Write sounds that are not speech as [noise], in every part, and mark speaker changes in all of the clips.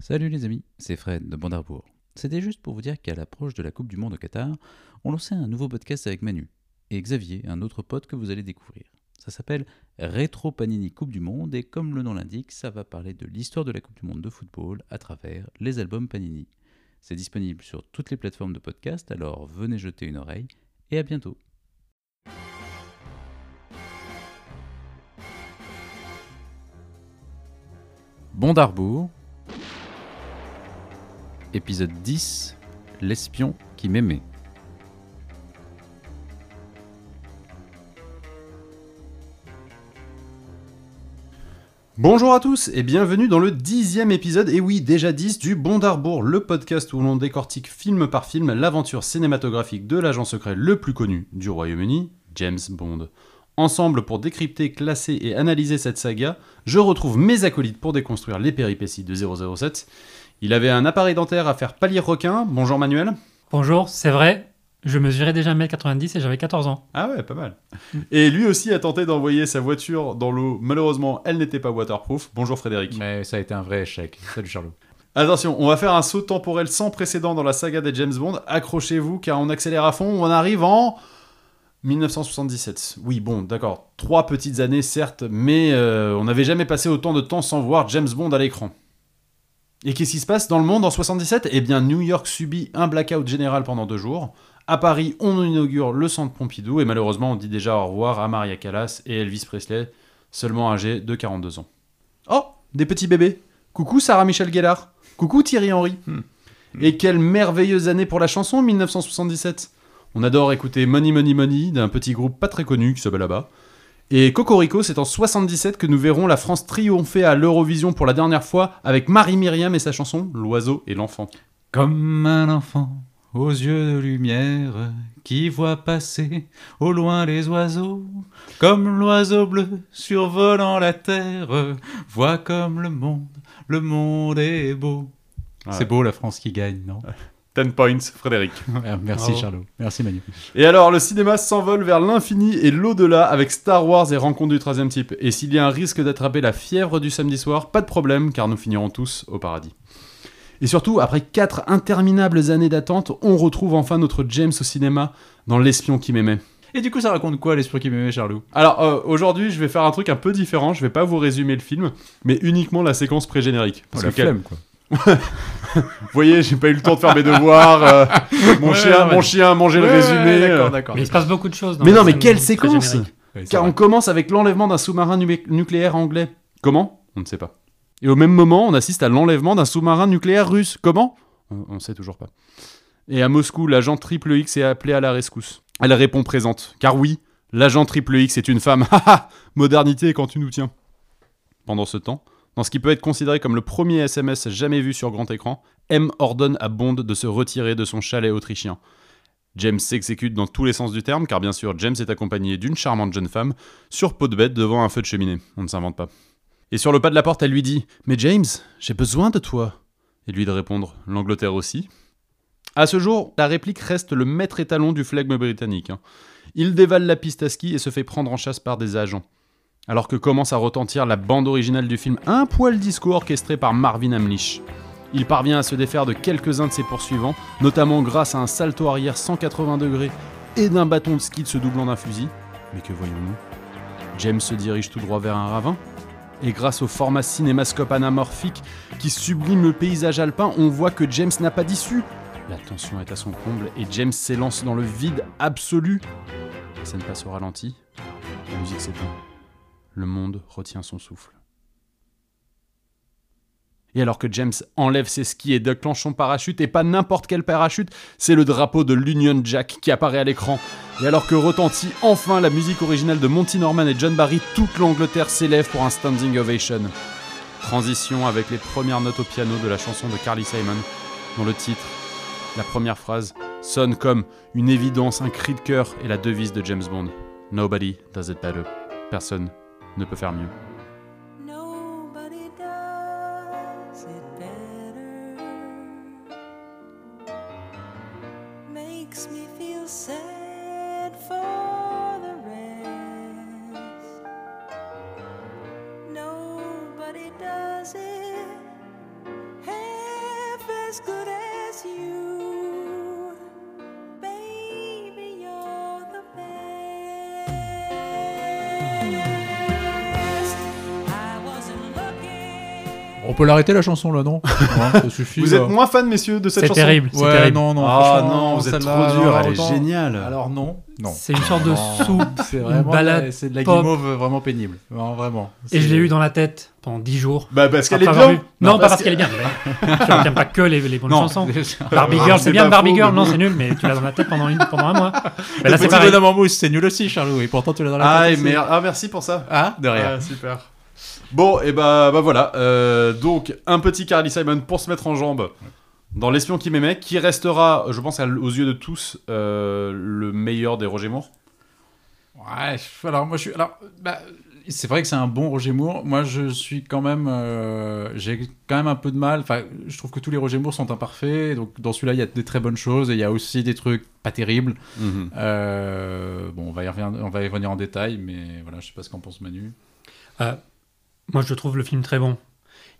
Speaker 1: Salut les amis, c'est Fred de Bandarbourg. C'était juste pour vous dire qu'à l'approche de la Coupe du Monde au Qatar, on lançait un nouveau podcast avec Manu et Xavier, un autre pote que vous allez découvrir. Ça s'appelle Rétro Panini Coupe du Monde et comme le nom l'indique, ça va parler de l'histoire de la Coupe du Monde de football à travers les albums Panini. C'est disponible sur toutes les plateformes de podcast, alors venez jeter une oreille et à bientôt. Bondarbourg, épisode 10, l'espion qui m'aimait.
Speaker 2: Bonjour à tous et bienvenue dans le dixième épisode, et oui, déjà 10 du Bond Arbour, le podcast où l'on décortique film par film l'aventure cinématographique de l'agent secret le plus connu du Royaume-Uni, James Bond. Ensemble pour décrypter, classer et analyser cette saga, je retrouve mes acolytes pour déconstruire les péripéties de 007. Il avait un appareil dentaire à faire palier requin, bonjour Manuel.
Speaker 3: Bonjour, c'est vrai, je mesurais déjà 1m90 et j'avais 14 ans.
Speaker 2: Ah ouais, pas mal. Et lui aussi a tenté d'envoyer sa voiture dans l'eau. Malheureusement, elle n'était pas waterproof. Bonjour Frédéric.
Speaker 4: Mais ça a été un vrai échec. Salut Charlot.
Speaker 2: Attention, on va faire un saut temporel sans précédent dans la saga des James Bond. Accrochez-vous car on accélère à fond. On arrive en 1977. Oui, bon, d'accord. Trois petites années, certes, mais euh, on n'avait jamais passé autant de temps sans voir James Bond à l'écran. Et qu'est-ce qui se passe dans le monde en 77 Eh bien, New York subit un blackout général pendant deux jours. À Paris, on inaugure le centre Pompidou et malheureusement, on dit déjà au revoir à Maria Callas et Elvis Presley, seulement âgés de 42 ans. Oh, des petits bébés. Coucou Sarah Michel Gellar. Coucou Thierry Henry. Et quelle merveilleuse année pour la chanson 1977. On adore écouter Money Money Money d'un petit groupe pas très connu qui s'appelle là-bas. Et Cocorico, c'est en 77 que nous verrons la France triompher à l'Eurovision pour la dernière fois avec Marie Myriam et sa chanson L'oiseau et l'enfant.
Speaker 1: Comme un enfant aux yeux de lumière qui voit passer au loin les oiseaux, comme l'oiseau bleu survolant la terre, voit comme le monde, le monde est beau.
Speaker 2: Ouais.
Speaker 1: C'est beau la France qui gagne, non
Speaker 2: 10 points, Frédéric.
Speaker 1: Ouais, Merci
Speaker 3: Bravo.
Speaker 1: Charlot, merci Manu.
Speaker 2: Et alors, le cinéma s'envole vers l'infini et l'au-delà avec Star Wars et Rencontre du troisième type. Et s'il y a un risque d'attraper la fièvre du samedi soir, pas de problème, car nous finirons tous au paradis. Et surtout, après quatre interminables années d'attente, on retrouve enfin notre James au cinéma dans L'espion qui m'aimait.
Speaker 1: Et du coup, ça raconte quoi l'espion qui m'aimait, Charlot
Speaker 2: Alors euh, aujourd'hui, je vais faire un truc un peu différent, je vais pas vous résumer le film, mais uniquement la séquence pré-générique.
Speaker 1: Oh,
Speaker 2: Parce que quel-
Speaker 1: quoi.
Speaker 2: vous voyez, j'ai pas eu le temps de faire mes
Speaker 1: [laughs]
Speaker 2: devoirs, euh, mon,
Speaker 1: Ouais,
Speaker 2: chien,
Speaker 1: ouais,
Speaker 2: mon chien a mangé le
Speaker 1: Ouais,
Speaker 2: résumé.
Speaker 1: ouais,
Speaker 2: euh.
Speaker 1: D'accord, d'accord.
Speaker 3: Mais il se passe beaucoup de choses. dans
Speaker 2: Mais
Speaker 3: la
Speaker 2: non, mais
Speaker 3: scène
Speaker 2: quelle
Speaker 3: très
Speaker 2: séquence
Speaker 3: générique.
Speaker 1: Ouais, c'est
Speaker 2: Car
Speaker 1: vrai.
Speaker 2: on commence avec l'enlèvement d'un sous-marin numé- nucléaire anglais. Comment On ne sait pas. Et au même moment, on assiste à l'enlèvement d'un sous-marin nucléaire russe. Comment On ne sait toujours pas. Et à Moscou, l'agent Triple X est appelé à la rescousse. Elle répond présente. Car oui, l'agent Triple X est une femme. [laughs] Ha ha Modernité quand tu nous tiens. Pendant ce temps, dans ce qui peut être considéré comme le premier SMS jamais vu sur grand écran, M ordonne à Bond de se retirer de son chalet autrichien. James s'exécute dans tous les sens du terme, car bien sûr, James est accompagné d'une charmante jeune femme, sur peau de bête devant un feu de cheminée. On ne s'invente pas. Et sur le pas de la porte, elle lui dit Mais James, j'ai besoin de toi. Et lui de répondre L'Angleterre aussi. À ce jour, la réplique reste le maître étalon du flegme britannique. hein. Il dévale la piste à ski et se fait prendre en chasse par des agents. Alors que commence à retentir la bande originale du film, un poil disco orchestré par Marvin Hamlisch. Il parvient à se défaire de quelques-uns de ses poursuivants, notamment grâce à un salto arrière 180 degrés et d'un bâton de ski de se doublant d'un fusil. Mais que voyons-nous James se dirige tout droit vers un ravin. Et grâce au format cinémascope anamorphique qui sublime le paysage alpin, on voit que James n'a pas d'issue. La tension est à son comble et James s'élance dans le vide absolu. La scène passe au ralenti. La musique s'éteint. Le monde retient son souffle. Et alors que James enlève ses skis et déclenche son parachute, et pas n'importe quel parachute, c'est le drapeau de l'Union Jack qui apparaît à l'écran. Et alors que retentit enfin la musique originale de Monty Norman et John Barry, toute l'Angleterre s'élève pour un standing ovation. Transition avec les premières notes au piano de la chanson de Carly Simon, dont le titre, la première phrase, sonne comme une évidence, un cri de cœur et la devise de James Bond. Nobody does it better. Personne ne peut faire mieux.
Speaker 5: Nobody does it better. Makes me feel sad for the rest. Nobody does it. Hey. as good as you. Baby, you're the best. I wasn't looking.
Speaker 1: On peut l'arrêter la chanson là, non Hein, Ça suffit.
Speaker 2: Vous
Speaker 1: là.
Speaker 2: êtes moins fan, messieurs, de cette
Speaker 3: C'est
Speaker 2: chanson
Speaker 3: terrible, c'est
Speaker 1: Ouais,
Speaker 3: terrible.
Speaker 1: non, non.
Speaker 2: Ah
Speaker 1: franchement,
Speaker 2: non, vous êtes
Speaker 1: celle-là,
Speaker 2: trop dur,
Speaker 1: alors,
Speaker 2: elle est
Speaker 1: autant-
Speaker 2: géniale.
Speaker 1: Alors non, non.
Speaker 3: C'est une sorte de soupe.
Speaker 1: C'est vraiment
Speaker 3: balade
Speaker 1: de la- c'est de la
Speaker 3: pop.
Speaker 1: guimauve vraiment pénible. Non, vraiment.
Speaker 3: Et je
Speaker 1: C'est-
Speaker 3: l'ai eu dans la tête pendant 10 jours.
Speaker 2: Bah parce qu'elle est
Speaker 3: Après avoir
Speaker 2: bien.
Speaker 3: vu- Non, pas parce qu'elle est bien. mais- Tu n'aimes pas que les, les bonnes
Speaker 1: Non. [laughs]
Speaker 3: chansons. Barbie Girl, c'est
Speaker 2: C'est
Speaker 3: bien
Speaker 2: pas
Speaker 3: Barbie
Speaker 2: faux,
Speaker 3: Girl.
Speaker 2: mais
Speaker 3: Non,
Speaker 2: bon.
Speaker 3: c'est nul, mais tu l'as dans la tête pendant, une, pendant un mois. Mais
Speaker 1: le
Speaker 3: là, c'est
Speaker 1: petit
Speaker 3: pareil.
Speaker 1: bonhomme en mousse, c'est nul aussi, Charlot. Et pourtant, tu l'as dans la
Speaker 2: Ah,
Speaker 1: tête,
Speaker 2: et
Speaker 1: c'est-
Speaker 2: mer- ah, merci pour ça.
Speaker 1: Ah, de rien.
Speaker 2: Ah, super. Bon, et bah, bah voilà. euh, donc, un petit Carly Simon pour se mettre en jambe dans L'espion qui m'aimait, qui restera, je pense, à l- aux yeux de tous, euh, le meilleur des Roger Moore.
Speaker 1: Ouais, je- alors moi je suis. Alors, bah, c'est vrai que c'est un bon Roger Moore. Moi je suis quand même. euh, J'ai quand même un peu de mal. Enfin, je trouve que tous les Roger Moore sont imparfaits. Donc dans celui-là, il y a des très bonnes choses et il y a aussi des trucs pas terribles.
Speaker 2: Mhm.
Speaker 1: Euh, bon, on va, y revenir, on va y revenir en détail, mais voilà, je sais pas ce qu'en pense Manu.
Speaker 3: Moi, je trouve le film très bon.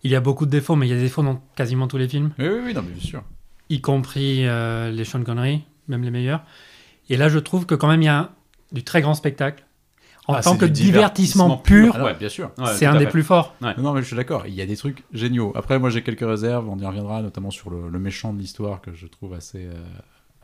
Speaker 3: Il y a beaucoup de défauts, mais il y a des défauts dans quasiment tous les films,
Speaker 1: Oui, oui, oui, non, mais bien sûr.
Speaker 3: y compris euh, les Sean Connery, même les meilleurs. Et là, je trouve que quand même, il y a un- du très grand spectacle. En
Speaker 1: Ah,
Speaker 3: tant
Speaker 1: c'est
Speaker 3: que
Speaker 1: du
Speaker 3: divertissement, pur,
Speaker 1: Ah, ouais, bien sûr.
Speaker 2: Ouais,
Speaker 3: c'est
Speaker 2: tout
Speaker 3: un
Speaker 2: à
Speaker 3: des
Speaker 2: fait.
Speaker 3: plus forts.
Speaker 2: Ouais.
Speaker 1: Non, mais je suis d'accord. Il y a des trucs géniaux. Après, moi, j'ai quelques réserves. On y reviendra, notamment sur le, le méchant de l'histoire que je trouve assez, euh,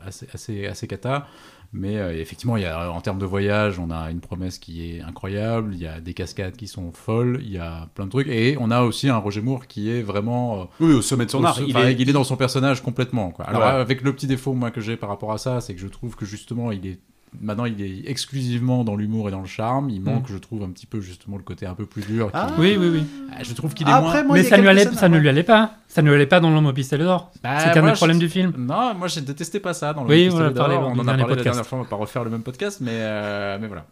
Speaker 1: assez, assez, assez cata. Mais euh, effectivement, il y a, en termes de voyage, on a une promesse qui est incroyable. Il y a des cascades qui sont folles. Il y a plein de trucs. Et on a aussi un Roger Moore qui est vraiment. euh,
Speaker 2: Oui, au sommet de son
Speaker 1: au-
Speaker 2: art.
Speaker 1: enfin,
Speaker 2: Il
Speaker 1: il,
Speaker 2: est-
Speaker 1: est... dans son personnage complètement. Quoi. Alors,
Speaker 2: Ouais.
Speaker 1: avec le petit défaut moi, que j'ai par rapport à ça, c'est que je trouve que justement, il est. Maintenant, il est exclusivement dans l'humour et dans le charme. Il manque, je trouve, un petit peu justement le côté un peu plus dur. qui-
Speaker 2: Mm. Ah.
Speaker 3: Oui, oui, oui.
Speaker 1: Ah, Je trouve qu'il est moins.
Speaker 2: Après, moi,
Speaker 3: mais
Speaker 2: il y a
Speaker 3: ça, lui
Speaker 2: quelques
Speaker 3: allait-
Speaker 2: scènes-
Speaker 3: ça ne lui allait pas. Ça ne lui allait pas dans l'homme au pistolet d'or.
Speaker 1: Bah,
Speaker 3: C'était un
Speaker 1: moi,
Speaker 3: des problèmes
Speaker 1: je-
Speaker 3: du film.
Speaker 1: Non, moi je détestais pas ça dans le
Speaker 3: Oui,
Speaker 1: pistolet
Speaker 3: on en a parlé
Speaker 1: d'or,
Speaker 3: lors
Speaker 1: on
Speaker 3: du
Speaker 1: en a
Speaker 3: dernier
Speaker 1: parlé la
Speaker 3: podcast.
Speaker 1: dernière fois, on va pas refaire le même podcast, mais, euh, mais
Speaker 2: Ah,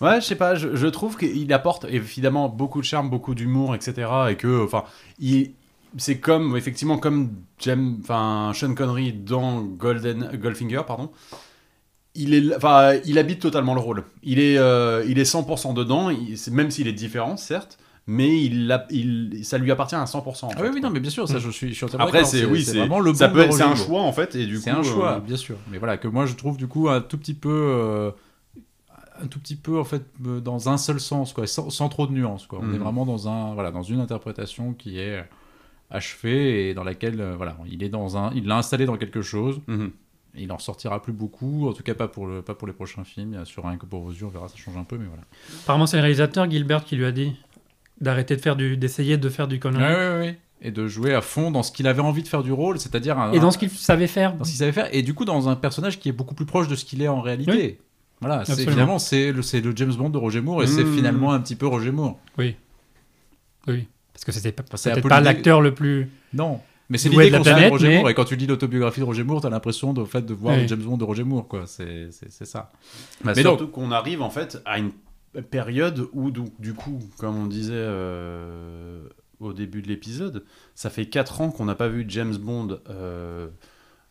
Speaker 1: voilà.
Speaker 2: Ouais, je sais pas, je, je trouve qu'il apporte évidemment beaucoup de charme, beaucoup d'humour, etc. Et que, enfin, il- c'est comme, effectivement, comme James, enfin, Sean Connery dans Golden, Goldfinger, pardon. Il, est, enfin, il habite totalement le rôle. Il est, euh, il est 100% dedans, il- c'est- même s'il est différent, certes, mais il, a- il, ça lui appartient à 100%. en
Speaker 1: Ah
Speaker 2: fait, quoi.
Speaker 1: mais bien sûr,
Speaker 3: ça,
Speaker 1: je suis, je suis
Speaker 2: Après, c'est oui, c'est
Speaker 1: vraiment le
Speaker 2: ça peut être- c'est un choix, en fait. et du
Speaker 1: C'est
Speaker 2: coup,
Speaker 1: un
Speaker 2: euh,
Speaker 1: choix, bien sûr. Mais voilà, que moi je trouve du coup un tout petit peu. euh, un tout petit peu en fait euh, dans un seul sens quoi sans, sans trop de nuances quoi on
Speaker 2: Mhm.
Speaker 1: est vraiment dans un voilà dans une interprétation qui est achevée et dans laquelle euh, voilà il est dans un il l'a installé dans quelque chose
Speaker 2: mhm.
Speaker 1: Il en sortira plus beaucoup, en tout cas pas pour, le, pas pour les prochains films. Sur un que pour vos yeux, on verra, ça change un peu, mais voilà.
Speaker 3: Apparemment, c'est le réalisateur Gilbert qui lui a dit d'arrêter de faire du, d'essayer de faire du
Speaker 1: Mm.
Speaker 3: Connery.
Speaker 1: Et de jouer à fond dans ce qu'il avait envie de faire du rôle, c'est-à-dire un-
Speaker 3: Et dans ce qu'il savait faire.
Speaker 1: dans ce qu'il savait faire, et du coup dans un personnage qui est beaucoup plus proche de ce qu'il est en réalité. Voilà, c'est,
Speaker 3: Absolument.
Speaker 1: finalement c'est le, c'est le James Bond de Roger Moore, et c'est
Speaker 2: Mhm.
Speaker 1: finalement un petit peu Roger Moore.
Speaker 3: Oui, parce que c'était pas,
Speaker 1: C'est
Speaker 3: peut-être
Speaker 1: un peu
Speaker 3: pas
Speaker 1: l'idée-
Speaker 3: l'acteur le plus.
Speaker 1: Non. Mais c'est
Speaker 3: Doué
Speaker 1: l'idée
Speaker 3: de la
Speaker 1: qu'on se fait de
Speaker 3: planète,
Speaker 1: Roger
Speaker 3: mais-
Speaker 1: Moore, et quand tu lis l'autobiographie de Roger Moore, t'as l'impression de, en fait, de voir
Speaker 3: Oui.
Speaker 1: le James Bond de Roger Moore, quoi. C'est, c'est, c'est ça.
Speaker 2: Bah,
Speaker 1: Mais
Speaker 2: surtout qu'on arrive en fait à une période où donc, du coup, comme on disait euh, au début de l'épisode, ça fait 4 ans qu'on n'a pas vu James Bond euh,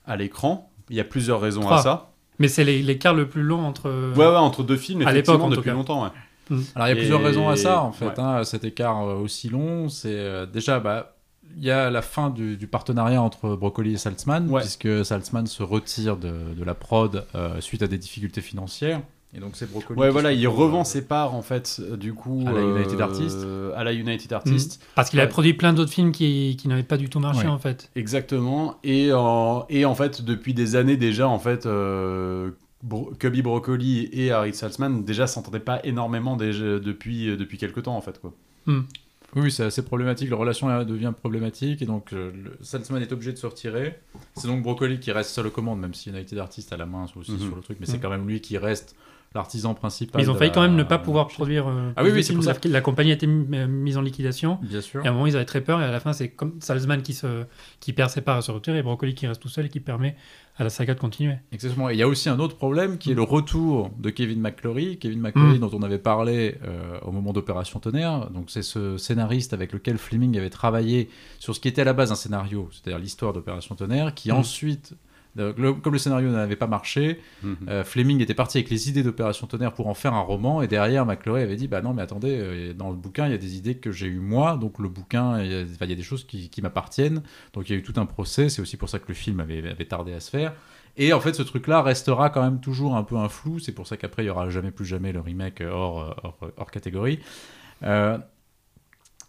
Speaker 2: à l'écran. Il y a plusieurs raisons à
Speaker 3: Trois.
Speaker 2: ça.
Speaker 3: Mais c'est les- l'écart le plus long entre. euh,
Speaker 2: Ouais, ouais, entre deux films,
Speaker 3: à
Speaker 2: effectivement,
Speaker 3: l'époque, en tout
Speaker 2: depuis
Speaker 3: cas.
Speaker 2: longtemps. ouais.
Speaker 1: Alors il y a
Speaker 2: Et-
Speaker 1: plusieurs raisons à ça en fait,
Speaker 2: ouais.
Speaker 1: hein, cet écart euh, aussi long. C'est euh, déjà bah il y a la fin du, du partenariat entre Broccoli et Saltzman
Speaker 2: Ouais.
Speaker 1: puisque Saltzman se retire de, de la prod euh, suite à des difficultés financières et donc c'est Broccoli.
Speaker 2: Ouais,
Speaker 1: qui
Speaker 2: voilà,
Speaker 1: se
Speaker 2: il
Speaker 1: retrouve,
Speaker 2: revend
Speaker 1: euh,
Speaker 2: ses parts en fait, euh, du coup.
Speaker 1: À la United Artists.
Speaker 2: À la United Artists.
Speaker 3: hmm. Parce qu'il a
Speaker 2: Ouais.
Speaker 3: produit plein d'autres films qui, qui n'avaient pas du tout marché
Speaker 1: Ouais.
Speaker 3: en fait.
Speaker 2: Exactement. Et en, et en fait, depuis des années déjà, en fait, euh, Bro- Cubby Broccoli et Harry Saltzman déjà s'entendaient pas énormément déjà, depuis, euh, depuis quelques temps, en fait. Quoi.
Speaker 1: Oui, oui, c'est assez problématique. La relation euh, devient problématique et donc euh, le- Saltzman est obligé de se retirer. C'est donc Broccoli qui reste seul aux commandes, même si United Artists a la main aussi
Speaker 2: Mhm.
Speaker 1: sur le truc, mais c'est
Speaker 3: Mhm.
Speaker 1: quand même lui qui reste l'artisan principal.
Speaker 3: Mais ils ont
Speaker 1: de
Speaker 3: failli
Speaker 1: la-
Speaker 3: quand même ne pas pouvoir produire. euh,
Speaker 1: Ah oui,
Speaker 3: plus
Speaker 1: oui,
Speaker 3: de
Speaker 1: c'est
Speaker 3: films.
Speaker 1: pour ça.
Speaker 3: La, la compagnie a été mi- euh, mise en liquidation.
Speaker 1: Bien sûr.
Speaker 3: Et à un moment, ils avaient très peur. Et à la fin, c'est comme Salzman qui, se, qui perd ses parts à se retirer et Broccoli qui reste tout seul et qui permet à la saga de continuer.
Speaker 1: Exactement. Et il y a aussi un autre problème qui est le retour de Kevin McClory. Kevin McClory,
Speaker 3: Mm.
Speaker 1: dont on avait parlé euh, au moment d'Opération Tonnerre. Donc, c'est ce scénariste avec lequel Fleming avait travaillé sur ce qui était à la base un scénario, c'est-à-dire l'histoire d'Opération Tonnerre, qui
Speaker 3: Mm.
Speaker 1: ensuite Donc, le- comme le scénario n'avait pas marché,
Speaker 6: Mhm.
Speaker 1: euh, Fleming était parti avec les idées d'Opération Tonnerre pour en faire un roman, et derrière, McClory avait dit Bah non, mais attendez, euh, dans le bouquin, il y a des idées que j'ai eues moi, donc le bouquin, il y a, enfin, il y a des choses qui, qui m'appartiennent. Donc il y a eu tout un procès, c'est aussi pour ça que le film avait, avait tardé à se faire. Et en fait, ce truc-là restera quand même toujours un peu un flou, c'est pour ça qu'après, il y aura jamais plus jamais le remake hors, euh, hors, hors catégorie. Euh,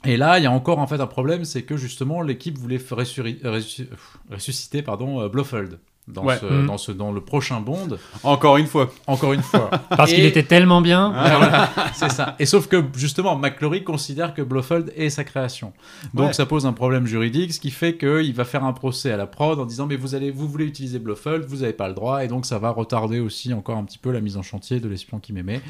Speaker 1: et là, il y a encore en fait un problème, c'est que justement l'équipe voulait f- ressuri- ressu- pff, ressusciter pardon euh, Blofeld dans,
Speaker 6: Ouais.
Speaker 1: ce,
Speaker 3: Mhm.
Speaker 1: dans ce dans le prochain Bond.
Speaker 6: Encore une fois.
Speaker 1: Encore une fois,
Speaker 3: Parce qu'il
Speaker 1: Et-
Speaker 3: était tellement bien.
Speaker 1: Ouais, voilà, c'est ça. Et sauf que justement, McClory considère que Blofeld est sa création. Donc
Speaker 6: Ouais.
Speaker 1: ça pose un problème juridique, ce qui fait qu'il va faire un procès à la prod en disant mais vous allez vous voulez utiliser Blofeld, vous n'avez pas le droit, et donc ça va retarder aussi encore un petit peu la mise en chantier de l'espion qui m'aimait.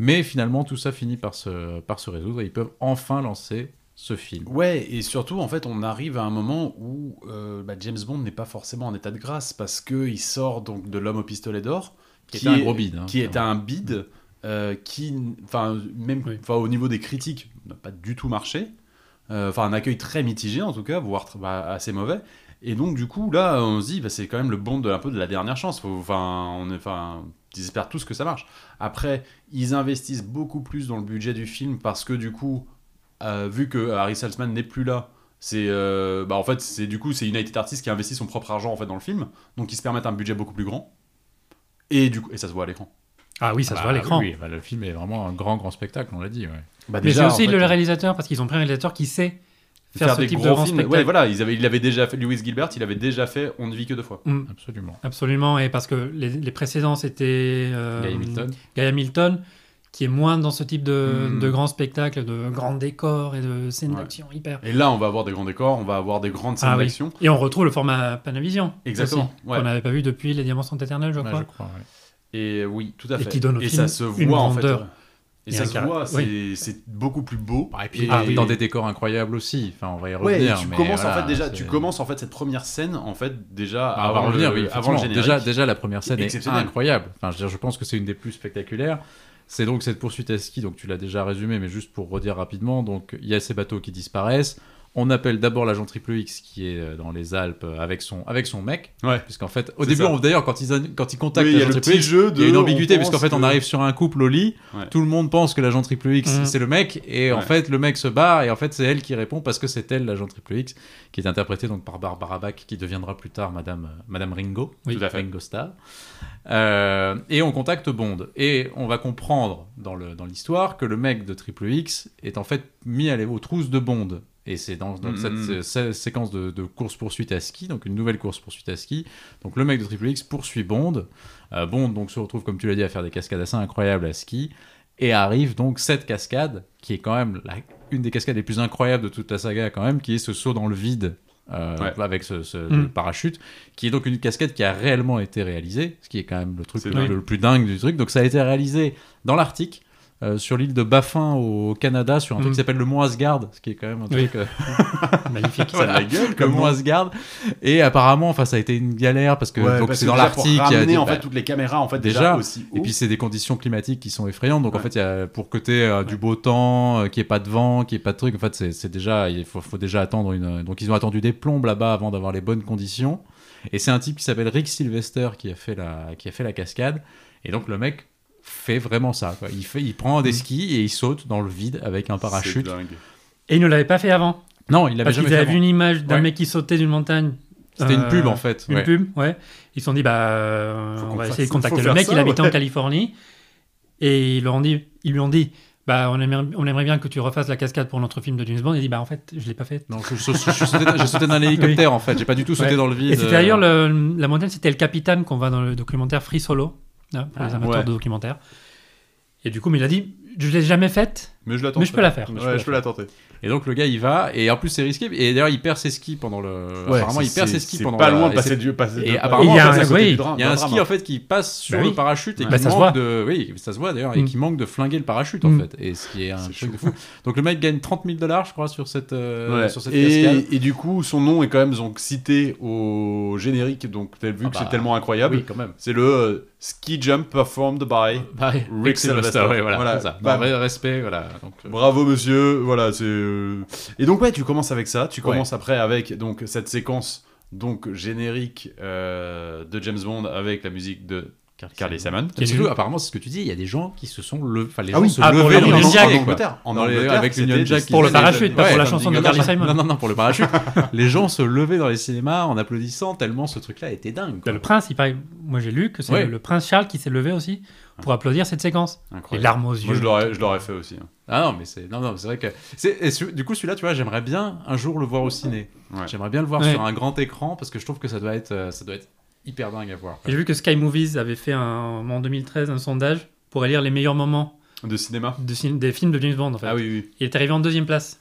Speaker 1: Mais finalement, tout ça finit par se, par se résoudre et ils peuvent enfin lancer ce film.
Speaker 2: Ouais, et surtout, en fait, on arrive à un moment où euh, bah, James Bond n'est pas forcément en état de grâce parce qu'il sort donc de l'homme au pistolet d'or,
Speaker 1: Qui, est un
Speaker 2: est-
Speaker 1: gros bide. hein,
Speaker 2: qui est
Speaker 1: clairement.
Speaker 2: un bid, euh, qui, enfin, même
Speaker 3: Oui.
Speaker 2: enfin, au niveau des critiques, n'a pas du tout marché. Euh, Enfin, un accueil très mitigé, en tout cas, voire tr- bah, assez mauvais. Et donc, du coup, là, on se dit, bah, c'est quand même le bond de, un peu de la dernière chance. Faut- Enfin, on est, enfin, ils espèrent tous que ça marche. Après, ils investissent beaucoup plus dans le budget du film parce que, du coup, euh, vu que Harry Saltzman n'est plus là, c'est euh, bah, en fait c'est du coup c'est United Artists qui investit son propre argent en fait dans le film, donc ils se permettent un budget beaucoup plus grand. Et du coup, et ça se voit à l'écran.
Speaker 3: Ah oui, ça se
Speaker 1: Bah
Speaker 3: voit à l'écran.
Speaker 1: oui, bah, le film est vraiment un grand, grand spectacle, on l'a dit. ouais.
Speaker 2: Bah,
Speaker 3: Mais c'est
Speaker 2: déjà,
Speaker 3: aussi
Speaker 2: en fait,
Speaker 3: le réalisateur, parce qu'ils ont pris un réalisateur qui sait faire, ce type de grand spectacle.
Speaker 2: Ouais, voilà, ils avaient, il avait déjà fait Lewis Gilbert, il avait déjà fait On ne vit que deux fois.
Speaker 3: Mm,
Speaker 1: Absolument.
Speaker 3: absolument, et parce que les, les précédents, c'était euh,
Speaker 1: Guy Hamilton.
Speaker 3: Guy Hamilton, qui est moins dans ce type de,
Speaker 2: Mm.
Speaker 3: de grand spectacle, de grands décors et de scènes
Speaker 2: Ouais.
Speaker 3: d'action hyper.
Speaker 2: Et là, on va avoir des grands décors, on va avoir des grandes scènes
Speaker 3: Ah oui.
Speaker 2: d'action.
Speaker 3: Et on retrouve le format Panavision.
Speaker 2: Exactement,
Speaker 3: aussi,
Speaker 2: ouais.
Speaker 3: Qu'on n'avait pas vu depuis Les Diamants sont éternels, je
Speaker 1: Ouais,
Speaker 3: crois.
Speaker 1: je crois, ouais.
Speaker 2: Et oui, tout à
Speaker 3: Et
Speaker 2: fait.
Speaker 3: qui donne au
Speaker 2: et ça
Speaker 3: film
Speaker 2: se
Speaker 3: une
Speaker 2: voit en fait.
Speaker 3: grandeur.
Speaker 2: ouais. Et,
Speaker 3: Et
Speaker 2: ça
Speaker 3: un
Speaker 2: se
Speaker 3: cara-
Speaker 2: voit,
Speaker 3: oui.
Speaker 2: c'est c'est beaucoup plus beau.
Speaker 1: Ah, et puis
Speaker 2: Et-
Speaker 1: ah, dans des décors incroyables aussi. Enfin, on va y
Speaker 2: Ouais,
Speaker 1: revenir.
Speaker 2: et tu
Speaker 1: mais
Speaker 2: commences en
Speaker 1: voilà,
Speaker 2: fait déjà,
Speaker 1: c'est-
Speaker 2: tu commences en fait cette première scène en fait déjà
Speaker 1: Ah, on va
Speaker 2: avant,
Speaker 1: revenir,
Speaker 2: le,
Speaker 1: oui,
Speaker 2: avant
Speaker 1: effectivement.
Speaker 2: le générique.
Speaker 1: Déjà, déjà, la première scène est
Speaker 2: Exceptionnelle.
Speaker 1: incroyable. Enfin, je, veux dire, je pense que c'est une des plus spectaculaires. C'est donc cette poursuite à ski, donc tu l'as déjà résumé, mais juste pour redire rapidement. Donc, il y a ces bateaux qui disparaissent. On appelle d'abord l'agent Triple X qui est euh, dans les Alpes euh, avec son, avec son mec.
Speaker 2: Ouais.
Speaker 1: Puisqu'en fait, au
Speaker 2: C'est
Speaker 1: début,
Speaker 2: ça.
Speaker 1: on- d'ailleurs, quand ils, an- quand ils contactent
Speaker 2: Oui, il y a
Speaker 1: l'agent
Speaker 2: le
Speaker 1: Triple
Speaker 2: petit
Speaker 1: X,
Speaker 2: jeu de. euh,
Speaker 1: il y a une ambiguïté,
Speaker 2: on
Speaker 1: parce
Speaker 2: pense
Speaker 1: qu'en fait, on
Speaker 2: que-
Speaker 1: arrive sur un couple au lit,
Speaker 2: Ouais.
Speaker 1: tout le monde pense que l'agent Triple X,
Speaker 3: Mhm.
Speaker 1: c'est le mec, et en
Speaker 2: Ouais.
Speaker 1: fait, le mec se barre, et en fait, c'est elle qui répond parce que c'est elle, l'agent Triple X, qui est interprétée donc par Barbara Bach, qui deviendra plus tard Madame, euh, Madame Ringo,
Speaker 3: Oui.
Speaker 2: Tout à fait.
Speaker 1: Ringo Starr. Euh, et on contacte Bond, et on va comprendre dans le- dans l'histoire que le mec de Triple X est en fait mis à les- aux trousses de Bond. Et c'est dans, dans
Speaker 2: Mhm.
Speaker 1: cette, sé- sé- séquence de, de course-poursuite à ski, donc une nouvelle course-poursuite à ski. Donc le mec de Triple X poursuit Bond. Euh, Bond donc se retrouve, comme tu l'as dit, à faire des cascades assez incroyables à ski. Et arrive donc cette cascade, qui est quand même la- une des cascades les plus incroyables de toute la saga, quand même, qui est ce saut dans le vide euh,
Speaker 2: Ouais.
Speaker 1: avec ce, ce-
Speaker 3: Mm.
Speaker 1: le parachute, qui est donc une cascade qui a réellement été réalisée, ce qui est quand même le truc
Speaker 2: C'est
Speaker 1: le,
Speaker 2: dingue.
Speaker 1: le plus dingue du truc. Donc ça a été réalisé dans l'Arctique. euh, sur l'île de Baffin au Canada, sur un truc
Speaker 3: Mm.
Speaker 1: qui s'appelle le Mont Asgard, ce qui est quand même un
Speaker 3: Oui.
Speaker 1: truc euh,
Speaker 2: [laughs]
Speaker 3: Ah, Magnifique.
Speaker 2: Ça a la gueule
Speaker 1: comme
Speaker 2: comme
Speaker 1: Mont Asgard. Et apparemment, enfin, ça a été une galère parce que
Speaker 2: Ouais,
Speaker 1: donc
Speaker 2: parce
Speaker 1: c'est
Speaker 2: que
Speaker 1: dans
Speaker 2: déjà, pour
Speaker 1: l'Arctique. il y a
Speaker 2: ramener,
Speaker 1: des-
Speaker 2: en
Speaker 1: bah,
Speaker 2: fait toutes les caméras en fait
Speaker 1: déjà,
Speaker 2: déjà, aussi
Speaker 1: et
Speaker 2: haut.
Speaker 1: puis c'est des conditions climatiques qui sont effrayantes. Donc en
Speaker 2: Ouais.
Speaker 1: fait, il y a- pour que tu du beau temps, qui qu'il n'y ait pas de vent, qu'il n'y ait pas de truc, en fait, c'est c'est déjà, il faut, faut déjà attendre une. Donc ils ont attendu des plombes là-bas avant d'avoir les bonnes conditions. Et c'est un type qui s'appelle Rick Sylvester qui a fait la, qui a fait la cascade. Et donc le mec fait vraiment ça. quoi. Il fait, il prend des skis et il saute dans le vide avec un
Speaker 2: Mmh. C'est
Speaker 1: parachute.
Speaker 2: dingue.
Speaker 3: Et ils ne l'avaient pas fait avant.
Speaker 1: Non, il l'avait
Speaker 3: Parce
Speaker 1: jamais
Speaker 3: qu'ils
Speaker 1: fait.
Speaker 3: avaient vu
Speaker 1: avant.
Speaker 3: une image d'un
Speaker 1: Ouais.
Speaker 3: mec qui sautait d'une montagne.
Speaker 1: C'était une
Speaker 3: Euh,
Speaker 1: pub en fait.
Speaker 3: Une
Speaker 1: ouais.
Speaker 3: pub, ouais. Ils se sont dit, bah, euh,
Speaker 2: Faut
Speaker 3: on
Speaker 2: qu'on
Speaker 3: va
Speaker 2: fasse-
Speaker 3: essayer de
Speaker 2: faut
Speaker 3: contacter le
Speaker 2: faire
Speaker 3: mec.
Speaker 2: ça,
Speaker 3: il habitait
Speaker 2: ouais.
Speaker 3: en Californie. Et ils, leur ont dit, ils lui ont dit, bah, on aimerait, on aimerait bien que tu refasses la cascade pour notre film de James Bond. Il dit, bah, en fait, je l'ai pas faite.
Speaker 1: Non, je, je- je- je sautais, j'ai sauté dans un hélicoptère en fait. J'ai pas du tout sauté
Speaker 3: Ouais.
Speaker 1: dans le vide. euh,
Speaker 3: Et c'était d'ailleurs le- la montagne, c'était le capitaine qu'on voit dans le documentaire Free Solo, hein, pour
Speaker 1: Ah,
Speaker 3: les amateurs
Speaker 2: ouais.
Speaker 3: de documentaires. Et du coup, mais il a dit, je l'ai jamais faite,
Speaker 2: Mais je l'attends.
Speaker 3: mais je peux la faire.
Speaker 2: Ouais, je peux la tenter.
Speaker 1: Et donc le gars il va et en plus c'est risqué et d'ailleurs il perd ses skis pendant le apparemment il perd ses skis pendant
Speaker 2: pas
Speaker 1: la-
Speaker 2: loin
Speaker 1: et
Speaker 2: de
Speaker 1: c'est-
Speaker 2: passer du passer.
Speaker 1: et
Speaker 2: de-
Speaker 1: apparemment,
Speaker 2: Et
Speaker 1: en fait,
Speaker 3: ça sautait du
Speaker 1: il y a un ski en fait qui passe sur
Speaker 3: Bah oui.
Speaker 1: le parachute et
Speaker 3: Bah,
Speaker 1: qui
Speaker 3: ça se
Speaker 1: manque
Speaker 3: voit.
Speaker 1: de oui ça se voit d'ailleurs et
Speaker 3: Mm.
Speaker 1: qui manque de flinguer le parachute en
Speaker 3: Mm.
Speaker 1: fait et ce qui est un
Speaker 2: C'est
Speaker 1: truc de fou. Donc le mec gagne 30 000 dollars je crois sur cette euh,
Speaker 2: Ouais.
Speaker 1: sur cette cascade.
Speaker 2: Et, et du coup, son nom est quand même donc, cité au générique, donc tel- vu
Speaker 1: Ah
Speaker 2: que
Speaker 1: bah,
Speaker 2: c'est tellement incroyable.
Speaker 1: Oui quand même.
Speaker 2: C'est le euh, ski jump performed by.
Speaker 1: Bah, Rick Sylvester,
Speaker 2: Sylvester.
Speaker 1: ouais, voilà,
Speaker 2: Voilà.
Speaker 1: c'est ça.
Speaker 2: Bam.
Speaker 1: Non, vrai respect voilà. Donc, euh,
Speaker 2: Bravo monsieur, voilà c'est. euh, Et donc ouais, tu commences avec ça. Tu commences après avec donc cette séquence donc générique euh, de James Bond avec la musique de Carly Simon.
Speaker 1: euh, Et
Speaker 3: Qui est
Speaker 1: surtout,
Speaker 3: nul.
Speaker 1: apparemment, c'est ce que tu dis, il y a des gens qui se sont levés. Enfin, les
Speaker 7: Ah
Speaker 1: gens
Speaker 7: oui,
Speaker 1: se
Speaker 7: ah, pour
Speaker 1: levaient
Speaker 7: les
Speaker 1: dans les
Speaker 3: Indiens,
Speaker 1: ciels,
Speaker 2: en
Speaker 1: quoi.
Speaker 2: Angleterre, en
Speaker 1: Dans les-
Speaker 2: Angleterre,
Speaker 1: avec
Speaker 2: c'était
Speaker 1: Union Jack
Speaker 2: des-
Speaker 1: qui
Speaker 3: Pour le
Speaker 2: c'était-
Speaker 3: parachute, pas
Speaker 2: ouais,
Speaker 3: pour la
Speaker 2: comme
Speaker 3: chanson
Speaker 2: Jingle
Speaker 3: de
Speaker 2: Bell.
Speaker 3: Carly Simon.
Speaker 1: Non, non, non, pour le parachute.
Speaker 3: [laughs]
Speaker 1: les gens se levaient dans les cinémas en applaudissant tellement ce truc-là était dingue.
Speaker 3: Bah,
Speaker 1: quoi.
Speaker 3: le prince, il paraît- moi j'ai lu que c'est
Speaker 1: Ouais.
Speaker 3: le, le prince Charles qui s'est levé aussi pour applaudir cette séquence. Les
Speaker 2: Incroyable.
Speaker 3: larmes aux
Speaker 2: Moi,
Speaker 3: yeux.
Speaker 2: je l'aurais- je l'aurais fait aussi. hein.
Speaker 1: Ah non, mais c'est non, non, c'est vrai que c'est et su- du coup celui-là, tu vois, j'aimerais bien un jour le voir au ciné.
Speaker 2: Ouais.
Speaker 1: J'aimerais bien le voir
Speaker 3: Ouais.
Speaker 1: sur un grand écran parce que je trouve que ça doit être euh, ça doit être hyper dingue à voir.
Speaker 3: Et J'ai vu que Sky Movies avait fait un- en 2013 un sondage pour élire les meilleurs moments
Speaker 2: De cinéma.
Speaker 3: de cin- des films de James Bond. En fait.
Speaker 2: Ah oui, oui.
Speaker 3: Il est arrivé en deuxième place.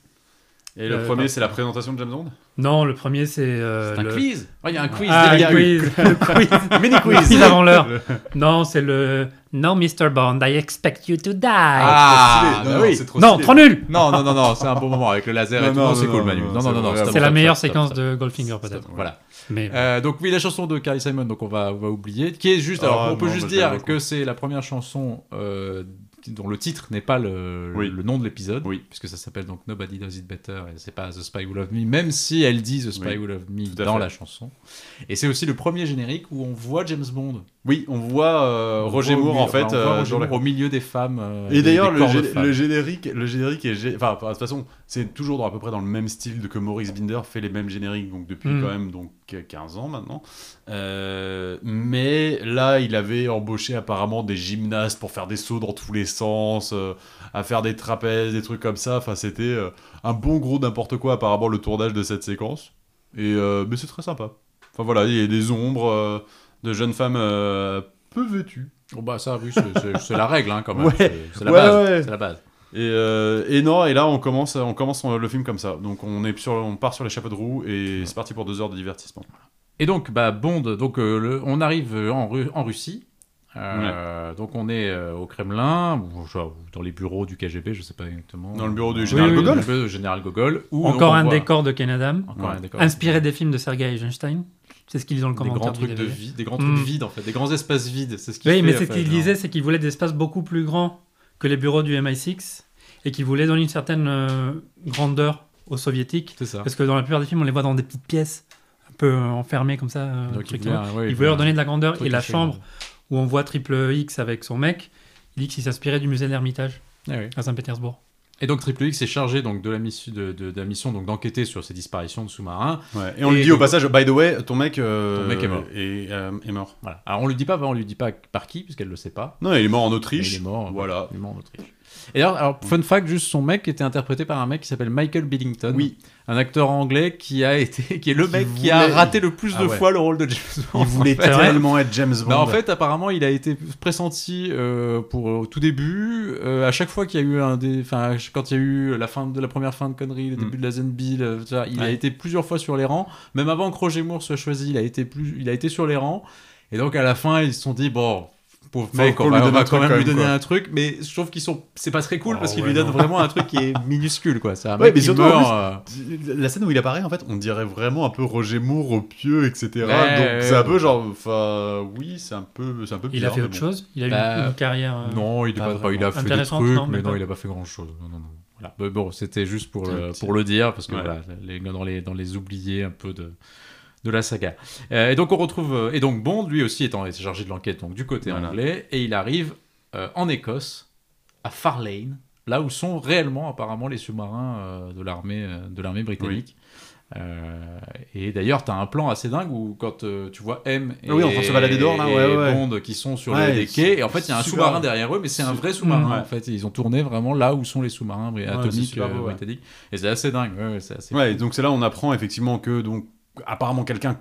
Speaker 2: Et le
Speaker 3: Euh,
Speaker 2: premier,
Speaker 3: non.
Speaker 2: c'est la présentation de James Bond
Speaker 3: Non, le premier c'est. euh,
Speaker 1: C'est un
Speaker 3: le...
Speaker 1: quiz. Oh, Il y a un quiz.
Speaker 3: Ah,
Speaker 1: il y
Speaker 3: le
Speaker 1: a [laughs] eu-
Speaker 3: quiz, le quiz. [laughs]
Speaker 2: Mini
Speaker 3: Le quiz avant l'heure. Non, c'est le. Non, Mr. Bond, I expect you to die.
Speaker 1: Ah,
Speaker 2: Trop stylé.
Speaker 1: bah
Speaker 2: Non,
Speaker 1: oui.
Speaker 2: c'est trop
Speaker 3: non,
Speaker 2: stylé.
Speaker 3: trop nul
Speaker 1: Non, non, non, non, c'est un bon moment avec le laser
Speaker 2: Non,
Speaker 1: et tout.
Speaker 2: non,
Speaker 1: Non, c'est
Speaker 2: non,
Speaker 1: cool,
Speaker 2: non,
Speaker 1: Manu.
Speaker 2: non,
Speaker 1: Non,
Speaker 2: c'est
Speaker 1: non, non,
Speaker 2: vrai,
Speaker 1: non,
Speaker 2: c'est
Speaker 3: C'est la
Speaker 1: Ah, bon,
Speaker 3: meilleure
Speaker 1: stop,
Speaker 3: séquence
Speaker 1: stop,
Speaker 3: de Goldfinger,
Speaker 1: stop.
Speaker 3: peut-être.
Speaker 1: Voilà.
Speaker 3: Mais
Speaker 1: Euh, donc oui, la chanson de Carly Simon, donc on va, on va oublier, qui est juste. alors
Speaker 2: Ah,
Speaker 1: on peut
Speaker 2: non,
Speaker 1: juste
Speaker 2: moi, je l'aime
Speaker 1: dire
Speaker 2: beaucoup.
Speaker 1: que c'est la première chanson euh, dont le titre n'est pas le,
Speaker 2: Oui.
Speaker 1: le nom de l'épisode,
Speaker 2: Oui.
Speaker 1: puisque ça s'appelle donc Nobody Does It Better et c'est pas The Spy Who Loved Me, même si elle dit The Spy
Speaker 2: Oui,
Speaker 1: Who Loved Me
Speaker 2: tout à
Speaker 1: dans
Speaker 2: fait.
Speaker 1: la chanson. Et c'est aussi le premier générique où on voit James Bond.
Speaker 2: Oui, on voit euh,
Speaker 1: On
Speaker 2: Roger
Speaker 1: voit au
Speaker 2: Moore
Speaker 1: milieu-
Speaker 2: en fait.
Speaker 1: Oh, enfin, on voit
Speaker 2: euh,
Speaker 1: Roger
Speaker 2: dans la-
Speaker 1: Moore au milieu des femmes. euh,
Speaker 2: Et
Speaker 1: des-
Speaker 2: d'ailleurs,
Speaker 1: des
Speaker 2: le,
Speaker 1: corps de
Speaker 2: gé-
Speaker 1: femmes.
Speaker 2: le générique, le générique est, gé- enfin, de toute façon, c'est toujours dans- à peu près dans le même style de que Maurice Binder fait les mêmes génériques, donc depuis
Speaker 3: Mm.
Speaker 2: quand même donc 15 ans maintenant. Euh, mais là, il avait embauché apparemment des gymnastes pour faire des sauts dans tous les sens, euh, à faire des trapèzes, des trucs comme ça. Enfin, c'était euh, un bon gros n'importe quoi apparemment le tournage de cette séquence. Et euh, mais c'est très sympa. Enfin voilà, il y a des ombres euh, de jeunes femmes euh, peu vêtues.
Speaker 1: Bon, bah ça, oui, c'est- c'est c'est la règle hein, quand même.
Speaker 2: Ouais.
Speaker 1: C'est c'est la
Speaker 2: Ouais,
Speaker 1: base.
Speaker 2: ouais.
Speaker 1: C'est la base.
Speaker 2: Et, euh, et non, et là on commence, on commence le film comme ça. Donc on est sur, on part sur les chapeaux de roue et c'est parti pour deux heures de divertissement.
Speaker 1: Et donc, bah, Bond, donc, euh, le- on arrive euh, en, Ru- en Russie. Euh, Donc, on est euh, au Kremlin, ou, je sais pas, dans les bureaux du KGB, je sais pas exactement.
Speaker 2: Dans le bureau du
Speaker 1: Oui,
Speaker 2: général
Speaker 1: oui,
Speaker 2: Gogol.
Speaker 1: dans le bureau du général Gogol. où
Speaker 3: encore
Speaker 1: on
Speaker 3: un
Speaker 1: voit-
Speaker 3: décor de Ken Adam,
Speaker 1: Encore un décor.
Speaker 3: inspiré des films de Sergei Eisenstein. C'est ce qu'ils disent dans le
Speaker 1: Des grands
Speaker 3: commentaire du
Speaker 1: trucs de
Speaker 3: DVD.
Speaker 1: vide, des grands trucs
Speaker 3: Mm.
Speaker 1: vides en fait, des grands espaces vides. C'est ce qu'il
Speaker 3: Oui,
Speaker 1: fait,
Speaker 3: mais
Speaker 1: en
Speaker 3: c'est ce
Speaker 1: fait,
Speaker 3: qu'il
Speaker 1: genre.
Speaker 3: disait, c'est qu'il voulait des espaces beaucoup plus grands que les bureaux du MI6 et qu'il voulait donner une certaine euh, grandeur aux soviétiques.
Speaker 1: C'est ça.
Speaker 3: Parce que dans la plupart des films, on les voit dans des petites pièces un peu euh, enfermées comme ça. euh,
Speaker 1: Donc,
Speaker 3: truc
Speaker 1: il voulait- ouais,
Speaker 3: Il
Speaker 1: il
Speaker 3: voulait leur
Speaker 1: voulait
Speaker 3: donner de la
Speaker 1: un
Speaker 3: grandeur.
Speaker 1: truc
Speaker 3: Et la
Speaker 1: assez
Speaker 3: chambre où on voit Triple X avec son mec, il dit qu'il s'inspirait du musée de l'Ermitage
Speaker 1: grand. Ah oui.
Speaker 3: à Saint-Pétersbourg.
Speaker 1: Et donc, Triple X est chargé donc, de, la mission, de, de- de la mission donc, d'enquêter sur ces disparitions de sous-marins.
Speaker 2: Et on
Speaker 1: Et
Speaker 2: lui dit
Speaker 1: donc-
Speaker 2: au passage, by the way, ton mec, euh,
Speaker 1: Ton mec est mort.
Speaker 2: est, euh, est mort.
Speaker 1: Voilà. Alors, on lui dit pas, on lui dit pas par qui, puisqu'elle le sait pas.
Speaker 2: Non, il est mort en
Speaker 1: Mais
Speaker 2: Autriche.
Speaker 1: Il est mort.
Speaker 2: Voilà.
Speaker 1: Il est mort en Autriche. Et alors, alors, fun fact, juste son mec était interprété par un mec qui s'appelle Michael Billington.
Speaker 2: Oui.
Speaker 1: Un acteur anglais qui a été, [laughs] qui est le
Speaker 2: Qui
Speaker 1: mec qui a
Speaker 2: voulait-
Speaker 1: raté le plus
Speaker 2: Ah
Speaker 1: de
Speaker 2: ouais.
Speaker 1: fois le rôle de James Bond.
Speaker 2: Il voulait
Speaker 1: C'est vrai
Speaker 2: tellement être James Bond.
Speaker 1: Non, Bah, en fait, apparemment, il a été pressenti euh, pour au tout début. euh, à chaque fois qu'il y a eu un des, enfin, quand il y a eu la fin de la première fin de connerie, le
Speaker 2: Mm.
Speaker 1: début de la Zen Bill, euh, tout ça, il a
Speaker 2: Ouais.
Speaker 1: été plusieurs fois sur les rangs. Même avant que Roger Moore soit choisi, il a été plus, il a été sur les rangs. Et donc à la fin, ils se sont dit bon. Pauvre
Speaker 2: Faut
Speaker 1: mec,
Speaker 2: qu'on
Speaker 1: on va,
Speaker 2: lui
Speaker 1: on
Speaker 2: donne
Speaker 1: va
Speaker 2: un
Speaker 1: quand
Speaker 2: truc
Speaker 1: même
Speaker 2: quand
Speaker 1: lui
Speaker 2: même,
Speaker 1: donner
Speaker 2: quoi.
Speaker 1: un truc, mais je trouve qu'ils sont, c'est pas très cool
Speaker 2: Oh,
Speaker 1: parce qu'ils
Speaker 2: ouais,
Speaker 1: lui donnent
Speaker 2: non.
Speaker 1: vraiment un truc qui est minuscule quoi. C'est un
Speaker 2: [laughs] Ouais,
Speaker 1: mec
Speaker 2: mais
Speaker 1: qui
Speaker 2: surtout, en
Speaker 1: meurt,
Speaker 2: plus,
Speaker 1: euh,
Speaker 2: la scène où il apparaît, en fait, on dirait vraiment un peu Roger Moore au pieu, etc.
Speaker 1: Ouais.
Speaker 2: Donc c'est un peu genre, enfin, oui, c'est un peu, c'est un peu.
Speaker 3: Il a
Speaker 2: bizarre,
Speaker 3: fait
Speaker 2: mais
Speaker 3: autre
Speaker 2: bon.
Speaker 3: chose Il a eu
Speaker 1: Bah,
Speaker 3: une, une carrière. euh,
Speaker 1: Non, il, est
Speaker 3: pas
Speaker 1: pas,
Speaker 3: vraiment
Speaker 1: il a fait des
Speaker 3: intéressante,
Speaker 1: trucs,
Speaker 3: non,
Speaker 1: mais
Speaker 3: même
Speaker 1: non,
Speaker 3: pas.
Speaker 1: il a pas fait grand chose. Non, non, non. Voilà. Mais bon, c'était juste pour,
Speaker 2: C'est
Speaker 1: le,
Speaker 2: un petit-
Speaker 1: pour le dire, parce que
Speaker 2: Ouais.
Speaker 1: voilà, les, dans, les, dans les oubliés un peu de, de la saga. Euh, et donc, on retrouve. euh, Et donc, Bond, lui aussi, étant est chargé de l'enquête donc, du côté
Speaker 2: Voilà.
Speaker 1: anglais, et il arrive euh, en Écosse, à Farlane, là où sont réellement, apparemment, les sous-marins euh, de l'armée euh, de l'armée britannique. Euh, et d'ailleurs, t'as un plan assez dingue où quand euh, tu vois M et,
Speaker 2: Ah oui, en train de se balader dehors, là,
Speaker 1: et
Speaker 2: ouais, ouais.
Speaker 1: Bond qui sont sur
Speaker 2: Ouais,
Speaker 1: les
Speaker 2: c'est-
Speaker 1: quais, et en fait, il y a un
Speaker 2: super.
Speaker 1: sous-marin derrière eux, mais c'est un
Speaker 2: C'est-
Speaker 1: vrai sous-marin
Speaker 2: Ouais.
Speaker 1: en fait. Ils ont tourné vraiment là où sont les sous-marins bri-
Speaker 2: c'est
Speaker 1: atomiques
Speaker 2: super
Speaker 1: euh,
Speaker 2: beau, ouais.
Speaker 1: britanniques. Et c'est assez dingue. ouais, ouais, c'est assez
Speaker 2: Ouais, et donc c'est là où on apprend effectivement que donc apparemment quelqu'un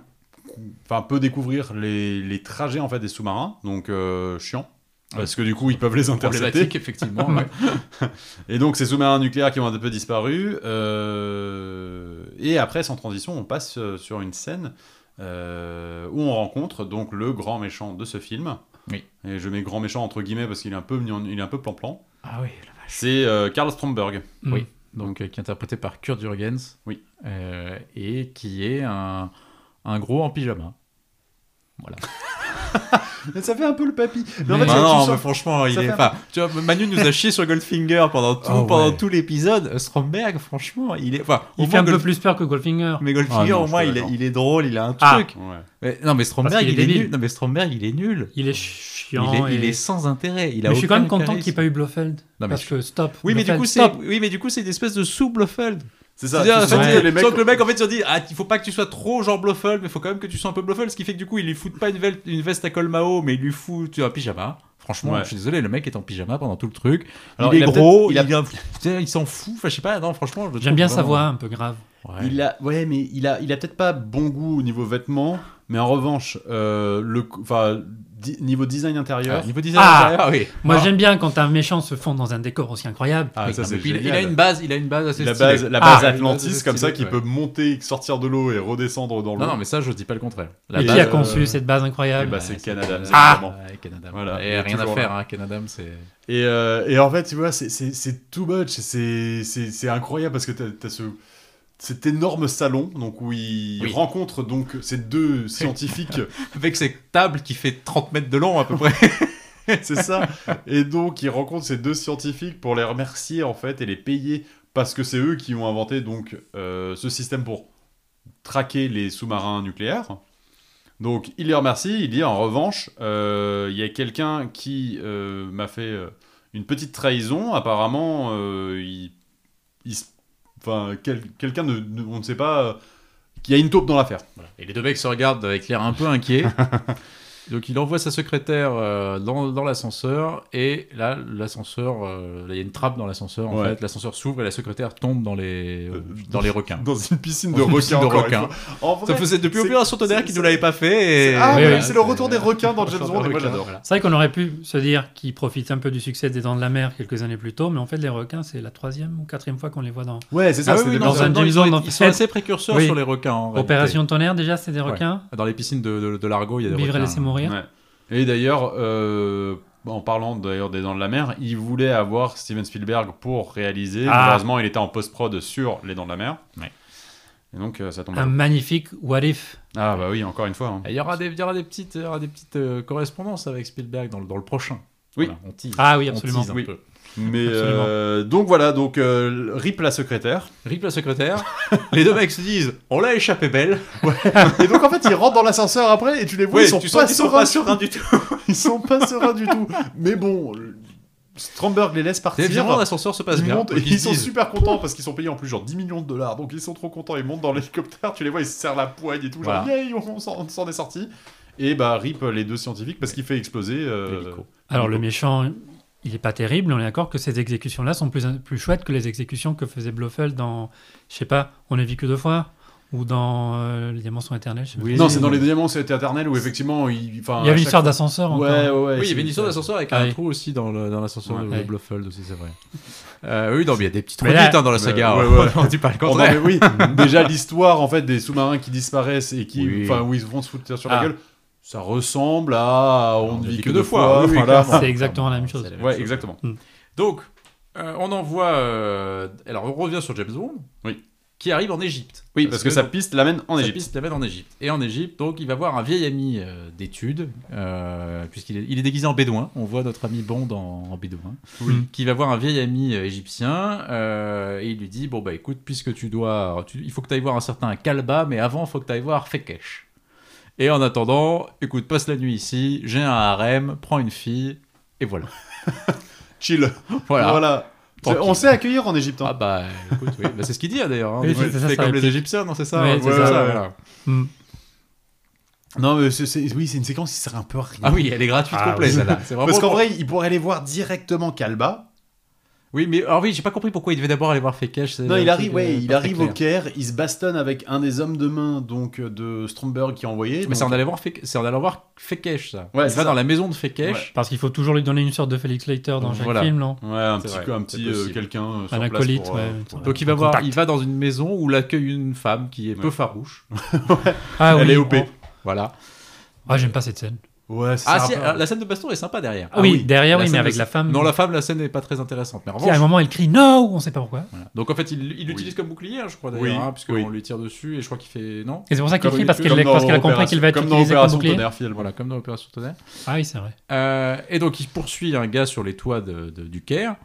Speaker 2: enfin peut découvrir les, les trajets en fait des sous-marins, donc euh, chiant. Parce que du coup, ils peuvent les intercepter.
Speaker 1: problématique effectivement. [laughs] ouais.
Speaker 2: Et donc, ces sous-marins nucléaires qui ont un peu disparu. euh, Et après, sans transition, on passe euh, sur une scène euh, où on rencontre donc le grand méchant de ce film.
Speaker 1: Oui.
Speaker 2: Et je mets grand méchant entre guillemets parce qu'il est un peu mignon- il est un peu plan-plan.
Speaker 1: Ah oui.
Speaker 2: C'est euh, Karl Stromberg.
Speaker 3: hmm.
Speaker 1: Oui. Donc euh, qui est interprété par Kurt Jurgens.
Speaker 2: Oui.
Speaker 1: Euh, et qui est un un gros en pyjama. Voilà.
Speaker 2: Mais ça fait un peu le papy. Mais en
Speaker 1: Mais
Speaker 2: fait, ça-
Speaker 1: non,
Speaker 2: tu
Speaker 1: mais
Speaker 2: sens-
Speaker 1: franchement, il
Speaker 2: ça
Speaker 1: est
Speaker 2: fait un-
Speaker 1: pas. Tu vois, Manu nous a chié sur Goldfinger pendant tout,
Speaker 8: Oh, ouais.
Speaker 1: pendant tout l'épisode. Stromberg, franchement, il est. Enfin, au
Speaker 3: Il fait
Speaker 1: moins
Speaker 3: un peu
Speaker 1: Gold-
Speaker 3: plus peur que Goldfinger.
Speaker 1: Mais Goldfinger,
Speaker 2: Ah non,
Speaker 1: au
Speaker 2: je
Speaker 1: moins,
Speaker 2: suis
Speaker 1: il est,
Speaker 2: d'accord.
Speaker 1: il est drôle, il a un
Speaker 3: Ah.
Speaker 1: truc.
Speaker 2: Ouais.
Speaker 1: Mais- non, mais Stromberg,
Speaker 3: qu'il est
Speaker 1: il, est
Speaker 3: débile.
Speaker 1: nul. Non, mais Stromberg, il est nul.
Speaker 3: Il est
Speaker 1: Il
Speaker 3: chiant.
Speaker 1: est, il
Speaker 3: et-
Speaker 1: est sans intérêt. Il a
Speaker 3: Mais je suis quand même
Speaker 1: aucun
Speaker 3: content qu'il n'y ait
Speaker 1: charisme.
Speaker 3: pas eu Blofeld.
Speaker 1: mais
Speaker 3: parce
Speaker 1: je-
Speaker 3: que stop.
Speaker 1: Oui mais, du
Speaker 3: Blofeld,
Speaker 1: coup, c'est,
Speaker 3: stop.
Speaker 1: oui, mais du coup, c'est une espèce de sous-Blofeld.
Speaker 2: C'est ça.
Speaker 1: C'est-à-dire,
Speaker 2: Tu sens
Speaker 1: sans
Speaker 3: ouais.
Speaker 2: que les mecs.
Speaker 1: le mec, en fait, se dit Ah, il faut pas que tu sois trop genre Blofeld, mais faut quand même que tu sois un peu Blofeld. Ce qui fait que du coup, il lui fout pas une, vel- une veste à col Mao, mais il lui fout tu vois, un pyjama. Franchement,
Speaker 2: Ouais.
Speaker 1: je suis désolé, le mec est en pyjama pendant tout le truc.
Speaker 2: Alors,
Speaker 1: il,
Speaker 2: il
Speaker 1: est
Speaker 2: a
Speaker 1: gros,
Speaker 2: peut-être-
Speaker 1: il,
Speaker 2: il a-
Speaker 1: a- putain, il s'en fout. Enfin, je sais pas, non, franchement, je le
Speaker 3: J'aime
Speaker 1: trouve
Speaker 3: bien sa
Speaker 1: vraiment- Ah.
Speaker 3: voix un peu grave.
Speaker 1: Ouais.
Speaker 2: Il a, ouais, mais il a, il a peut-être pas bon goût au niveau vêtements, mais en revanche, euh, le, co- enfin, di- niveau design intérieur.
Speaker 1: Ah, niveau design
Speaker 3: Ah.
Speaker 1: intérieur, oui.
Speaker 3: Moi,
Speaker 1: Ah.
Speaker 3: j'aime bien quand un méchant se fond dans un décor aussi incroyable.
Speaker 2: Ah,
Speaker 1: Oui,
Speaker 2: ça
Speaker 1: non,
Speaker 2: c'est
Speaker 1: mais puis il,
Speaker 2: génial.
Speaker 8: Il a une base, il a une base assez
Speaker 2: la
Speaker 8: stylée.
Speaker 2: base, la
Speaker 3: Ah,
Speaker 2: base
Speaker 8: la
Speaker 2: Atlantis
Speaker 8: base
Speaker 2: comme ça qui
Speaker 8: stylée,
Speaker 2: peut monter, sortir de l'eau et redescendre dans l'eau.
Speaker 8: Non, non, mais ça, je dis pas le contraire.
Speaker 3: Mais
Speaker 2: base,
Speaker 3: qui
Speaker 2: euh,
Speaker 3: a conçu cette base
Speaker 2: Eh
Speaker 3: incroyable
Speaker 2: ben, c'est Canada.
Speaker 3: Ah.
Speaker 8: Canada.
Speaker 2: Voilà. Il
Speaker 8: Et
Speaker 2: est
Speaker 8: rien à
Speaker 2: toujours
Speaker 8: faire,
Speaker 2: là.
Speaker 8: hein, Canada, c'est.
Speaker 2: Et, euh, et en fait, tu vois, c'est- c'est c'est too much, c'est- c'est c'est incroyable parce que t'as as ce cet énorme salon donc où ils
Speaker 1: Oui.
Speaker 2: rencontrent donc ces deux scientifiques
Speaker 1: Avec cette table qui fait 30 mètres de long à peu
Speaker 8: [laughs]
Speaker 1: près.
Speaker 2: c'est ça et donc ils rencontrent ces deux scientifiques pour les remercier en fait et les payer parce que c'est eux qui ont inventé donc euh, ce système pour traquer les sous-marins nucléaires donc il les remercie il dit en revanche euh, il y a quelqu'un qui euh, m'a fait euh, une petite trahison. Apparemment, euh, il, il se- enfin, quel- quelqu'un, ne, ne- on ne sait pas, euh, qu'il y a une taupe dans l'affaire.
Speaker 8: Et les deux mecs se regardent avec l'air un peu
Speaker 1: [laughs]
Speaker 8: inquiet. Donc il envoie sa secrétaire euh, dans, dans l'ascenseur et là l'ascenseur, euh, là, il y a une trappe dans l'ascenseur en
Speaker 2: Ouais.
Speaker 8: fait, l'ascenseur s'ouvre et la secrétaire tombe dans les,
Speaker 2: Euh,
Speaker 8: dans les requins.
Speaker 2: Dans une piscine
Speaker 8: Dans
Speaker 2: de
Speaker 8: une
Speaker 2: requins.
Speaker 8: piscine de
Speaker 2: encore une
Speaker 8: requins.
Speaker 2: fois. En vrai,
Speaker 1: Ça faisait depuis
Speaker 2: c'est-
Speaker 1: Opération Tonnerre
Speaker 2: c'est-
Speaker 1: qui ne l'avait pas fait.
Speaker 2: c'est-
Speaker 1: Et...
Speaker 2: ah,
Speaker 3: Oui,
Speaker 2: voilà,
Speaker 3: oui,
Speaker 2: c'est
Speaker 8: c'est-
Speaker 2: le retour des requins dans
Speaker 8: [laughs]
Speaker 2: James Bond. et Moi,
Speaker 8: Requins,
Speaker 2: j'adore.
Speaker 8: voilà.
Speaker 3: C'est vrai qu'on aurait pu se dire qu'ils profitent un peu du succès des Dents de la Mer quelques années plus tôt, mais en fait, les requins, c'est la troisième ou quatrième fois qu'on les voit dans
Speaker 2: Ouais, c'est ça.
Speaker 1: Ah oui,
Speaker 2: c'était
Speaker 1: oui,
Speaker 2: des
Speaker 1: non,
Speaker 3: dans
Speaker 2: mecs-
Speaker 3: un
Speaker 1: en même temps,
Speaker 3: James
Speaker 1: ils sont-
Speaker 3: Bond en
Speaker 1: Ils sont
Speaker 3: fait.
Speaker 1: assez précurseurs
Speaker 3: Oui.
Speaker 1: sur les requins. en réalité.
Speaker 3: Opération Tonnerre, déjà, c'est des requins.
Speaker 1: Dans les piscines de, de, de Largo, il y a des
Speaker 3: Vivre et
Speaker 1: requins.
Speaker 3: laisser mourir.
Speaker 2: Ouais. Et d'ailleurs, euh, en parlant d'ailleurs des Dents de la Mer, il voulait avoir Steven Spielberg pour réaliser.
Speaker 3: Ah.
Speaker 2: Malheureusement, il était en post-prod sur les Dents de la Mer.
Speaker 1: Ouais.
Speaker 2: Et donc, euh, ça tombe. à
Speaker 3: Un
Speaker 2: l'eau.
Speaker 3: magnifique What If.
Speaker 2: Ah bah oui, encore une fois. hein.
Speaker 8: Et il y aura des, il y aura des petites, il y aura des petites euh, correspondances avec Spielberg dans le, dans le prochain.
Speaker 2: Oui.
Speaker 8: Voilà, on tease.
Speaker 3: Ah oui,
Speaker 8: On
Speaker 3: absolument.
Speaker 8: tease un
Speaker 2: Oui.
Speaker 8: peu.
Speaker 2: Mais
Speaker 3: Absolument.
Speaker 2: euh, donc voilà, donc euh, Rip la secrétaire.
Speaker 1: Rip la secrétaire. [laughs] les deux mecs se disent on l'a échappé belle.
Speaker 2: Et donc en fait, ils rentrent dans l'ascenseur après et tu les vois, ils sont
Speaker 1: tu sens
Speaker 2: pas
Speaker 1: qu'ils sont
Speaker 2: sereins.
Speaker 1: pas sereins du tout.
Speaker 2: Ils sont pas sereins du tout. Mais bon, le- Stromberg les laisse partir.
Speaker 1: Évidemment, l'ascenseur se passe
Speaker 2: Ils,
Speaker 1: bien.
Speaker 2: montent et
Speaker 1: Donc,
Speaker 2: ils,
Speaker 1: se
Speaker 2: sont
Speaker 1: disent,
Speaker 2: super contents parce qu'ils sont payés en plus genre 10 millions de dollars. Donc ils sont trop contents. Ils montent dans l'hélicoptère, tu les vois, ils se serrent la poigne et tout. Genre, yay, on, on s'en on s'en est sorti. Et bah, rip les deux scientifiques parce qu'il fait exploser. euh,
Speaker 8: L'hélico.
Speaker 3: Alors, le méchant, il est pas terrible, on est d'accord que ces exécutions-là sont plus, plus chouettes que les exécutions que faisait Blofeld dans, je sais pas, On ne vit que deux fois, ou dans euh, Les Diamants sont éternels, je sais pas.
Speaker 2: Non, c'est dans les diamants, c'était éternel où effectivement, il. enfin,
Speaker 3: Il y avait
Speaker 2: à
Speaker 3: une
Speaker 2: chaque
Speaker 3: histoire hein. d'ascenseur
Speaker 2: fois-
Speaker 3: encore.
Speaker 2: Ouais, ouais, ouais.
Speaker 1: Oui, il y avait une
Speaker 2: c'est-
Speaker 1: histoire d'ascenseur avec
Speaker 3: Ah
Speaker 1: un
Speaker 3: oui.
Speaker 1: trou aussi dans le- dans l'ascenseur dans
Speaker 3: Ouais.
Speaker 1: de Blofeld aussi, c'est vrai. Euh, oui, non, mais il y a des petites
Speaker 3: Mais
Speaker 1: redites
Speaker 3: là- euh,
Speaker 1: hein, dans la saga.
Speaker 2: Ouais,
Speaker 1: hein.
Speaker 8: [laughs]
Speaker 2: ouais.
Speaker 1: on dit pas le
Speaker 2: Oh, non,
Speaker 1: contraire.
Speaker 2: mais
Speaker 1: [laughs]
Speaker 2: oui, déjà l'histoire en fait des sous-marins qui disparaissent et qui,
Speaker 1: Oui.
Speaker 2: enfin, où ils vont se foutre sur
Speaker 1: Ah.
Speaker 2: la gueule, ça ressemble à on ne vit que deux
Speaker 1: oui,
Speaker 2: fois.
Speaker 1: oui,
Speaker 2: enfin, là.
Speaker 1: clairement.
Speaker 3: C'est exactement la même chose. Mm.
Speaker 1: C'est la même
Speaker 2: Ouais,
Speaker 1: chose.
Speaker 2: exactement.
Speaker 1: Donc, euh, on envoie. euh, Alors, on revient sur James Bond.
Speaker 2: Oui.
Speaker 1: Qui arrive en Égypte.
Speaker 2: Oui, parce, que, sa piste l'amène en
Speaker 1: Sa
Speaker 2: Égypte.
Speaker 1: piste l'amène en Égypte. Et en Égypte, donc, il va voir un vieil ami euh, d'études, euh, puisqu'il est, il est déguisé en bédouin. On voit notre ami Bond en, en bédouin. Qui va voir un vieil ami euh, égyptien. euh, et il lui dit Bon, bah écoute, puisque tu dois. tu- il faut que tu ailles voir un certain Kalba, mais avant, il faut que tu ailles voir Fekesh. Et en attendant, écoute, passe la nuit ici, j'ai un harem, prends une fille, et voilà.
Speaker 2: Chill.
Speaker 1: Voilà.
Speaker 2: Voilà.
Speaker 1: Tranquille.
Speaker 2: On sait accueillir en Égypte. hein.
Speaker 1: Ah bah écoute, oui. Bah, c'est ce qu'il dit hein, d'ailleurs. Hein.
Speaker 3: Oui,
Speaker 1: Ouais,
Speaker 3: c'est ça,
Speaker 1: fait
Speaker 3: ça
Speaker 1: comme les
Speaker 3: réplique.
Speaker 1: Égyptiens, non, c'est ça
Speaker 3: Ouais,
Speaker 1: hein,
Speaker 3: c'est
Speaker 2: ça.
Speaker 1: ça,
Speaker 2: Ouais.
Speaker 1: voilà.
Speaker 3: Mm.
Speaker 2: Non, mais c'est, c'est- oui, c'est une séquence qui sert un peu à rien.
Speaker 1: Ah oui, elle est gratuite
Speaker 3: Ah,
Speaker 1: complète
Speaker 3: oui.
Speaker 1: celle-là. [laughs] C'est vraiment
Speaker 2: Parce qu'en
Speaker 1: pour-
Speaker 2: vrai, il pourrait aller voir directement Kalba.
Speaker 1: Oui, mais alors oui, j'ai pas compris pourquoi il devait d'abord aller voir Fekesh. c'est
Speaker 2: Non,
Speaker 1: un
Speaker 2: il
Speaker 1: truc,
Speaker 2: arrive, ouais,
Speaker 1: euh,
Speaker 2: il
Speaker 1: pas très
Speaker 2: arrive au
Speaker 1: clair.
Speaker 2: Caire, il se bastonne avec un des hommes de main donc euh, de Stromberg qui a envoyé.
Speaker 1: Mais
Speaker 2: donc-
Speaker 1: c'est en allant voir Fek- c'est en allant voir Fekesh ça.
Speaker 2: Ouais,
Speaker 1: il
Speaker 2: c'est
Speaker 1: va
Speaker 2: ça.
Speaker 1: dans la maison de Fekesh.
Speaker 3: Parce qu'il faut toujours lui donner une sorte de Félix Leiter
Speaker 2: Euh,
Speaker 3: dans chaque
Speaker 1: Voilà.
Speaker 3: film, non
Speaker 2: Ouais, un
Speaker 1: C'est
Speaker 2: petit,
Speaker 1: vrai,
Speaker 2: un
Speaker 1: c'est
Speaker 2: petit euh,
Speaker 1: possible.
Speaker 2: quelqu'un. euh, sur
Speaker 3: Un
Speaker 2: place
Speaker 3: acolyte,
Speaker 2: pour,
Speaker 3: ouais.
Speaker 2: euh,
Speaker 3: ouais.
Speaker 1: Donc il va voir,
Speaker 3: Contact.
Speaker 1: il va dans une maison où l'accueille une femme qui est peu
Speaker 2: Ouais.
Speaker 1: farouche.
Speaker 3: Ah,
Speaker 2: Elle
Speaker 3: oui,
Speaker 2: est OP.
Speaker 3: oh.
Speaker 1: Voilà.
Speaker 3: Ah, j'aime pas cette scène.
Speaker 2: Ouais, c'est
Speaker 1: Ah,
Speaker 2: ça.
Speaker 1: si, alors, la scène de baston est sympa derrière.
Speaker 3: Ah
Speaker 1: Ah
Speaker 2: Ah
Speaker 3: oui, derrière,
Speaker 1: La
Speaker 3: oui, mais
Speaker 1: scène
Speaker 3: avec
Speaker 1: de-
Speaker 3: la femme.
Speaker 1: Non, la femme, la scène n'est pas très intéressante. Mais en
Speaker 3: qui, à un
Speaker 1: revanche,
Speaker 3: moment, elle crie No On sait pas pourquoi.
Speaker 1: voilà. donc en fait, il il l'utilise comme bouclier, hein, je crois
Speaker 2: Oui,
Speaker 1: d'ailleurs, hein, puisqu'on
Speaker 2: oui.
Speaker 1: lui tire dessus et je crois qu'il fait non.
Speaker 3: Et c'est pour ça qu'elle
Speaker 2: Comme
Speaker 3: crie parce qu'elle
Speaker 2: comme dans
Speaker 3: parce qu'elle a compris
Speaker 2: Opération-
Speaker 3: qu'il va être
Speaker 2: comme dans
Speaker 3: utilisé comme
Speaker 2: Opération
Speaker 3: bouclier.
Speaker 2: Tonnerre Fiel, voilà.
Speaker 1: Voilà, comme dans Opération Tonnerre.
Speaker 3: Ah oui, c'est vrai.
Speaker 1: Euh, et donc il poursuit un gars sur les toits de- de- du Caire.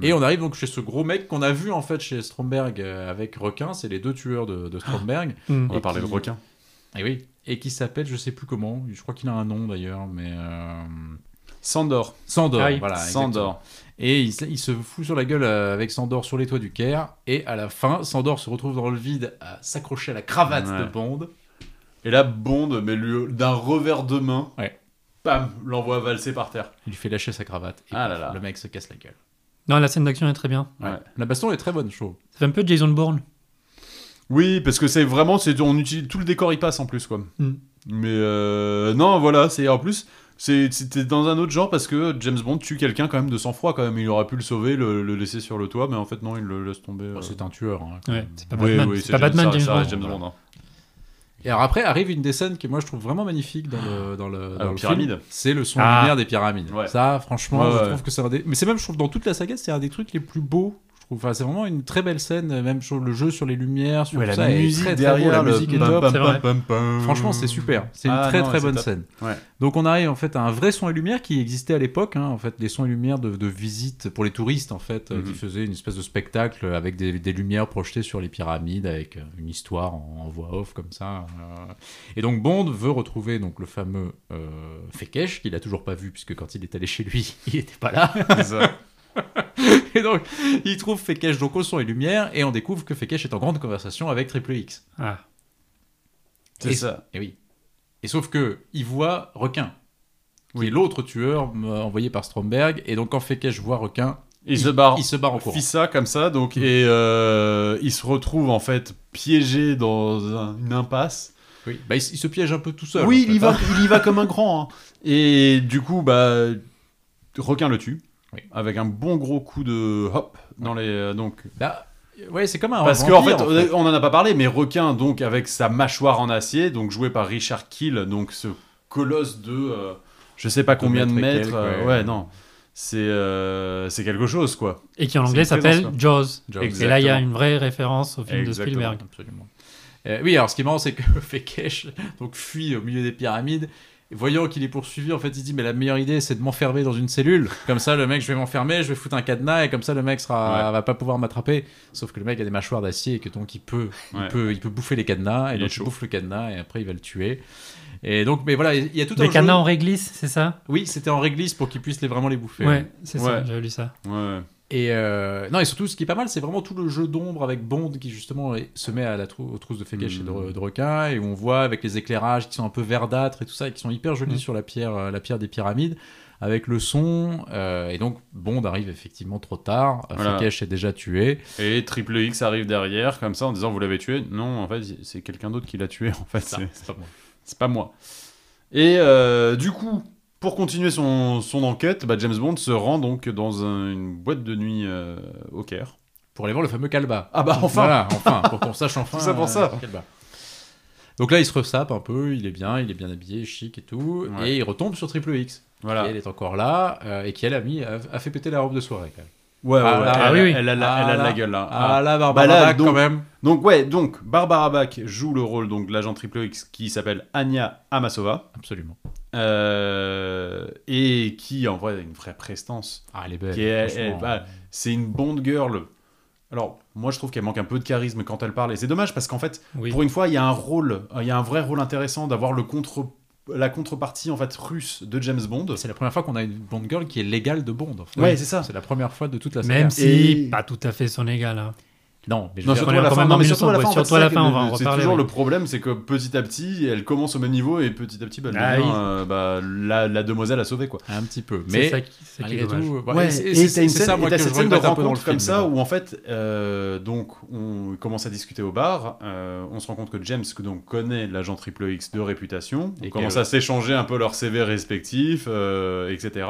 Speaker 1: Et on arrive donc chez ce gros mec qu'on a vu en fait chez Stromberg euh, avec Requin, c'est les deux tueurs de, de Stromberg.
Speaker 3: Mm.
Speaker 2: On va parler de
Speaker 1: qui-
Speaker 2: requin.
Speaker 1: Et Ah. Eh oui. Et qui s'appelle, je sais plus comment, je crois qu'il a un nom d'ailleurs, mais. euh,
Speaker 2: Sandor.
Speaker 1: Sandor,
Speaker 3: Ah oui.
Speaker 1: voilà. exactement.
Speaker 2: Sandor.
Speaker 1: Et il, se- il se fout sur la gueule euh, avec Sandor sur les toits du Caire. Et à la fin, Sandor se retrouve dans le vide à s'accrocher à la cravate
Speaker 2: Ouais.
Speaker 1: de Bond.
Speaker 2: Et là, Bond, mais lui, d'un revers de main,
Speaker 1: Ouais.
Speaker 2: pam, l'envoie valser par terre.
Speaker 1: Il lui fait lâcher sa cravate. Et
Speaker 2: Ah
Speaker 1: paf,
Speaker 2: là là.
Speaker 1: le mec se casse la gueule.
Speaker 3: Non, la scène d'action est très bien.
Speaker 2: Ouais.
Speaker 1: La baston est très bonne, je trouve.
Speaker 3: Ça fait un peu Jason Bourne.
Speaker 2: Oui, parce que c'est vraiment, c'est on utilise tout le décor, il passe en plus quoi.
Speaker 3: Mm.
Speaker 2: Mais euh, non, voilà, c'est en plus, c'est- c'était dans un autre genre parce que James Bond tue quelqu'un quand même de sang-froid quand même. Il aurait pu le sauver, le, le laisser sur le toit, mais en fait non, il le laisse tomber. euh.
Speaker 1: Bon, c'est un tueur. hein, quand
Speaker 3: Ouais,
Speaker 1: même.
Speaker 3: c'est pas
Speaker 2: Oui,
Speaker 3: Batman.
Speaker 2: oui,
Speaker 3: c'est pas Batman,
Speaker 2: ça-
Speaker 3: James
Speaker 2: ça reste
Speaker 3: Bond.
Speaker 2: James Bond, hein.
Speaker 1: Et alors après arrive une des scènes que moi je trouve vraiment magnifique dans le dans le,
Speaker 2: Ah,
Speaker 1: dans
Speaker 2: aux
Speaker 1: le
Speaker 2: pyramides.
Speaker 1: film. C'est le son
Speaker 3: Ah.
Speaker 1: lumière des pyramides.
Speaker 2: Ouais.
Speaker 1: Ça, franchement,
Speaker 2: Ouais,
Speaker 1: je
Speaker 2: ouais.
Speaker 1: trouve que c'est un des. Mais c'est même, je trouve, dans toute la saga, c'est un des trucs les plus beaux. Je trouve. Enfin, c'est vraiment une très belle scène. Même sur le jeu sur les lumières, sur
Speaker 2: Ouais,
Speaker 1: tout
Speaker 2: la
Speaker 1: ça est
Speaker 2: musique
Speaker 1: très, très
Speaker 2: derrière,
Speaker 1: beau, la
Speaker 2: le
Speaker 1: musique est
Speaker 2: pam,
Speaker 1: top.
Speaker 2: pam,
Speaker 3: C'est vrai.
Speaker 2: pam, pam.
Speaker 1: Franchement, c'est super. C'est une
Speaker 2: Ah,
Speaker 1: très
Speaker 2: non,
Speaker 1: très
Speaker 2: c'est
Speaker 1: bonne
Speaker 2: top.
Speaker 1: scène.
Speaker 2: Ouais.
Speaker 1: Donc on arrive en fait à un vrai son et lumière qui existait à l'époque. hein, en fait, des sons et lumières de, de visite pour les touristes en fait, euh,
Speaker 2: Mhm.
Speaker 1: qui faisaient une espèce de spectacle avec des, des lumières projetées sur les pyramides avec euh, une histoire en, en voix off comme ça. euh. Et donc Bond veut retrouver donc le fameux euh, Fekesh qu'il a toujours pas vu puisque quand il est allé chez lui, [laughs] il était pas
Speaker 2: [laughs]
Speaker 1: là. et donc il trouve Fekesh donc au son et lumière et on découvre que Fekesh est en grande conversation avec Triple X.
Speaker 3: Ah.
Speaker 2: C'est
Speaker 1: Et-
Speaker 2: ça.
Speaker 1: Et Eh oui. Et sauf que il voit requin. Oui, l'autre tueur euh, envoyé par Stromberg. Et donc quand Fekech voit requin,
Speaker 2: Il se barre.
Speaker 1: il se barre en courant.
Speaker 2: fit ça comme ça, donc, et euh, il se retrouve en fait piégé dans un- une impasse.
Speaker 1: Oui. Bah, il, s- il se piège un peu tout seul.
Speaker 2: Oui,
Speaker 1: en fait,
Speaker 2: il y, va,
Speaker 1: hein.
Speaker 2: il y va comme un grand. hein. Et du coup, bah, requin le tue.
Speaker 1: Oui.
Speaker 2: Avec un bon gros coup de hop dans les euh, donc
Speaker 1: Bah, ouais, c'est comme un.
Speaker 2: parce qu'en
Speaker 1: vampire,
Speaker 2: fait, on en a pas parlé mais requin donc avec sa mâchoire en acier donc joué par Richard Kill donc ce colosse de euh, je sais pas
Speaker 1: De
Speaker 2: combien de
Speaker 1: mètres et
Speaker 2: mètres
Speaker 1: quelques,
Speaker 2: euh,
Speaker 1: ouais.
Speaker 2: ouais. non c'est euh, c'est quelque chose quoi
Speaker 3: Et qui en anglais
Speaker 2: C'est une
Speaker 3: s'appelle
Speaker 2: présence,
Speaker 3: Jaws.
Speaker 1: Jaws.
Speaker 3: Et là, il y
Speaker 2: Exactement.
Speaker 3: a une vraie référence au film
Speaker 2: Exactement.
Speaker 3: de Spielberg.
Speaker 1: Absolument. Euh, oui, alors ce qui est marrant, c'est que [laughs] Fekesh donc fuit au milieu des pyramides. Et Voyant qu'il est poursuivi, en fait, il dit mais la meilleure idée, c'est de m'enfermer dans une cellule. Comme ça, le mec, je vais m'enfermer, je vais foutre un cadenas, et comme ça, le mec sera, va pas pouvoir m'attraper. Sauf que le mec a des mâchoires d'acier, et que donc il peut, il
Speaker 2: Ouais.
Speaker 1: peut, il peut bouffer les cadenas, et
Speaker 2: Il est
Speaker 1: donc il
Speaker 2: chaud.
Speaker 1: bouffe le cadenas, et après il va le tuer. Et donc, mais voilà, il y a tout un
Speaker 3: Les
Speaker 1: jeu-
Speaker 3: canards en réglisse, c'est ça
Speaker 1: Oui, c'était en réglisse pour qu'il puisse les, vraiment les bouffer.
Speaker 3: Ouais, c'est ça,
Speaker 2: Ouais.
Speaker 3: j'avais lu ça.
Speaker 2: ouais
Speaker 1: Et euh, non, et surtout, ce qui est pas mal, c'est vraiment tout le jeu d'ombre avec Bond qui justement est- se met à la trou- aux trousses de Fekesh et de,
Speaker 2: Mhm.
Speaker 1: de requin, et où on voit avec les éclairages qui sont un peu verdâtres et tout ça, et qui sont hyper
Speaker 2: Hmm.
Speaker 1: jolis
Speaker 3: Mhm.
Speaker 1: sur la pierre, euh, la pierre des pyramides, avec le son. euh, et donc, Bond arrive effectivement trop tard. euh,
Speaker 2: Voilà.
Speaker 1: Fekesh est déjà tué.
Speaker 2: et Triple X arrive derrière comme ça en disant vous l'avez tué non en fait c'est quelqu'un d'autre qui l'a tué en fait c'est-
Speaker 1: C'est pas bon.
Speaker 2: C'est pas moi. Et euh, du coup, pour continuer son, son enquête, bah, James Bond se rend donc dans un- une boîte de nuit euh, au Caire.
Speaker 1: Pour aller voir le fameux Kalba.
Speaker 2: Ah bah
Speaker 1: Voilà, enfin, pour qu'on
Speaker 2: [laughs]
Speaker 1: sache enfin.
Speaker 2: Tout ça pour
Speaker 1: euh,
Speaker 2: ça.
Speaker 1: Kalba. Donc là, il se ressape un peu, il est bien, il est bien habillé, chic et tout,
Speaker 2: Ouais.
Speaker 1: et il retombe sur Triple X.
Speaker 2: Voilà.
Speaker 1: Et elle est encore là euh, et qui elle a mis a, a fait péter la robe de soirée quand même.
Speaker 2: Ouais, ouais,
Speaker 1: Ah
Speaker 2: ouais.
Speaker 1: là,
Speaker 2: Elle-
Speaker 3: ah oui, oui.
Speaker 2: Elle a la,
Speaker 1: Ah
Speaker 2: elle a de
Speaker 1: là.
Speaker 2: la gueule là.
Speaker 1: Ah,
Speaker 2: Ah.
Speaker 1: là Barbara
Speaker 2: Bah là,
Speaker 1: Bach, quand
Speaker 2: donc-
Speaker 1: même.
Speaker 2: Donc ouais, donc Barbara Bach joue le rôle donc de l'agent Triple X qui s'appelle Anya Amasova
Speaker 1: Absolument.
Speaker 2: euh, et qui en vrai a une vraie prestance.
Speaker 1: Ah elle est belle.
Speaker 2: Qui est- elle-
Speaker 1: franchement.
Speaker 2: elle- bah, c'est une Bond girl. Alors moi je trouve qu'elle manque un peu de charisme quand elle parle et c'est dommage parce qu'en fait
Speaker 3: Oui.
Speaker 2: Pour une fois, il y a un rôle, euh, il y a un vrai rôle intéressant d'avoir le contre la contrepartie en fait russe de James Bond.
Speaker 1: C'est la première fois qu'on a une Bond girl qui est légale de Bond. en fait.
Speaker 2: Ouais, c'est ça.
Speaker 1: C'est la première fois de toute la saga.
Speaker 3: Même si
Speaker 2: Et-
Speaker 3: pas tout à fait son égal. hein.
Speaker 1: Non, mais je veux
Speaker 2: Non,
Speaker 1: dire,
Speaker 2: surtout
Speaker 3: on est
Speaker 2: à la
Speaker 3: quand
Speaker 2: fin,
Speaker 3: même
Speaker 2: non,
Speaker 3: en
Speaker 2: mais surtout à la fin, en
Speaker 3: 1900,
Speaker 2: fait,
Speaker 3: surtout à la
Speaker 2: c'est
Speaker 3: fin,
Speaker 2: ça
Speaker 3: on
Speaker 2: que
Speaker 3: va en
Speaker 2: le- c'est
Speaker 3: reparler,
Speaker 2: toujours
Speaker 3: oui.
Speaker 2: le problème, c'est que petit à petit, elle commence au même niveau et petit à petit, bah, elle
Speaker 3: Ah
Speaker 2: devient,
Speaker 3: oui.
Speaker 2: euh, bah, la, la demoiselle à sauver quoi.
Speaker 1: un petit peu.
Speaker 3: C'est
Speaker 1: Mais
Speaker 3: ça qui- c'est qui est
Speaker 1: malgré
Speaker 3: dommage.
Speaker 1: tout,
Speaker 2: Ouais,
Speaker 1: voilà, c'est-
Speaker 2: et
Speaker 1: c'est-
Speaker 2: t'as une
Speaker 1: c'est
Speaker 2: scène,
Speaker 1: ça,
Speaker 2: et
Speaker 1: moi,
Speaker 2: t'as
Speaker 1: que
Speaker 2: cette
Speaker 1: je
Speaker 2: scène de
Speaker 1: regrette un peu dans le
Speaker 2: rencontre
Speaker 1: film,
Speaker 2: comme ça
Speaker 1: mais bon.
Speaker 2: où en fait, euh, donc on commence à discuter au bar, euh, on se rend compte que James que donc connaît l'agent Triple X de réputation,
Speaker 1: Et
Speaker 2: on commence
Speaker 1: qu'elle-
Speaker 2: à s'échanger un peu leurs CV respectifs, euh, etc.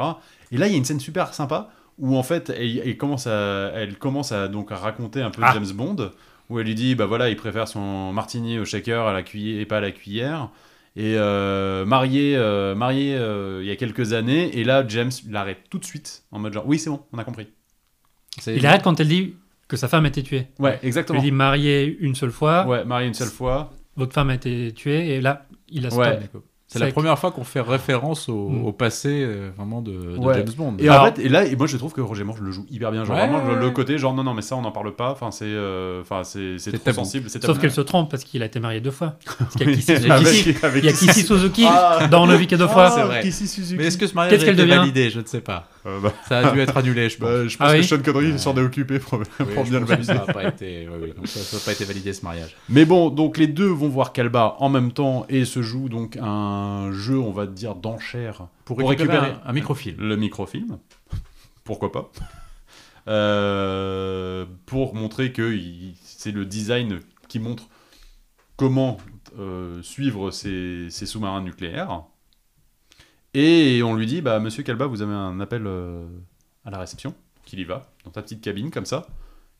Speaker 2: Et là, il y a une scène super sympa où en fait, elle, elle commence à, elle commence à donc à raconter un peu
Speaker 3: Ah.
Speaker 2: James Bond, où elle lui dit bah voilà, il préfère son martini au shaker à la cuillère et pas à la cuillère. Et euh, marié, euh, marié euh, il y a quelques années, et là James l'arrête tout de suite en mode genre oui c'est bon, on a compris. C'est-
Speaker 3: Il arrête quand elle dit que sa femme a été tuée.
Speaker 2: Ouais,
Speaker 3: Il lui
Speaker 2: exactement.
Speaker 3: dit marié une seule fois,
Speaker 2: Ouais, marié une seule fois.
Speaker 3: votre femme a été tuée, et là, il a stop.
Speaker 2: Ouais.
Speaker 1: C'est la
Speaker 3: Sec.
Speaker 1: première fois qu'on fait référence au,
Speaker 3: Mm.
Speaker 1: au passé euh, vraiment de, de
Speaker 2: Ouais.
Speaker 1: James Bond.
Speaker 2: Et en
Speaker 3: Alors-
Speaker 2: fait, et là, et moi je trouve que Roger Moore le joue hyper bien. Genre
Speaker 1: Ouais,
Speaker 2: vraiment
Speaker 1: ouais,
Speaker 2: le
Speaker 1: ouais.
Speaker 2: côté genre non non mais ça on n'en parle pas. Enfin c'est euh, enfin c'est c'est
Speaker 1: C'est
Speaker 2: trop
Speaker 1: tabou.
Speaker 2: sensible. C'est
Speaker 3: Sauf
Speaker 2: tabou.
Speaker 3: qu'elle se trompe parce qu'il a été marié deux fois. Parce qu'il y
Speaker 2: [laughs]
Speaker 3: a
Speaker 2: Oui,
Speaker 3: Kissy
Speaker 2: avec-
Speaker 3: Suzuki.
Speaker 2: avec
Speaker 3: Il y a
Speaker 2: Kissy-
Speaker 3: Kissy Suzuki
Speaker 2: bah, Ah.
Speaker 3: dans Le Week-end deux fois.
Speaker 1: c'est vrai.
Speaker 2: Kissy Suzuki.
Speaker 1: Mais est-ce que ce mariage
Speaker 3: Qu'est-ce
Speaker 1: a
Speaker 3: qu'elle
Speaker 1: été
Speaker 3: devient
Speaker 1: validé Je ne sais pas.
Speaker 2: Euh, bah,
Speaker 1: Ça a dû être annulé,
Speaker 2: [laughs]
Speaker 1: je pense.
Speaker 2: bah, je pense
Speaker 3: Ah
Speaker 2: que
Speaker 3: oui.
Speaker 2: Sean Connery s'en est occupé [laughs] pour, pour
Speaker 1: Oui, je
Speaker 2: bien le
Speaker 1: pense que
Speaker 2: valider.
Speaker 1: ça n'a pas été, oui, oui, donc ça- ça a pas été validé ce mariage.
Speaker 2: Mais bon, donc les deux vont voir Calba en même temps et se joue donc un jeu, on va dire, d'enchères pour,
Speaker 1: un, un microfilm.
Speaker 2: le microfilm. [laughs] Pourquoi pas Euh, Pour montrer que il- c'est le design qui montre comment euh, suivre ces, ces sous-marins nucléaires. Et on lui dit, bah, Monsieur Calba, vous avez un appel euh, à la réception, qu'il y va, dans ta petite cabine comme ça.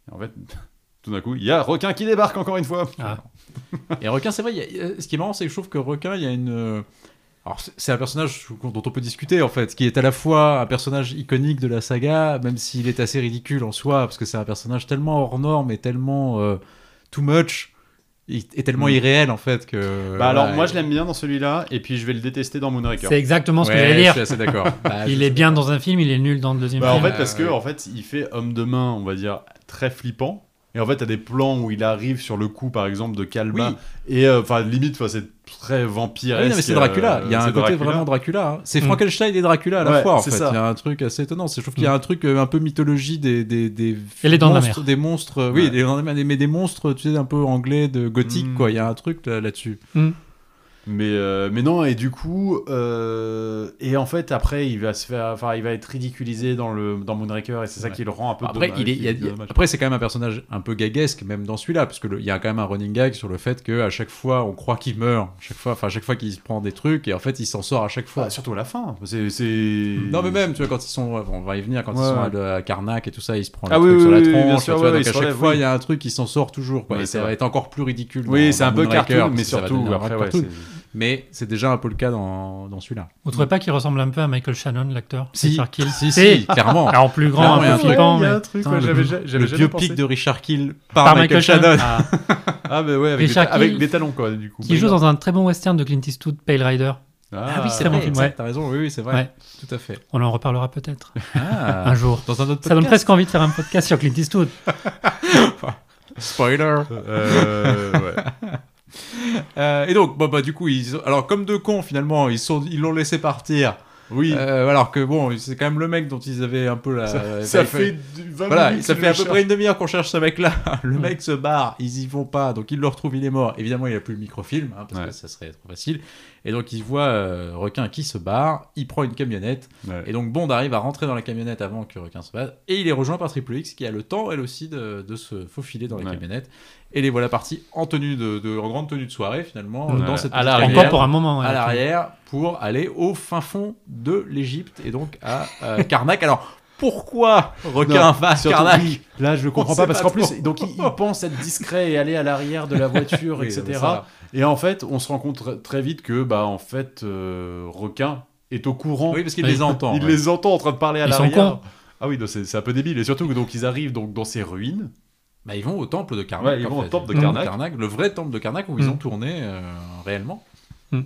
Speaker 2: Et en fait, [laughs] tout d'un coup, il y a requin qui débarque encore une fois.
Speaker 1: [laughs] Et Requin, c'est vrai, il y a- euh, ce qui est marrant, c'est que je trouve que Requin, il y a une. euh, Alors, c'est- c'est un personnage dont on peut discuter, en fait, qui est à la fois un personnage iconique de la saga, même s'il est assez ridicule en soi, parce que c'est un personnage tellement hors norme et tellement euh, too much, et, et tellement
Speaker 2: Mm.
Speaker 1: irréel, en fait, que.
Speaker 2: Bah alors
Speaker 1: voilà,
Speaker 2: moi
Speaker 1: et-
Speaker 2: je l'aime bien dans celui-là et puis je vais le détester dans Moonraker.
Speaker 3: C'est exactement ce que
Speaker 1: Ouais,
Speaker 3: j'allais
Speaker 1: Je
Speaker 3: dire.
Speaker 1: suis assez d'accord. Bah,
Speaker 3: Il
Speaker 1: je-
Speaker 3: est bien dans un film, il est nul dans le deuxième
Speaker 2: Bah, en
Speaker 3: film.
Speaker 2: fait parce que
Speaker 1: ouais.
Speaker 2: en fait il fait homme de main on va dire très flippant et en fait t'as des plans où il arrive sur le coup par exemple de Calma
Speaker 1: Oui.
Speaker 2: et euh, enfin limite enfin c'est très vampire.
Speaker 1: Ah oui, non, mais c'est
Speaker 2: euh,
Speaker 1: Dracula. Il y a un côté vraiment Dracula. hein. C'est
Speaker 3: Mm.
Speaker 1: Frankenstein et Dracula à la
Speaker 2: Hmm. Ouais,
Speaker 1: fois. En
Speaker 2: c'est
Speaker 1: fait.
Speaker 2: ça.
Speaker 1: Il y a un truc assez étonnant. C'est- Je trouve qu'il y a un truc euh, un peu mythologie des des des
Speaker 3: Elle est dans la
Speaker 1: monstres-
Speaker 3: mer.
Speaker 1: des monstres. euh, Oui,
Speaker 2: Ouais.
Speaker 1: des- dans la mer, mais des monstres, tu sais, un peu anglais, de gothique,
Speaker 2: Mm.
Speaker 1: quoi. Il y a un truc là- là-dessus.
Speaker 2: Mais euh, mais non et du coup euh, et en fait après il va se faire enfin il va être ridiculisé dans le dans Moonraker et c'est ça
Speaker 1: Ouais.
Speaker 2: qui le rend un peu
Speaker 1: Après,
Speaker 2: dommage,
Speaker 1: il est, il y a-
Speaker 2: qui dommage.
Speaker 1: après, c'est quand même un personnage un peu gaguesque, même dans celui-là, parce que le- il y a quand même un running gag sur le fait que à chaque fois, on croit qu'il meurt, chaque fois, enfin, à chaque fois qu'il se prend des trucs, et en fait, il s'en sort à chaque fois.
Speaker 2: Enfin, surtout à la fin c'est c'est-
Speaker 1: Non, mais même, tu vois, quand ils sont. bon, on va y venir, quand
Speaker 2: Ouais,
Speaker 1: ils sont à,
Speaker 2: ouais.
Speaker 1: le- à Karnak et tout ça, ils se prennent
Speaker 2: Ah
Speaker 1: le
Speaker 2: oui,
Speaker 1: truc
Speaker 2: oui,
Speaker 1: sur la
Speaker 2: oui,
Speaker 1: tronche.
Speaker 2: oui, bien
Speaker 1: tu
Speaker 2: sûr,
Speaker 1: vois,
Speaker 2: ouais,
Speaker 1: donc
Speaker 2: ils
Speaker 1: à
Speaker 2: se
Speaker 1: chaque
Speaker 2: relèvent,
Speaker 1: fois,
Speaker 2: oui.
Speaker 1: il y a un truc qui s'en sort toujours. Quoi,
Speaker 2: Ouais,
Speaker 1: et
Speaker 2: c'est
Speaker 1: ça va
Speaker 2: vrai.
Speaker 1: être encore plus ridicule.
Speaker 2: oui
Speaker 1: dans-
Speaker 2: c'est un
Speaker 1: dans
Speaker 2: peu
Speaker 1: Moonraker,
Speaker 2: cartoon
Speaker 1: parce que
Speaker 2: mais
Speaker 1: ça va
Speaker 2: surtout
Speaker 1: devenir
Speaker 2: après
Speaker 1: un
Speaker 2: ouais,
Speaker 1: cartoon.
Speaker 2: c'est-
Speaker 1: Mais c'est déjà un peu le cas dans, dans celui-là.
Speaker 3: Vous trouvez pas qu'il ressemble un peu à Michael Shannon, l'acteur
Speaker 1: Si,
Speaker 3: Richard Kill
Speaker 1: si, si, clairement.
Speaker 3: Alors, en plus
Speaker 1: Clairement, il
Speaker 3: grand,
Speaker 1: y a
Speaker 3: un
Speaker 1: un
Speaker 3: peu
Speaker 1: truc.
Speaker 3: flippant,
Speaker 2: il y a
Speaker 3: mais
Speaker 2: un truc,
Speaker 1: Putain,
Speaker 2: ouais, j'avais
Speaker 1: le-
Speaker 2: ja- j'avais
Speaker 1: Le
Speaker 2: jamais
Speaker 1: biopic
Speaker 2: pensé.
Speaker 1: de Richard Kill par,
Speaker 3: Par
Speaker 1: Michael,
Speaker 3: Michael
Speaker 1: Shannon.
Speaker 2: Ah, mais ouais, avec, des,
Speaker 3: Richard
Speaker 2: ta- avec
Speaker 3: Kill,
Speaker 2: des talons, quoi, du coup.
Speaker 3: qui joue dans un très bon western de Clint Eastwood, Pale Rider.
Speaker 2: Ah,
Speaker 3: oui, c'est vrai.
Speaker 1: Exact,
Speaker 3: Ouais.
Speaker 1: T'as raison, oui, oui, c'est vrai.
Speaker 3: Ouais.
Speaker 1: Tout à fait.
Speaker 3: On en reparlera peut-être
Speaker 1: Ah,
Speaker 3: un jour.
Speaker 1: dans un autre podcast.
Speaker 3: Ça donne presque envie de faire un podcast sur Clint Eastwood.
Speaker 1: Spoiler.
Speaker 2: Euh, ouais.
Speaker 1: Euh, et donc, bah, bah, du coup, ils, alors comme deux cons finalement, ils sont, ils l'ont laissé partir.
Speaker 2: Oui,
Speaker 1: Euh, alors que bon, c'est quand même le mec dont ils avaient un peu la.
Speaker 2: ça,
Speaker 1: euh,
Speaker 2: ça
Speaker 1: bah, il
Speaker 2: fait du- 20
Speaker 1: Voilà,
Speaker 2: minutes
Speaker 1: ça
Speaker 2: que
Speaker 1: fait à
Speaker 2: je
Speaker 1: peu
Speaker 2: cherche.
Speaker 1: près une demi-heure qu'on cherche ce mec-là. Le mec se barre, ils y vont pas, donc ils le retrouvent, il est mort. Évidemment, il a plus le microfilm, hein, parce
Speaker 2: Ouais.
Speaker 1: que ça serait trop facile. Et donc, il voit euh, Requin qui se barre, il prend une camionnette.
Speaker 2: Ouais.
Speaker 1: Et donc, Bond arrive à rentrer dans la camionnette avant que Requin se barre. Et il est rejoint par Triple X, qui a le temps, elle aussi, de, de se faufiler dans les
Speaker 2: Ouais.
Speaker 1: camionnettes. Et les voilà partis en, tenue de, de- en grande tenue de soirée, finalement,
Speaker 3: Ouais.
Speaker 1: dans cette
Speaker 2: À
Speaker 1: petite
Speaker 2: l'arrière.
Speaker 1: camionnette
Speaker 3: Encore pour un moment. ouais.
Speaker 1: à l'arrière pour aller au fin fond de l'Égypte et donc à euh, Karnak. Alors pourquoi requin
Speaker 2: Non,
Speaker 1: va à
Speaker 2: surtout,
Speaker 1: Karnak
Speaker 2: oui, Là, je comprends
Speaker 1: On
Speaker 2: pas,
Speaker 1: sait
Speaker 2: parce
Speaker 1: pas
Speaker 2: qu'en plus,
Speaker 1: trop.
Speaker 2: donc, il, il pense être discret et aller à l'arrière [laughs] de la voiture,
Speaker 1: Oui,
Speaker 2: etc.
Speaker 1: mais ça va.
Speaker 2: Et en fait, on se rend compte tr- très vite que, bah, en fait, euh, Requin est au courant.
Speaker 1: Oui, parce qu'il
Speaker 3: Oui.
Speaker 1: les entend.
Speaker 2: il
Speaker 1: ouais.
Speaker 2: les entend en train de parler à
Speaker 3: Ils sont
Speaker 2: l'arrière.
Speaker 3: cons.
Speaker 2: Ah oui, donc c'est c'est un peu débile. Et surtout, que, donc, ils arrivent donc, dans ces ruines.
Speaker 1: Bah, ils vont au temple de Karnak.
Speaker 2: Ouais, ils
Speaker 1: en
Speaker 2: vont au
Speaker 1: fait.
Speaker 2: temple de
Speaker 1: Ils vont
Speaker 2: Karnak.
Speaker 1: le vrai temple de Karnak où ils
Speaker 3: Mm.
Speaker 1: ont tourné euh, réellement.
Speaker 3: Mm.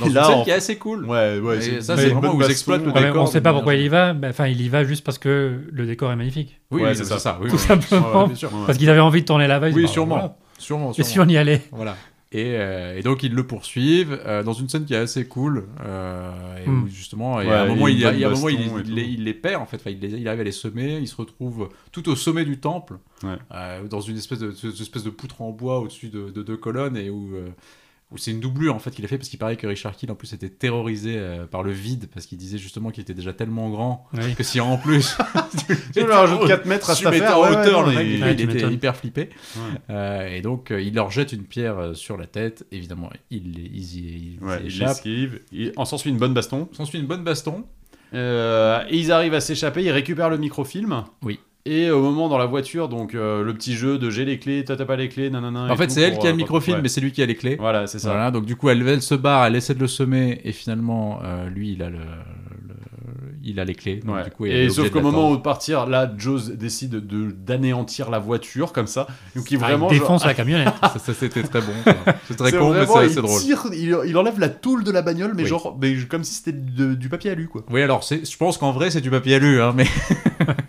Speaker 1: Dans
Speaker 2: Et
Speaker 1: une
Speaker 2: là,
Speaker 1: scène
Speaker 2: en-
Speaker 1: qui est assez cool.
Speaker 2: Ouais, ouais.
Speaker 1: Et ça,
Speaker 2: une
Speaker 1: c'est
Speaker 2: bonne
Speaker 1: vraiment où ils
Speaker 2: baston
Speaker 1: exploitent le
Speaker 2: avec-
Speaker 3: Ah Ouais,
Speaker 1: décor
Speaker 3: on sait pas
Speaker 1: de
Speaker 3: pourquoi il
Speaker 1: manière
Speaker 3: y va. bah, Enfin, il y va juste parce que le décor est magnifique.
Speaker 1: Oui,
Speaker 2: Ouais,
Speaker 1: oui,
Speaker 2: c'est
Speaker 1: c'est
Speaker 2: ça.
Speaker 1: ça. oui,
Speaker 3: Tout
Speaker 1: oui.
Speaker 3: simplement.
Speaker 2: Ouais, ouais, bien sûr.
Speaker 3: Parce qu'ils avaient envie de tourner la veille.
Speaker 1: Oui,
Speaker 3: Bah, voilà.
Speaker 1: sûrement. Sûrement,
Speaker 3: Et
Speaker 1: sûrement.
Speaker 3: si on y allait
Speaker 1: Voilà. Et, euh, et donc ils le poursuivent euh, dans une scène qui est assez cool. euh, et
Speaker 3: Mm.
Speaker 1: où justement, et
Speaker 2: Ouais,
Speaker 1: à un moment,
Speaker 2: il
Speaker 1: il,
Speaker 2: y a une
Speaker 1: il y a un
Speaker 2: baston
Speaker 1: moment, il,
Speaker 2: et tout.
Speaker 1: il les, il les perd en fait. Enfin, il, les- il arrive à les semer. Ils se retrouvent tout au sommet du temple,
Speaker 2: Ouais.
Speaker 1: euh, dans une espèce de, cette espèce de poutre en bois au-dessus de, de deux colonnes et où. euh, où c'est une doublure en fait qu'il a fait parce qu'il paraît que Richard Kill en plus était terrorisé euh, par le vide parce qu'il disait justement qu'il était déjà tellement grand
Speaker 3: Oui.
Speaker 1: que si en plus [laughs]
Speaker 2: Tu leur rajoutes 4 mètres à
Speaker 1: tu
Speaker 2: cette
Speaker 1: mettais
Speaker 2: affaire.
Speaker 1: en
Speaker 2: ouais, ouais,
Speaker 1: hauteur,
Speaker 2: non,
Speaker 1: le
Speaker 2: le
Speaker 1: mec,
Speaker 2: mec,
Speaker 1: il
Speaker 3: Ouais, tu
Speaker 1: était
Speaker 3: m'étonnes.
Speaker 1: hyper flippé.
Speaker 2: Ouais.
Speaker 1: Euh, et donc, euh, il leur jette une pierre euh, sur la tête. Évidemment, il, ils y- ils
Speaker 2: Ouais,
Speaker 1: y
Speaker 2: il
Speaker 1: échappent.
Speaker 2: l'esquive. Il- On s'ensuit une bonne baston.
Speaker 1: S'ensuit une bonne baston.
Speaker 2: Euh, et ils arrivent à s'échapper, ils récupèrent le microfilm.
Speaker 1: Oui.
Speaker 2: Et au moment dans la voiture, donc euh, le petit jeu de j'ai les clés, toi t'as pas les clés, nanana.
Speaker 1: En
Speaker 2: et
Speaker 1: fait,
Speaker 2: tout
Speaker 1: c'est elle
Speaker 2: pour,
Speaker 1: qui a le
Speaker 2: euh,
Speaker 1: microfilm,
Speaker 2: ouais.
Speaker 1: mais c'est lui qui a les clés.
Speaker 2: Voilà, c'est ça.
Speaker 1: Voilà, donc du coup, elle, elle se barre, elle essaie de le semer, et finalement, euh, lui, il a, le, le- il a les clés. Donc,
Speaker 2: Ouais.
Speaker 1: du coup, elle est
Speaker 2: et
Speaker 1: obligée
Speaker 2: sauf
Speaker 1: de
Speaker 2: qu'au
Speaker 1: l'attendre.
Speaker 2: moment où de partir, là, Jaws décide de d'anéantir la voiture comme ça, donc il
Speaker 3: Ah,
Speaker 2: vraiment
Speaker 3: il
Speaker 2: genre,
Speaker 3: défonce
Speaker 1: [laughs]
Speaker 3: la camionnette.
Speaker 1: Ça, ça, c'était très bon. ça. C'est très
Speaker 2: C'est
Speaker 1: con, mais
Speaker 2: vraiment,
Speaker 1: c'est
Speaker 2: il
Speaker 1: c'est drôle.
Speaker 2: tire, il, il enlève la tôle de la bagnole, mais
Speaker 1: Oui.
Speaker 2: genre, mais comme si c'était de- du papier à lui,
Speaker 1: [laughs]
Speaker 2: quoi.
Speaker 1: Oui, alors, c'est- je pense qu'en vrai, c'est du papier alu, hein, mais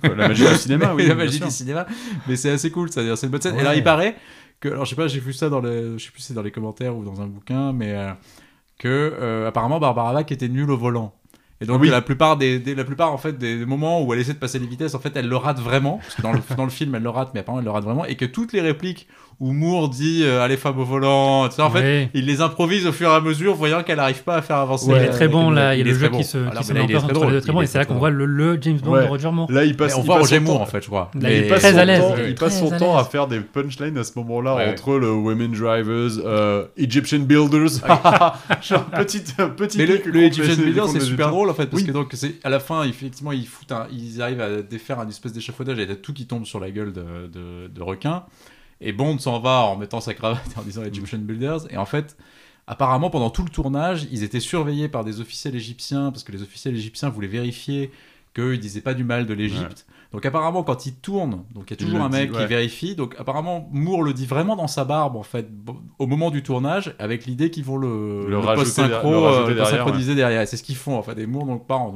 Speaker 2: La magie du cinéma, oui.
Speaker 1: [laughs] la
Speaker 2: bien
Speaker 1: magie
Speaker 2: sûr.
Speaker 1: du cinéma. Mais c'est assez cool, c'est-à-dire, c'est une bonne scène. Et
Speaker 2: Ouais.
Speaker 1: alors, il paraît que, alors, je sais pas, j'ai vu ça dans les, je sais plus si c'est dans les commentaires ou dans un bouquin, mais euh, que, euh, apparemment, Barbara Bach était nulle au volant. Et donc, que la plupart des, des- la plupart, en fait, des moments où elle essaie de passer les vitesses, en fait, elle le rate vraiment. Parce que dans le, [laughs] dans le film, elle le rate, mais apparemment, elle le rate vraiment. Et que toutes les répliques où Moore dit, euh, allez, femme au volant, etc., en fait,
Speaker 3: Oui.
Speaker 1: il les improvise au fur et à mesure, voyant qu'elle n'arrive pas à faire avancer.
Speaker 3: Ouais, il est
Speaker 1: euh,
Speaker 3: très bon
Speaker 1: avec
Speaker 3: là,
Speaker 1: une-
Speaker 3: il y a
Speaker 1: est
Speaker 3: le
Speaker 1: très
Speaker 3: jeu
Speaker 1: bon.
Speaker 3: qui se,
Speaker 1: Alors,
Speaker 3: qui se
Speaker 1: mais
Speaker 3: met
Speaker 1: là,
Speaker 3: en
Speaker 1: il est
Speaker 3: place
Speaker 1: très
Speaker 3: entre
Speaker 1: drôle.
Speaker 3: les deux très
Speaker 1: Il
Speaker 3: bons,
Speaker 1: est
Speaker 3: et c'est là
Speaker 1: très
Speaker 3: qu'on
Speaker 1: drôle.
Speaker 3: voit le, le James Bond
Speaker 2: Ouais.
Speaker 3: de Roger Moore.
Speaker 2: Là, il passe.
Speaker 1: Et on
Speaker 2: il
Speaker 1: voit
Speaker 2: passe
Speaker 1: Roger
Speaker 2: son
Speaker 1: Moore,
Speaker 2: temps-
Speaker 1: en fait, je crois.
Speaker 3: Là, il
Speaker 1: Mais-
Speaker 3: passe
Speaker 2: son
Speaker 3: Très à l'aise.
Speaker 2: temps-
Speaker 3: Oui.
Speaker 2: il passe
Speaker 3: Très
Speaker 2: son
Speaker 3: à
Speaker 2: temps à
Speaker 3: l'aise.
Speaker 2: faire des punchlines à ce moment-là
Speaker 1: Ouais,
Speaker 2: entre le Women Drivers, euh, Egyptian Builders, [laughs] genre petite euh, petite.
Speaker 1: Mais le,
Speaker 2: pique
Speaker 1: le
Speaker 2: contre
Speaker 1: Egyptian
Speaker 2: les-
Speaker 1: Million,
Speaker 2: contre
Speaker 1: c'est super
Speaker 2: les Égyptiens.
Speaker 1: drôle en fait, parce
Speaker 2: Oui.
Speaker 1: que donc c'est à la fin, effectivement, ils foutent un- ils arrivent à défaire un espèce d'échafaudage et t'as tout qui tombe sur la gueule de, de, de requin. Et Bond s'en va en mettant sa cravate [laughs] et en
Speaker 2: Mm.
Speaker 1: disant Egyptian Builders. Et en fait, apparemment, pendant tout le tournage, ils étaient surveillés par des officiels égyptiens, parce que les officiels égyptiens voulaient vérifier qu'ils disaient pas du mal de l'Égypte. Donc apparemment, quand ils tournent, donc il y a
Speaker 2: Ils
Speaker 1: toujours
Speaker 2: le
Speaker 1: un mec
Speaker 2: disent,
Speaker 1: qui
Speaker 2: ouais.
Speaker 1: vérifie. Donc apparemment, Moore le dit vraiment dans sa barbe, en fait, bo- au moment du tournage, avec l'idée qu'ils vont Euh, le,
Speaker 2: Le rajouter
Speaker 1: post-synchro,
Speaker 2: derrière- le rajouter
Speaker 1: euh,
Speaker 2: derrière,
Speaker 1: post-synchroniser derrière. Et C'est ce qu'ils font, en fait. Et Moore, donc, part [laughs] en...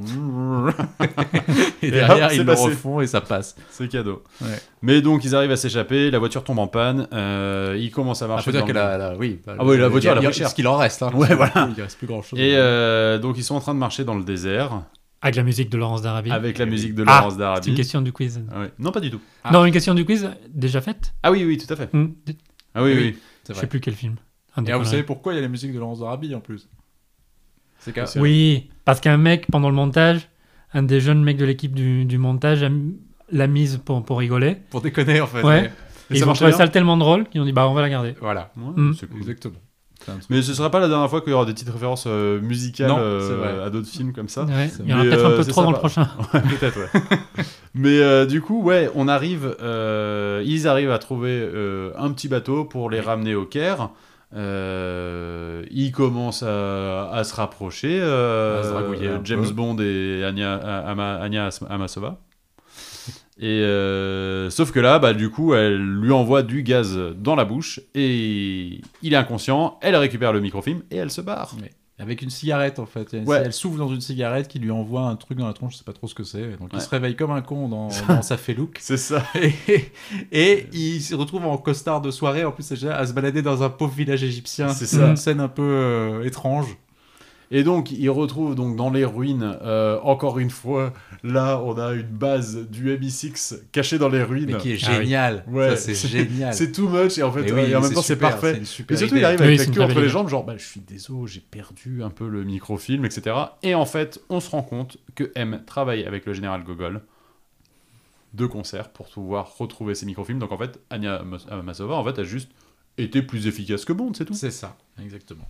Speaker 1: et
Speaker 2: hop,
Speaker 1: derrière,
Speaker 2: c'est
Speaker 1: ils le
Speaker 2: passé.
Speaker 1: refont et ça passe.
Speaker 2: C'est cadeau.
Speaker 1: Ouais.
Speaker 2: Mais donc ils arrivent à s'échapper, la voiture tombe en panne, euh, ils commencent à
Speaker 1: Ah,
Speaker 2: marcher.
Speaker 1: faut dire
Speaker 2: dans
Speaker 1: que
Speaker 2: le-
Speaker 1: la, la- oui, bah,
Speaker 2: Ah oui, la voiture,
Speaker 1: il y a-
Speaker 2: elle a
Speaker 1: il y a
Speaker 2: pris cher.
Speaker 1: ce qu'il en reste. hein.
Speaker 2: Ouais, voilà.
Speaker 1: [laughs] Il reste plus grand-chose.
Speaker 2: Et euh, donc ils sont en train de marcher dans le désert
Speaker 3: Avec la musique de Laurence d'Arabie.
Speaker 2: avec la musique de
Speaker 3: Ah,
Speaker 2: Laurence
Speaker 3: C'est une
Speaker 2: d'Arabie.
Speaker 3: question du quiz.
Speaker 2: Ah ouais. Non, pas du tout.
Speaker 3: Non, une question du quiz déjà faite.
Speaker 2: Ah oui, oui, tout à fait.
Speaker 3: Hmm.
Speaker 2: Ah oui,
Speaker 1: Oui.
Speaker 2: oui.
Speaker 1: C'est
Speaker 3: Je
Speaker 1: vrai.
Speaker 3: sais plus quel film.
Speaker 1: Et alors, vous savez pourquoi il y a la musique de Laurence Darabi en plus C'est qu'à-
Speaker 2: C'est-
Speaker 3: Oui, parce qu'un mec, pendant le montage, un des jeunes mecs de l'équipe du, du montage a mis- l'a mise pour, pour rigoler.
Speaker 1: pour déconner en fait.
Speaker 3: Ouais.
Speaker 1: mais-
Speaker 3: Et ils ont trouvé ça tellement drôle qu'ils ont dit bah on va la garder.
Speaker 1: Voilà.
Speaker 3: Hmm.
Speaker 2: C'est cool.
Speaker 1: Exactement. C'est un truc.
Speaker 2: Mais ce sera pas la dernière fois qu'il y aura des petites références euh, musicales
Speaker 1: Non,
Speaker 2: euh,
Speaker 1: c'est vrai.
Speaker 2: à d'autres films comme ça.
Speaker 3: Ouais, Il y en a
Speaker 2: Mais,
Speaker 3: peut-être
Speaker 2: euh,
Speaker 3: un peu
Speaker 2: c'est
Speaker 3: trop dans le
Speaker 2: sympa. [laughs]
Speaker 3: prochain.
Speaker 2: Ouais, peut-être, ouais. [laughs] Mais euh, du coup, ouais, on arrive. euh, ils arrivent à trouver euh, un petit bateau pour les ramener au Caire. Euh, ils commencent à, à se rapprocher. euh,
Speaker 1: À se dragouiller un
Speaker 2: James
Speaker 1: peu.
Speaker 2: Bond et Anya, A- Ama- Anya As- Amasova. Et euh, sauf que là, bah, du coup, elle lui envoie du gaz dans la bouche et il est inconscient. Elle récupère le microfilm et elle se barre.
Speaker 1: Avec une cigarette en fait. Elle-
Speaker 2: Ouais.
Speaker 1: Elle souffle dans une cigarette qui lui envoie un truc dans la tronche, je sais pas trop ce que c'est. Donc
Speaker 2: Ouais.
Speaker 1: il se réveille comme un con [laughs] dans, dans sa félouque.
Speaker 2: C'est ça.
Speaker 1: et, et il se retrouve en costard de soirée en plus c'est génial, à se balader dans un pauvre village égyptien.
Speaker 2: C'est ça.
Speaker 1: Une scène un peu euh, étrange.
Speaker 2: Et donc, il retrouve donc dans les ruines, euh, encore une fois, là, on a une base du MI6 cachée dans les ruines.
Speaker 1: Mais qui est
Speaker 3: Ah oui.
Speaker 1: génial.
Speaker 2: Ouais,
Speaker 1: Ça, c'est génial.
Speaker 2: C'est too much, et en fait,
Speaker 1: Mais
Speaker 2: euh,
Speaker 1: oui,
Speaker 2: et en même temps, c'est
Speaker 1: super,
Speaker 2: parfait.
Speaker 1: c'est une super
Speaker 2: Et surtout,
Speaker 1: idée.
Speaker 2: il arrive
Speaker 3: Oui,
Speaker 2: avec
Speaker 3: c'est
Speaker 2: la
Speaker 3: une
Speaker 2: queue
Speaker 3: très
Speaker 2: entre
Speaker 3: belle
Speaker 2: les
Speaker 3: idée.
Speaker 2: jambes, genre, bah, je suis désolé, j'ai perdu un peu le microfilm, etc. Et en fait, on se rend compte que M travaille avec le général Gogol de concert pour pouvoir retrouver ses microfilms. Donc, en fait, Anya Mas- Masova, en fait, a juste été plus efficace que Bond, c'est tout.
Speaker 1: C'est ça, exactement.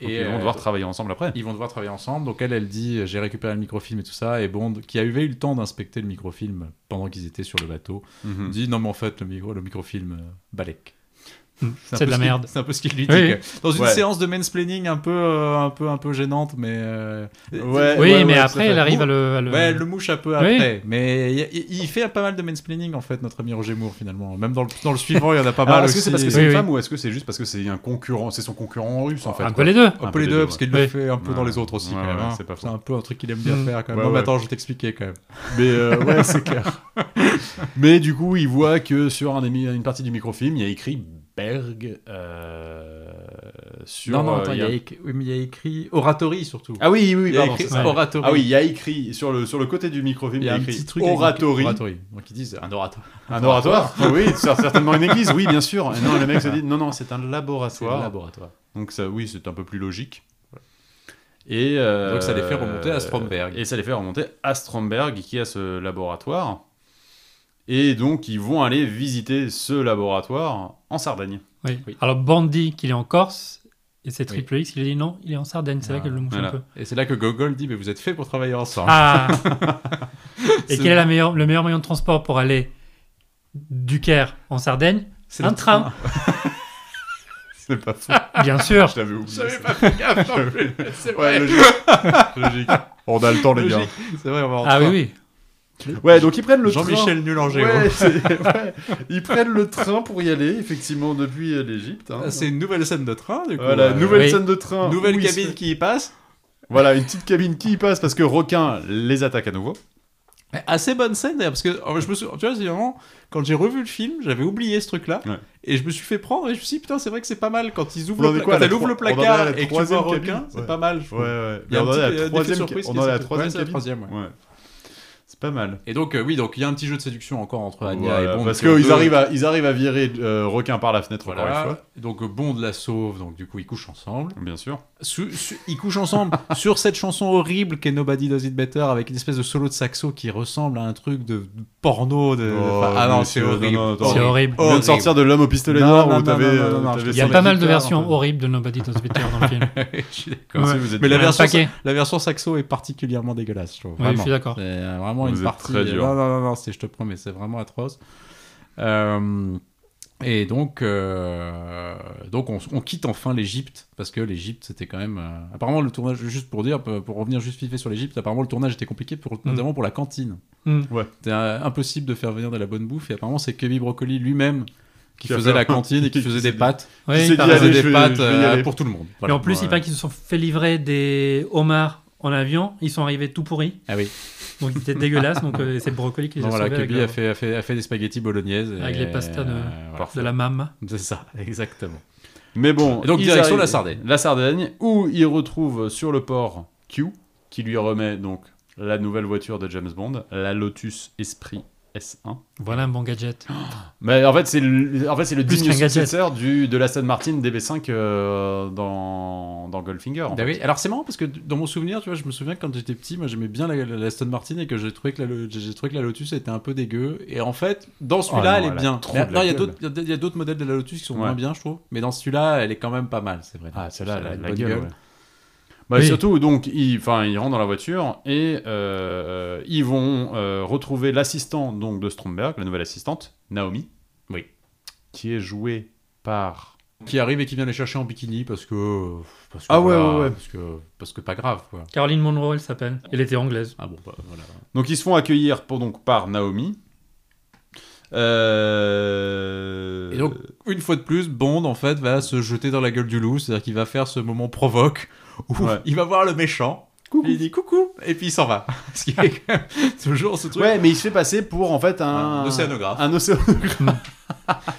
Speaker 2: Et
Speaker 1: Et
Speaker 2: ils vont
Speaker 1: euh, [laughs]
Speaker 2: devoir travailler ensemble après.
Speaker 1: ils vont devoir travailler ensemble. Donc elle, elle dit euh, j'ai récupéré le microfilm et tout ça. Et Bond, qui avait eu le temps d'inspecter le microfilm pendant qu'ils étaient sur le bateau,
Speaker 2: Mhm.
Speaker 1: dit non mais en fait le, micro, le microfilm euh, Balek. un
Speaker 3: C'est de
Speaker 1: peu ce
Speaker 3: la
Speaker 1: qu'il-
Speaker 3: merde.
Speaker 1: C'est un peu ce qu'il lui dit.
Speaker 3: Oui.
Speaker 1: que- Dans une
Speaker 2: Ouais.
Speaker 1: séance de mansplaining un peu, euh, un peu, un peu gênante, mais euh,
Speaker 2: Ouais,
Speaker 3: Oui,
Speaker 2: ouais,
Speaker 3: mais
Speaker 2: ouais,
Speaker 3: après,
Speaker 2: tout à
Speaker 3: elle
Speaker 2: fait.
Speaker 3: arrive à le. à le-
Speaker 1: Ouais, elle le mouche un peu
Speaker 3: Oui.
Speaker 1: après. Mais il- il il fait pas mal de mansplaining en fait, notre ami Roger Moore finalement. Même dans le, dans le suivant, il y en a pas
Speaker 2: Alors,
Speaker 1: mal
Speaker 2: est-ce que
Speaker 1: aussi.
Speaker 2: c'est parce que c'est une
Speaker 3: Oui, oui.
Speaker 2: femme ou est-ce que c'est juste parce que c'est un concurrent, c'est son concurrent russe en fait
Speaker 3: un peu
Speaker 2: quoi.
Speaker 3: les deux.
Speaker 1: un, peu les deux, parce qu'il le
Speaker 3: ouais.
Speaker 1: fait un peu
Speaker 2: Ouais.
Speaker 1: dans les autres aussi.
Speaker 2: Ouais,
Speaker 1: quand
Speaker 2: ouais,
Speaker 1: même, hein.
Speaker 2: c'est pas faux.
Speaker 1: C'est un peu un truc qu'il aime bien
Speaker 3: Mm.
Speaker 1: faire quand même.
Speaker 2: Ouais,
Speaker 1: non, mais
Speaker 2: ouais.
Speaker 1: attends, je vais t'expliquer quand même.
Speaker 2: Mais euh, ouais, [laughs] c'est clair. Mais du coup, il voit que sur un des mi- une partie du microfilm, il y a écrit Berg euh, sur.
Speaker 1: Non, non,
Speaker 2: euh,
Speaker 1: attends, il
Speaker 2: il y a-
Speaker 1: y a écrit, oui, mais il y a écrit [laughs] oratory surtout.
Speaker 2: Ah oui, oui,
Speaker 1: il
Speaker 2: oui,
Speaker 1: y a
Speaker 2: pardon.
Speaker 1: écrit
Speaker 2: c'est ça.
Speaker 3: ouais.
Speaker 1: oratory.
Speaker 2: Ah oui, il y a écrit sur le, sur le côté du microfilm,
Speaker 1: il y a un
Speaker 2: écrit
Speaker 1: petit truc avec-
Speaker 2: oratory.
Speaker 1: Donc ils disent un oratoire.
Speaker 2: Un
Speaker 1: [laughs]
Speaker 2: oratoire Ah Oui, c'est certainement une église, oui, bien sûr. Et non, le mec se dit non, non, c'est un
Speaker 1: C'est un
Speaker 2: laboratoire.
Speaker 1: laboratoire.
Speaker 2: Donc ça, oui, c'est un peu plus logique. Et euh,
Speaker 1: Donc ça les fait remonter à Stromberg.
Speaker 2: Et ça les fait remonter à Stromberg, qui a ce laboratoire. Et donc ils vont aller visiter ce laboratoire en Sardaigne.
Speaker 3: Oui.
Speaker 1: Oui.
Speaker 3: Alors Bond dit qu'il est en Corse Et c'est Triple X qui lui a dit non, il est en Sardaigne, c'est là
Speaker 1: Ah,
Speaker 3: qu'elle le mouche
Speaker 2: voilà.
Speaker 3: un peu.
Speaker 1: Et c'est là que Gogol dit, mais vous êtes fait pour travailler ensemble.
Speaker 3: Ah Et
Speaker 2: [laughs]
Speaker 1: C'est-
Speaker 3: quel est la meilleure- le meilleur moyen de transport pour aller du Caire en Sardaigne
Speaker 1: C'est
Speaker 3: Un
Speaker 1: le
Speaker 3: train,
Speaker 1: [laughs]
Speaker 2: C'est pas fou.
Speaker 3: bien sûr
Speaker 2: Je l'avais oublié. ça.
Speaker 1: [laughs] C'est vrai,
Speaker 2: Ouais, logique. Logique. On a le temps, les gars.
Speaker 1: Logique. c'est vrai, on va en
Speaker 3: Ah oui,
Speaker 1: train.
Speaker 3: oui.
Speaker 2: Ouais, donc ils prennent le train.
Speaker 1: Jean-Michel Nulangéo.
Speaker 2: Ouais, c'est- ouais. Ils prennent le train pour y aller, effectivement, depuis euh, l'Égypte. hein.
Speaker 1: Ah, C'est une nouvelle scène de train, du coup.
Speaker 2: Voilà,
Speaker 1: Euh,
Speaker 2: nouvelle
Speaker 3: oui.
Speaker 2: scène de train.
Speaker 1: nouvelle
Speaker 2: où ils se-
Speaker 1: cabine qui y passe.
Speaker 2: Voilà, une petite cabine qui y passe parce que Requin les attaque à nouveau.
Speaker 1: Mais Assez bonne scène, d'ailleurs, parce que euh, je me suis... tu vois, c'est vraiment, quand j'ai revu le film, j'avais oublié ce truc-là,
Speaker 2: Ouais.
Speaker 1: et je me suis fait prendre, et je me suis dit, putain, c'est vrai que c'est pas mal, quand, ils
Speaker 2: On
Speaker 1: ouvrent
Speaker 2: en est
Speaker 1: le...
Speaker 2: quoi, à
Speaker 1: quand
Speaker 2: la
Speaker 1: elle ouvre
Speaker 2: tro-
Speaker 1: le
Speaker 2: on en est à la
Speaker 1: placard et que tu vois
Speaker 2: troisième
Speaker 1: requin,
Speaker 2: cabine
Speaker 1: c'est
Speaker 2: Ouais.
Speaker 1: pas mal, je
Speaker 2: Ouais,
Speaker 1: trouve.
Speaker 2: ouais.
Speaker 1: Il y a
Speaker 2: Mais
Speaker 1: un
Speaker 2: on en est à
Speaker 1: petit,
Speaker 2: la
Speaker 1: euh, effet
Speaker 2: troisième,
Speaker 1: surprise
Speaker 2: on
Speaker 1: qui
Speaker 2: en est à la
Speaker 1: est- ouais,
Speaker 2: troisième
Speaker 1: c'est la
Speaker 2: cabine.
Speaker 1: troisième, ouais.
Speaker 2: Ouais. C'est pas mal.
Speaker 1: Et donc, euh, oui, donc il y a un petit jeu de séduction encore entre Anya
Speaker 2: Voilà,
Speaker 1: et Bond.
Speaker 2: parce
Speaker 1: qui ont
Speaker 2: qu'ils
Speaker 1: deux-
Speaker 2: arrivent, à- ils arrivent à virer euh, Requin par la fenêtre
Speaker 1: Voilà.
Speaker 2: encore une
Speaker 1: Donc euh, Bond la sauve, donc du coup ils couchent ensemble.
Speaker 2: fois. Bien sûr.
Speaker 1: Su- su- ils couchent ensemble sur cette chanson horrible qu'est Nobody Does It Better avec une espèce de solo de saxo qui ressemble à un truc de, de porno. De...
Speaker 2: Oh,
Speaker 1: enfin, ah non,
Speaker 2: mais
Speaker 1: c'est
Speaker 2: c'est-
Speaker 1: horrible.
Speaker 2: non, non, attends.
Speaker 3: C'est horrible.
Speaker 2: On vient de
Speaker 1: Horrible.
Speaker 2: sortir de l'homme au pistolet
Speaker 1: Oh, Non,
Speaker 2: noir
Speaker 1: non,
Speaker 2: où
Speaker 1: non,
Speaker 2: t'avais.
Speaker 1: non, non,
Speaker 2: euh,
Speaker 1: non,
Speaker 2: t'avais
Speaker 1: je te
Speaker 3: Il y a
Speaker 2: ça.
Speaker 1: la
Speaker 3: pas mal de
Speaker 1: guitare, un
Speaker 3: versions
Speaker 1: peu.
Speaker 3: horribles de Nobody Does Better dans
Speaker 1: [laughs]
Speaker 3: le film.
Speaker 1: Je suis d'accord.
Speaker 2: Comme
Speaker 3: Ouais.
Speaker 2: si vous êtes-
Speaker 1: Mais la
Speaker 3: Il y en a un
Speaker 1: version,
Speaker 3: paquet.
Speaker 1: la version saxo est particulièrement dégueulasse, je trouve.
Speaker 3: Oui, je
Speaker 1: vraiment.
Speaker 3: suis d'accord.
Speaker 1: C'est euh, vraiment
Speaker 2: Vous
Speaker 1: une
Speaker 2: êtes
Speaker 1: partie. euh,
Speaker 2: très dur.
Speaker 1: Non, non, non, non, c'est- je te promets, c'est vraiment atroce. Euh, et donc, euh, donc on, on quitte enfin l'Égypte parce que l'Égypte, c'était quand même. euh, apparemment, le tournage, juste pour dire, pour pour revenir juste vite fait sur l'Égypte, apparemment le tournage était compliqué, pour, notamment pour la cantine.
Speaker 3: Mm.
Speaker 2: Ouais.
Speaker 1: C'était euh, impossible de faire venir de la bonne bouffe. Et apparemment, c'est Kevin Broccoli lui-même qui,
Speaker 2: Qui a
Speaker 1: faisait
Speaker 2: fait
Speaker 1: la
Speaker 2: un-
Speaker 1: cantine et qui
Speaker 2: [laughs] qui
Speaker 1: faisait
Speaker 2: s'est
Speaker 1: des
Speaker 2: dit-
Speaker 1: pâtes,
Speaker 3: Oui,
Speaker 2: s'est dit,
Speaker 3: par-
Speaker 1: qui faisait
Speaker 2: allez,
Speaker 1: des
Speaker 2: je vais-
Speaker 1: pâtes
Speaker 2: je vais y
Speaker 1: euh,
Speaker 2: aller.
Speaker 1: pour tout le monde.
Speaker 3: Et
Speaker 1: Voilà.
Speaker 3: en plus,
Speaker 2: Ouais.
Speaker 3: il paraît qu'ils se sont fait livrer des homards en avion. Ils sont arrivés tout pourris.
Speaker 1: Ah oui.
Speaker 3: Donc, ils étaient dégueulasses. Donc, euh, c'est le Brocoli qui les
Speaker 1: Non,
Speaker 3: a
Speaker 1: voilà,
Speaker 3: sauvés avec
Speaker 1: Kirby
Speaker 3: la- hein.
Speaker 1: a fait, a, fait, a fait des spaghettis bolognaises.
Speaker 3: Avec
Speaker 1: et- euh,
Speaker 3: les pastas de-
Speaker 1: voilà.
Speaker 3: de la mam.
Speaker 1: C'est ça, [laughs] exactement.
Speaker 2: Mais bon.
Speaker 1: Et donc,
Speaker 2: ils
Speaker 1: direction
Speaker 2: arrivent-
Speaker 1: la Sardaigne.
Speaker 2: La Sardaigne, où ils retrouvent euh, sur le port Q, qui lui remet donc la nouvelle voiture de James Bond, la Lotus Esprit S1.
Speaker 3: Voilà un bon gadget.
Speaker 2: Mais en fait, c'est le, en fait, c'est le
Speaker 3: Plus
Speaker 2: digne
Speaker 3: qu'un gadget.
Speaker 2: successeur du, de l'Aston Martin DB5 euh, dans, dans Goldfinger. en
Speaker 1: Bah
Speaker 2: fait.
Speaker 1: oui, Alors c'est marrant parce que d- dans mon souvenir, tu vois, je me souviens que quand j'étais petit, moi j'aimais bien la, la- la Aston Martin et que j'ai trouvé que la, lo- j'ai- j'ai trouvé que la Lotus était un peu dégueu. Et en fait, dans celui-là,
Speaker 2: non,
Speaker 1: elle est
Speaker 2: elle a
Speaker 1: bien.
Speaker 2: trop
Speaker 1: Mais-
Speaker 2: de Oh la
Speaker 1: non, il y a
Speaker 2: gueule.
Speaker 1: d'autres, il y a- il y a d'autres modèles de la Lotus qui sont
Speaker 2: Ouais.
Speaker 1: moins bien, je trouve. Mais dans celui-là, elle est quand même pas mal, c'est vrai.
Speaker 2: Ah, celle-là,
Speaker 1: Elle a
Speaker 2: la,
Speaker 1: une
Speaker 2: la
Speaker 1: bonne
Speaker 2: gueule.
Speaker 1: gueule.
Speaker 2: ouais. Bah,
Speaker 3: Oui.
Speaker 2: Surtout, donc, ils, enfin, ils rentrent dans la voiture et euh, ils vont euh, retrouver l'assistant donc de Stromberg, la nouvelle assistante, Naomi.
Speaker 1: Oui.
Speaker 2: Qui est jouée par.
Speaker 1: Qui arrive et qui vient les chercher en bikini parce que, parce que
Speaker 2: Ah ouais,
Speaker 1: voilà,
Speaker 2: ouais, ouais.
Speaker 1: parce que parce que pas grave quoi.
Speaker 3: Caroline Monroe, elle s'appelle. Elle était anglaise.
Speaker 1: Ah bon, bah, voilà.
Speaker 2: Donc, ils se font accueillir pour, donc, par Naomi. Euh,
Speaker 1: Et donc, une fois de plus, Bond, en fait, va se jeter dans la gueule du loup, c'est-à-dire qu'il va faire ce moment provoque où
Speaker 2: Ouais.
Speaker 1: il va voir le méchant, il dit coucou, et puis il s'en va. [laughs] Ce qui est quand même toujours ce truc.
Speaker 2: Ouais, mais il se fait passer pour en fait un,
Speaker 1: Un océanographe.
Speaker 2: Un océanographe.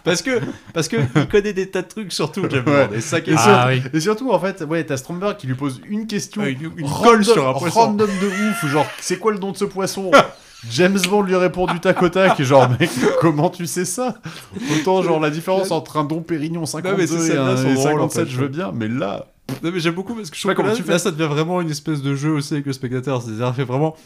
Speaker 1: Parce que, parce que il connaît des tas de trucs, surtout James
Speaker 2: Ouais.
Speaker 1: Bond, et ça qui est-
Speaker 3: Ah oui.
Speaker 2: Et surtout, en fait, ouais, t'as Stromberg qui lui pose une question.
Speaker 1: Ouais, une- une
Speaker 2: random-
Speaker 1: colle sur un poisson.
Speaker 2: Random de ouf, genre, c'est quoi le nom de ce poisson [laughs] James Bond lui répond du tac au tac, genre, mec, comment tu sais ça Autant, genre, la différence entre un Don
Speaker 1: Non,
Speaker 2: Pérignon
Speaker 1: mais
Speaker 2: 52
Speaker 1: ces
Speaker 2: et,
Speaker 1: scènes-là
Speaker 2: un,
Speaker 1: sont
Speaker 2: et
Speaker 1: drôles,
Speaker 2: 57,
Speaker 1: en fait.
Speaker 2: je veux bien, mais là.
Speaker 1: Non, mais j'aime beaucoup parce que je trouve
Speaker 2: Ouais,
Speaker 1: que
Speaker 2: comment
Speaker 1: là,
Speaker 2: tu fais
Speaker 1: là, ça devient vraiment une espèce de jeu aussi avec le spectateur. C'est-à-dire, ça fait vraiment.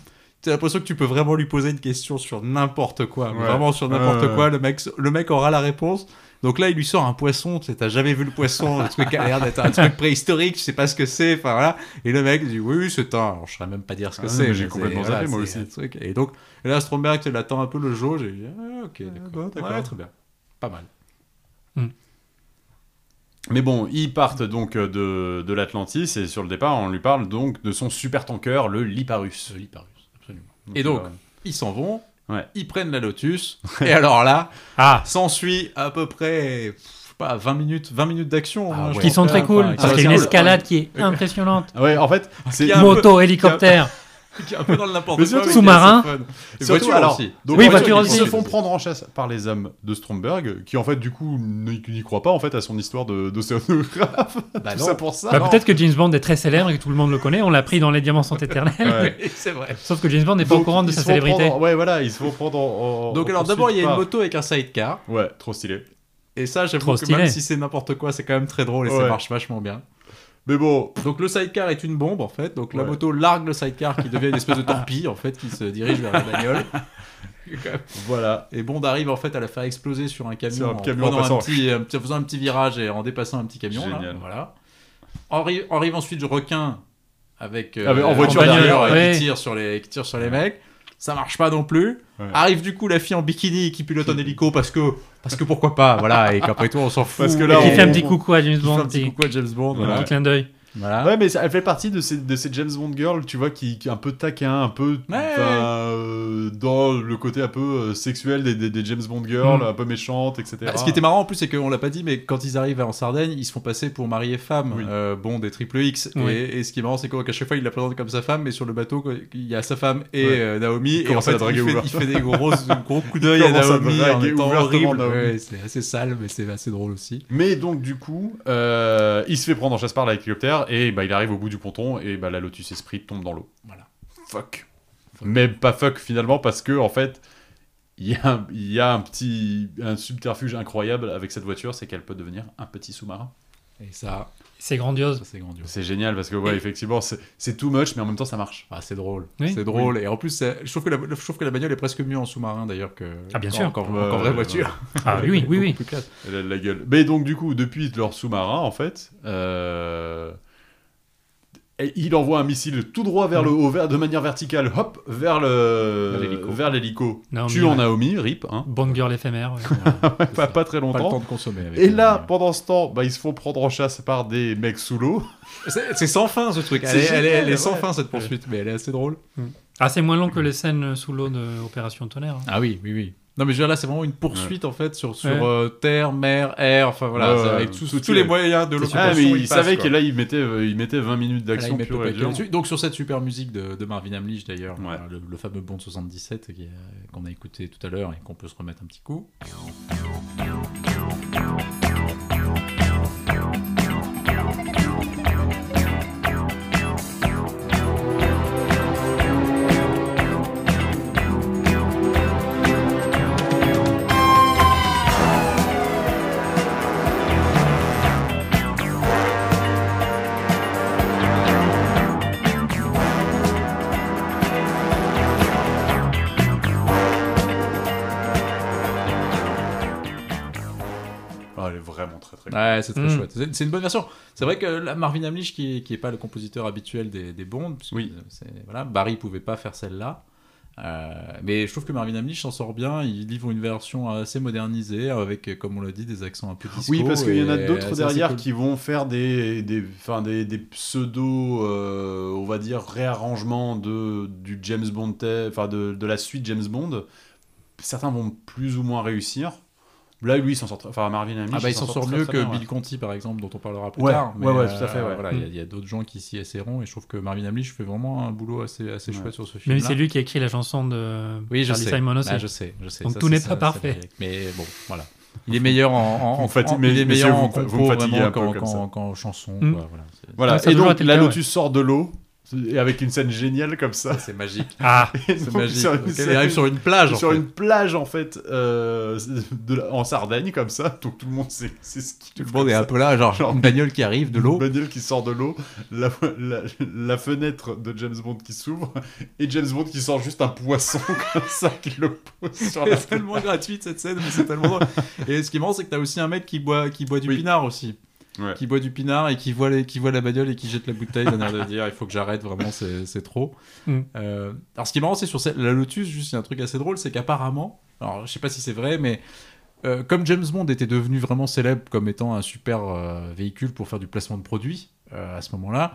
Speaker 1: T'as l'impression que tu peux vraiment lui poser une question sur n'importe quoi.
Speaker 2: Ouais.
Speaker 1: Vraiment sur n'importe
Speaker 2: Ouais, ouais,
Speaker 1: quoi. Le mec, le mec aura la réponse. Donc là, il lui sort un poisson. Tu sais, t'as jamais vu le poisson. Le truc qui a l'air d'être un truc préhistorique. Tu sais pas ce que c'est. Enfin voilà. Et le mec dit Oui, oui, c'est un. Alors, je saurais même pas dire ce que
Speaker 2: Ah,
Speaker 1: c'est.
Speaker 2: mais j'ai complètement
Speaker 1: c'est- voilà,
Speaker 2: zappé, moi
Speaker 1: c'est
Speaker 2: aussi.
Speaker 1: un Truc. Et donc, et là, Stromberg, tu l'attends un peu le jauge. Et il dit Ah, ok, d'accord. Ouais, très bien. Pas mal.
Speaker 2: Mais bon, ils partent donc euh, de, de l'Atlantis et sur le départ, on lui parle donc de son super tanker, le Liparus. Le Liparus,
Speaker 1: absolument. Et donc,
Speaker 2: euh,
Speaker 1: ils s'en vont,
Speaker 2: Ouais.
Speaker 1: ils prennent la Lotus, et alors là,
Speaker 3: Ah
Speaker 1: s'ensuit à peu près pff, pas 20 minutes, 20 minutes d'action. hein, je
Speaker 3: Qui
Speaker 1: pense
Speaker 3: sont
Speaker 1: bien.
Speaker 3: très cool.
Speaker 1: Enfin,
Speaker 3: parce
Speaker 1: qui
Speaker 3: qu'il y a une
Speaker 1: sont cool.
Speaker 3: escalade qui est impressionnante.
Speaker 2: Ouais, en fait, c'est.
Speaker 1: y a un
Speaker 3: Moto, hélicoptère.
Speaker 1: Qui est un peu dans le n'importe
Speaker 2: Mais
Speaker 1: quoi.
Speaker 2: surtout-
Speaker 1: mais
Speaker 3: Sous-marin.
Speaker 1: qui est assez fun. Et
Speaker 2: Surtout,
Speaker 1: voiture
Speaker 2: alors,
Speaker 1: aussi.
Speaker 2: donc,
Speaker 3: Oui,
Speaker 2: en fait,
Speaker 3: voiture
Speaker 2: ils
Speaker 3: aussi.
Speaker 2: se font prendre en chasse par les hommes de Stromberg, qui en fait, du coup, n'y n'y croient pas en fait à son histoire de- d'océanographe.
Speaker 1: Bah
Speaker 2: Tout
Speaker 1: non.
Speaker 2: ça pour ça.
Speaker 3: Bah, Peut-être que James Bond est très célèbre et que tout le monde le connaît. On l'a pris dans Les Diamants sont éternels.
Speaker 2: Ouais.
Speaker 1: C'est vrai.
Speaker 3: [laughs] Sauf que James Bond n'est pas au
Speaker 2: Donc,
Speaker 3: courant de
Speaker 2: ils
Speaker 3: sa
Speaker 2: se font
Speaker 3: célébrité.
Speaker 2: prendre en- ouais, voilà, ils se font prendre en. en-
Speaker 1: Donc
Speaker 2: en
Speaker 1: alors d'abord il y a une
Speaker 2: poursuite
Speaker 1: moto avec un sidecar
Speaker 2: par- Ouais, trop stylé.
Speaker 1: et ça j'avoue
Speaker 3: Trop
Speaker 1: que même
Speaker 3: stylé.
Speaker 1: si c'est n'importe quoi c'est quand même très drôle et ça
Speaker 2: Ouais.
Speaker 1: marche vachement bien.
Speaker 2: Mais bon,
Speaker 1: Donc le sidecar est une bombe en fait donc la
Speaker 2: Ouais.
Speaker 1: moto largue le sidecar qui devient une espèce de torpille en fait qui se dirige vers la bagnole.
Speaker 2: voilà.
Speaker 1: Et Bond arrive en fait à la faire exploser sur un camion,
Speaker 2: Sur un camion
Speaker 1: en, prenant
Speaker 2: en
Speaker 1: un
Speaker 2: passant.
Speaker 1: petit, un petit- en faisant un petit virage et en dépassant un petit camion. là.
Speaker 2: Génial.
Speaker 1: voilà. arrive, arrive ensuite Requin avec, euh,
Speaker 2: Avec- en voiture
Speaker 1: derrière,
Speaker 3: derrière,
Speaker 1: et
Speaker 3: ouais.
Speaker 1: euh, qui tire sur les, qui tire sur les
Speaker 2: Ouais.
Speaker 1: mecs. Ça marche pas non plus.
Speaker 2: Ouais.
Speaker 1: Arrive du coup la fille en bikini qui pilote en hélico parce que, parce que pourquoi pas, voilà, et qu'après tout on s'en fout.
Speaker 2: Parce que là,
Speaker 1: Et
Speaker 3: Qui
Speaker 2: on-
Speaker 3: fait un petit coucou à James
Speaker 1: qui fait un
Speaker 3: Bond,
Speaker 1: petit
Speaker 3: petit
Speaker 1: coucou à James Bond.
Speaker 2: Ouais.
Speaker 1: Voilà.
Speaker 3: petit clin d'œil.
Speaker 1: Voilà.
Speaker 2: Ouais, mais ça- elle fait partie de ces, de ces James Bond girls, tu vois, qui, qui est un peu taquin, un peu
Speaker 1: Ouais.
Speaker 2: enfin, euh, dans le côté un peu euh, sexuel des, des- des James Bond girls,
Speaker 3: Mm.
Speaker 2: un peu méchante, etc.
Speaker 1: Bah, ce qui était marrant en plus, c'est qu'on l'a pas dit, mais quand ils arrivent en Sardaigne, ils se font passer pour mari et femme,
Speaker 2: Oui.
Speaker 1: euh, bon des triple X.
Speaker 3: Oui.
Speaker 1: Et, et ce qui est marrant, c'est qu'à chaque fois, il la présente comme sa femme, mais sur le bateau, quoi, il y a sa femme et
Speaker 2: Ouais.
Speaker 1: euh, Naomi. Et en
Speaker 2: commence à
Speaker 1: fait, il
Speaker 2: draguer
Speaker 1: fait,
Speaker 2: ouvert.
Speaker 1: il fait des
Speaker 2: [laughs]
Speaker 1: gros, gros coups d'œil à
Speaker 2: Il commence à
Speaker 1: Naomi en
Speaker 2: draguer
Speaker 1: étant
Speaker 2: ouvertement
Speaker 1: horrible.
Speaker 2: Naomi.
Speaker 1: Ouais, c'est assez sale, mais c'est assez drôle aussi.
Speaker 2: Mais donc, du coup, euh, il se fait prendre en chasse par l'hélicoptère et bah, il arrive au bout du ponton et bah, la Lotus Esprit tombe dans l'eau.
Speaker 1: Voilà.
Speaker 2: Fuck. Mais pas fuck finalement parce que, en fait, il y a, un- il y a un petit un subterfuge incroyable avec cette voiture, c'est qu'elle peut devenir un petit sous-marin.
Speaker 1: Et ça,
Speaker 3: C'est grandiose.
Speaker 1: ça, c'est grandiose.
Speaker 2: C'est génial parce que, ouais, effectivement, c'est- c'est too much, mais en même temps, ça marche.
Speaker 1: Ah, c'est drôle.
Speaker 3: Oui.
Speaker 1: C'est drôle. Et en plus, ça- je trouve, que la, je trouve que la bagnole est presque mieux en sous-marin d'ailleurs que.
Speaker 3: Ah, bien
Speaker 1: qu'en-
Speaker 3: sûr.
Speaker 1: qu'en- euh, qu'en
Speaker 2: Ouais,
Speaker 1: vraie
Speaker 2: ouais,
Speaker 1: voiture.
Speaker 3: Ah oui, oui, oui.
Speaker 2: Elle a de la gueule. Mais donc, du coup, depuis leur sous-marin, en fait, euh, et il envoie un missile tout droit vers le haut, vers- de manière verticale, hop,
Speaker 1: Vers
Speaker 2: vers le
Speaker 1: l'hélico.
Speaker 2: vers l'hélico.
Speaker 3: Naomi,
Speaker 2: Tue en
Speaker 3: ouais.
Speaker 2: Naomi, rip, hein.
Speaker 3: euh, Bond girl
Speaker 1: [laughs]
Speaker 3: éphémère. ouais.
Speaker 2: [laughs] pas, pas très
Speaker 1: Pas le temps
Speaker 2: longtemps.
Speaker 1: de consommer. avec
Speaker 2: Et
Speaker 1: la
Speaker 2: là,
Speaker 1: bagnole.
Speaker 2: pendant ce temps, bah, ils se font prendre en chasse par des mecs sous l'eau.
Speaker 1: C'est c'est sans fin ce truc. Elle
Speaker 2: C'est
Speaker 1: est, elle est- elle est
Speaker 2: génial,
Speaker 1: sans
Speaker 2: ouais.
Speaker 1: fin cette poursuite, mais elle est assez drôle.
Speaker 3: Ah, c'est moins long que les scènes sous l'eau de Opération Tonnerre. hein.
Speaker 1: Ah oui, oui, oui. Non, mais je veux dire, là, c'est vraiment une poursuite en fait sur, sur
Speaker 3: Ouais.
Speaker 1: euh, terre, mer, air, enfin voilà,
Speaker 2: Ouais,
Speaker 1: ça-
Speaker 2: ouais,
Speaker 1: avec tous-
Speaker 2: tout
Speaker 1: tous
Speaker 2: est-
Speaker 1: les moyens de
Speaker 2: Ah, mais
Speaker 1: l'opération.
Speaker 2: ils savaient
Speaker 1: qu'il
Speaker 2: que là, ils mettaient, euh, ils mettaient 20 minutes d'action
Speaker 1: Action
Speaker 2: pure et dure.
Speaker 1: Donc sur cette super musique de, de Marvin Hamlisch d'ailleurs,
Speaker 2: Ouais.
Speaker 1: euh, le, le fameux Bond 77 qui est- qu'on a écouté tout à l'heure et qu'on peut se remettre un petit coup.
Speaker 2: Ah, elle est vraiment très très
Speaker 1: Ouais, c'est très
Speaker 3: Mm.
Speaker 1: chouette. C'est- C'est une bonne version. C'est vrai que la Marvin Hamlisch qui, est- qui est pas le compositeur habituel des, des Bonds, parce que,
Speaker 2: Oui.
Speaker 1: euh, c'est- voilà, Barry pouvait pas faire celle-là. Euh, mais je trouve que Marvin Hamlisch s'en sort bien. Ils livrent une version assez modernisée avec, euh, comme on l'a dit, des accents un peu disco.
Speaker 2: Oui, parce qu'il y en a
Speaker 1: et
Speaker 2: d'autres
Speaker 1: c'est assez
Speaker 2: derrière
Speaker 1: cool.
Speaker 2: qui vont faire des, des, enfin, des, des pseudo, euh, on va dire, réarrangements de, du James Bond, thème- enfin de, de la suite James Bond. Certains vont plus ou moins réussir. Là, lui, il s'en sort, très- enfin Marvin Hamlisch,
Speaker 1: Ah bah il s'en sort, mieux que
Speaker 2: très, très bien, ouais.
Speaker 1: Bill Conti par exemple dont on parlera plus
Speaker 2: Ouais,
Speaker 1: tard. euh,
Speaker 2: ouais, ouais, tout à fait, ouais. Hmm.
Speaker 1: voilà, il y a- il y a, d'autres gens qui s'y essaieront et je trouve que Marvin Hamlisch fait vraiment un boulot assez assez
Speaker 2: Ouais.
Speaker 1: chouette sur ce film.
Speaker 3: Même si c'est lui qui a écrit la chanson de
Speaker 1: Oui, je
Speaker 3: Charlie
Speaker 1: sais.
Speaker 3: Simon aussi.
Speaker 1: Bah, je sais, je sais.
Speaker 3: Donc
Speaker 1: Ça,
Speaker 3: tout
Speaker 1: c'est
Speaker 3: n'est
Speaker 1: ça,
Speaker 3: pas
Speaker 1: c'est
Speaker 3: parfait.
Speaker 1: la vérité. Mais bon, voilà. Il est meilleur en, en,
Speaker 2: Vous
Speaker 1: en-
Speaker 2: fatiguez-
Speaker 1: en- il est
Speaker 2: messieurs,
Speaker 1: meilleur en
Speaker 2: vous- vous me
Speaker 1: compo,
Speaker 2: fatiguez
Speaker 1: vraiment
Speaker 2: un peu
Speaker 1: qu'en-
Speaker 2: comme
Speaker 1: qu'en-
Speaker 2: ça.
Speaker 1: qu'en chanson.
Speaker 3: Mm.
Speaker 1: quoi, voilà. C'est-
Speaker 2: Voilà.
Speaker 3: Ouais, ça
Speaker 2: et
Speaker 3: devrait
Speaker 2: donc
Speaker 3: être le
Speaker 2: la
Speaker 3: cas, ouais.
Speaker 2: Lotus sort de l'eau et avec une scène géniale comme ça.
Speaker 1: C'est magique.
Speaker 3: Ah,
Speaker 1: [laughs]
Speaker 2: Et
Speaker 1: C'est
Speaker 2: donc,
Speaker 1: magique.
Speaker 2: [laughs] Sur une,
Speaker 1: Donc,
Speaker 2: scène-
Speaker 1: Elle arrive sur une plage. en
Speaker 2: sur
Speaker 1: fait.
Speaker 2: une plage en fait, euh, [laughs] de la- en Sardaigne comme ça. Donc tout le monde sait, sait ce qui
Speaker 1: Tout le monde est un peu là, genre,
Speaker 2: Genre-
Speaker 1: une bagnole qui arrive de l'eau.
Speaker 2: Une bagnole qui sort de l'eau, la, la- la fenêtre de James Bond qui s'ouvre, et James Bond qui sort juste un poisson [laughs] comme ça, qui le pose [laughs] sur la
Speaker 1: [laughs] C'est tellement gratuite cette scène, mais c'est tellement drôle. Et ce qui est marrant, c'est que t'as aussi un mec qui boit, qui boit du
Speaker 2: Oui.
Speaker 1: pinard aussi.
Speaker 2: Ouais.
Speaker 1: Qui boit du pinard et qui voit, les, qui voit la bagnole et qui jette la bouteille, d'un air de dire il faut que j'arrête, vraiment, c'est c'est trop.
Speaker 3: Mm.
Speaker 1: Euh, alors ce qui est marrant, c'est sur cette- la Lotus, juste, il y a un truc assez drôle, c'est qu'apparemment, alors je sais pas si c'est vrai, mais. euh, comme James Bond était devenu vraiment célèbre comme étant un super euh, véhicule pour faire du placement de produits euh, à ce moment-là,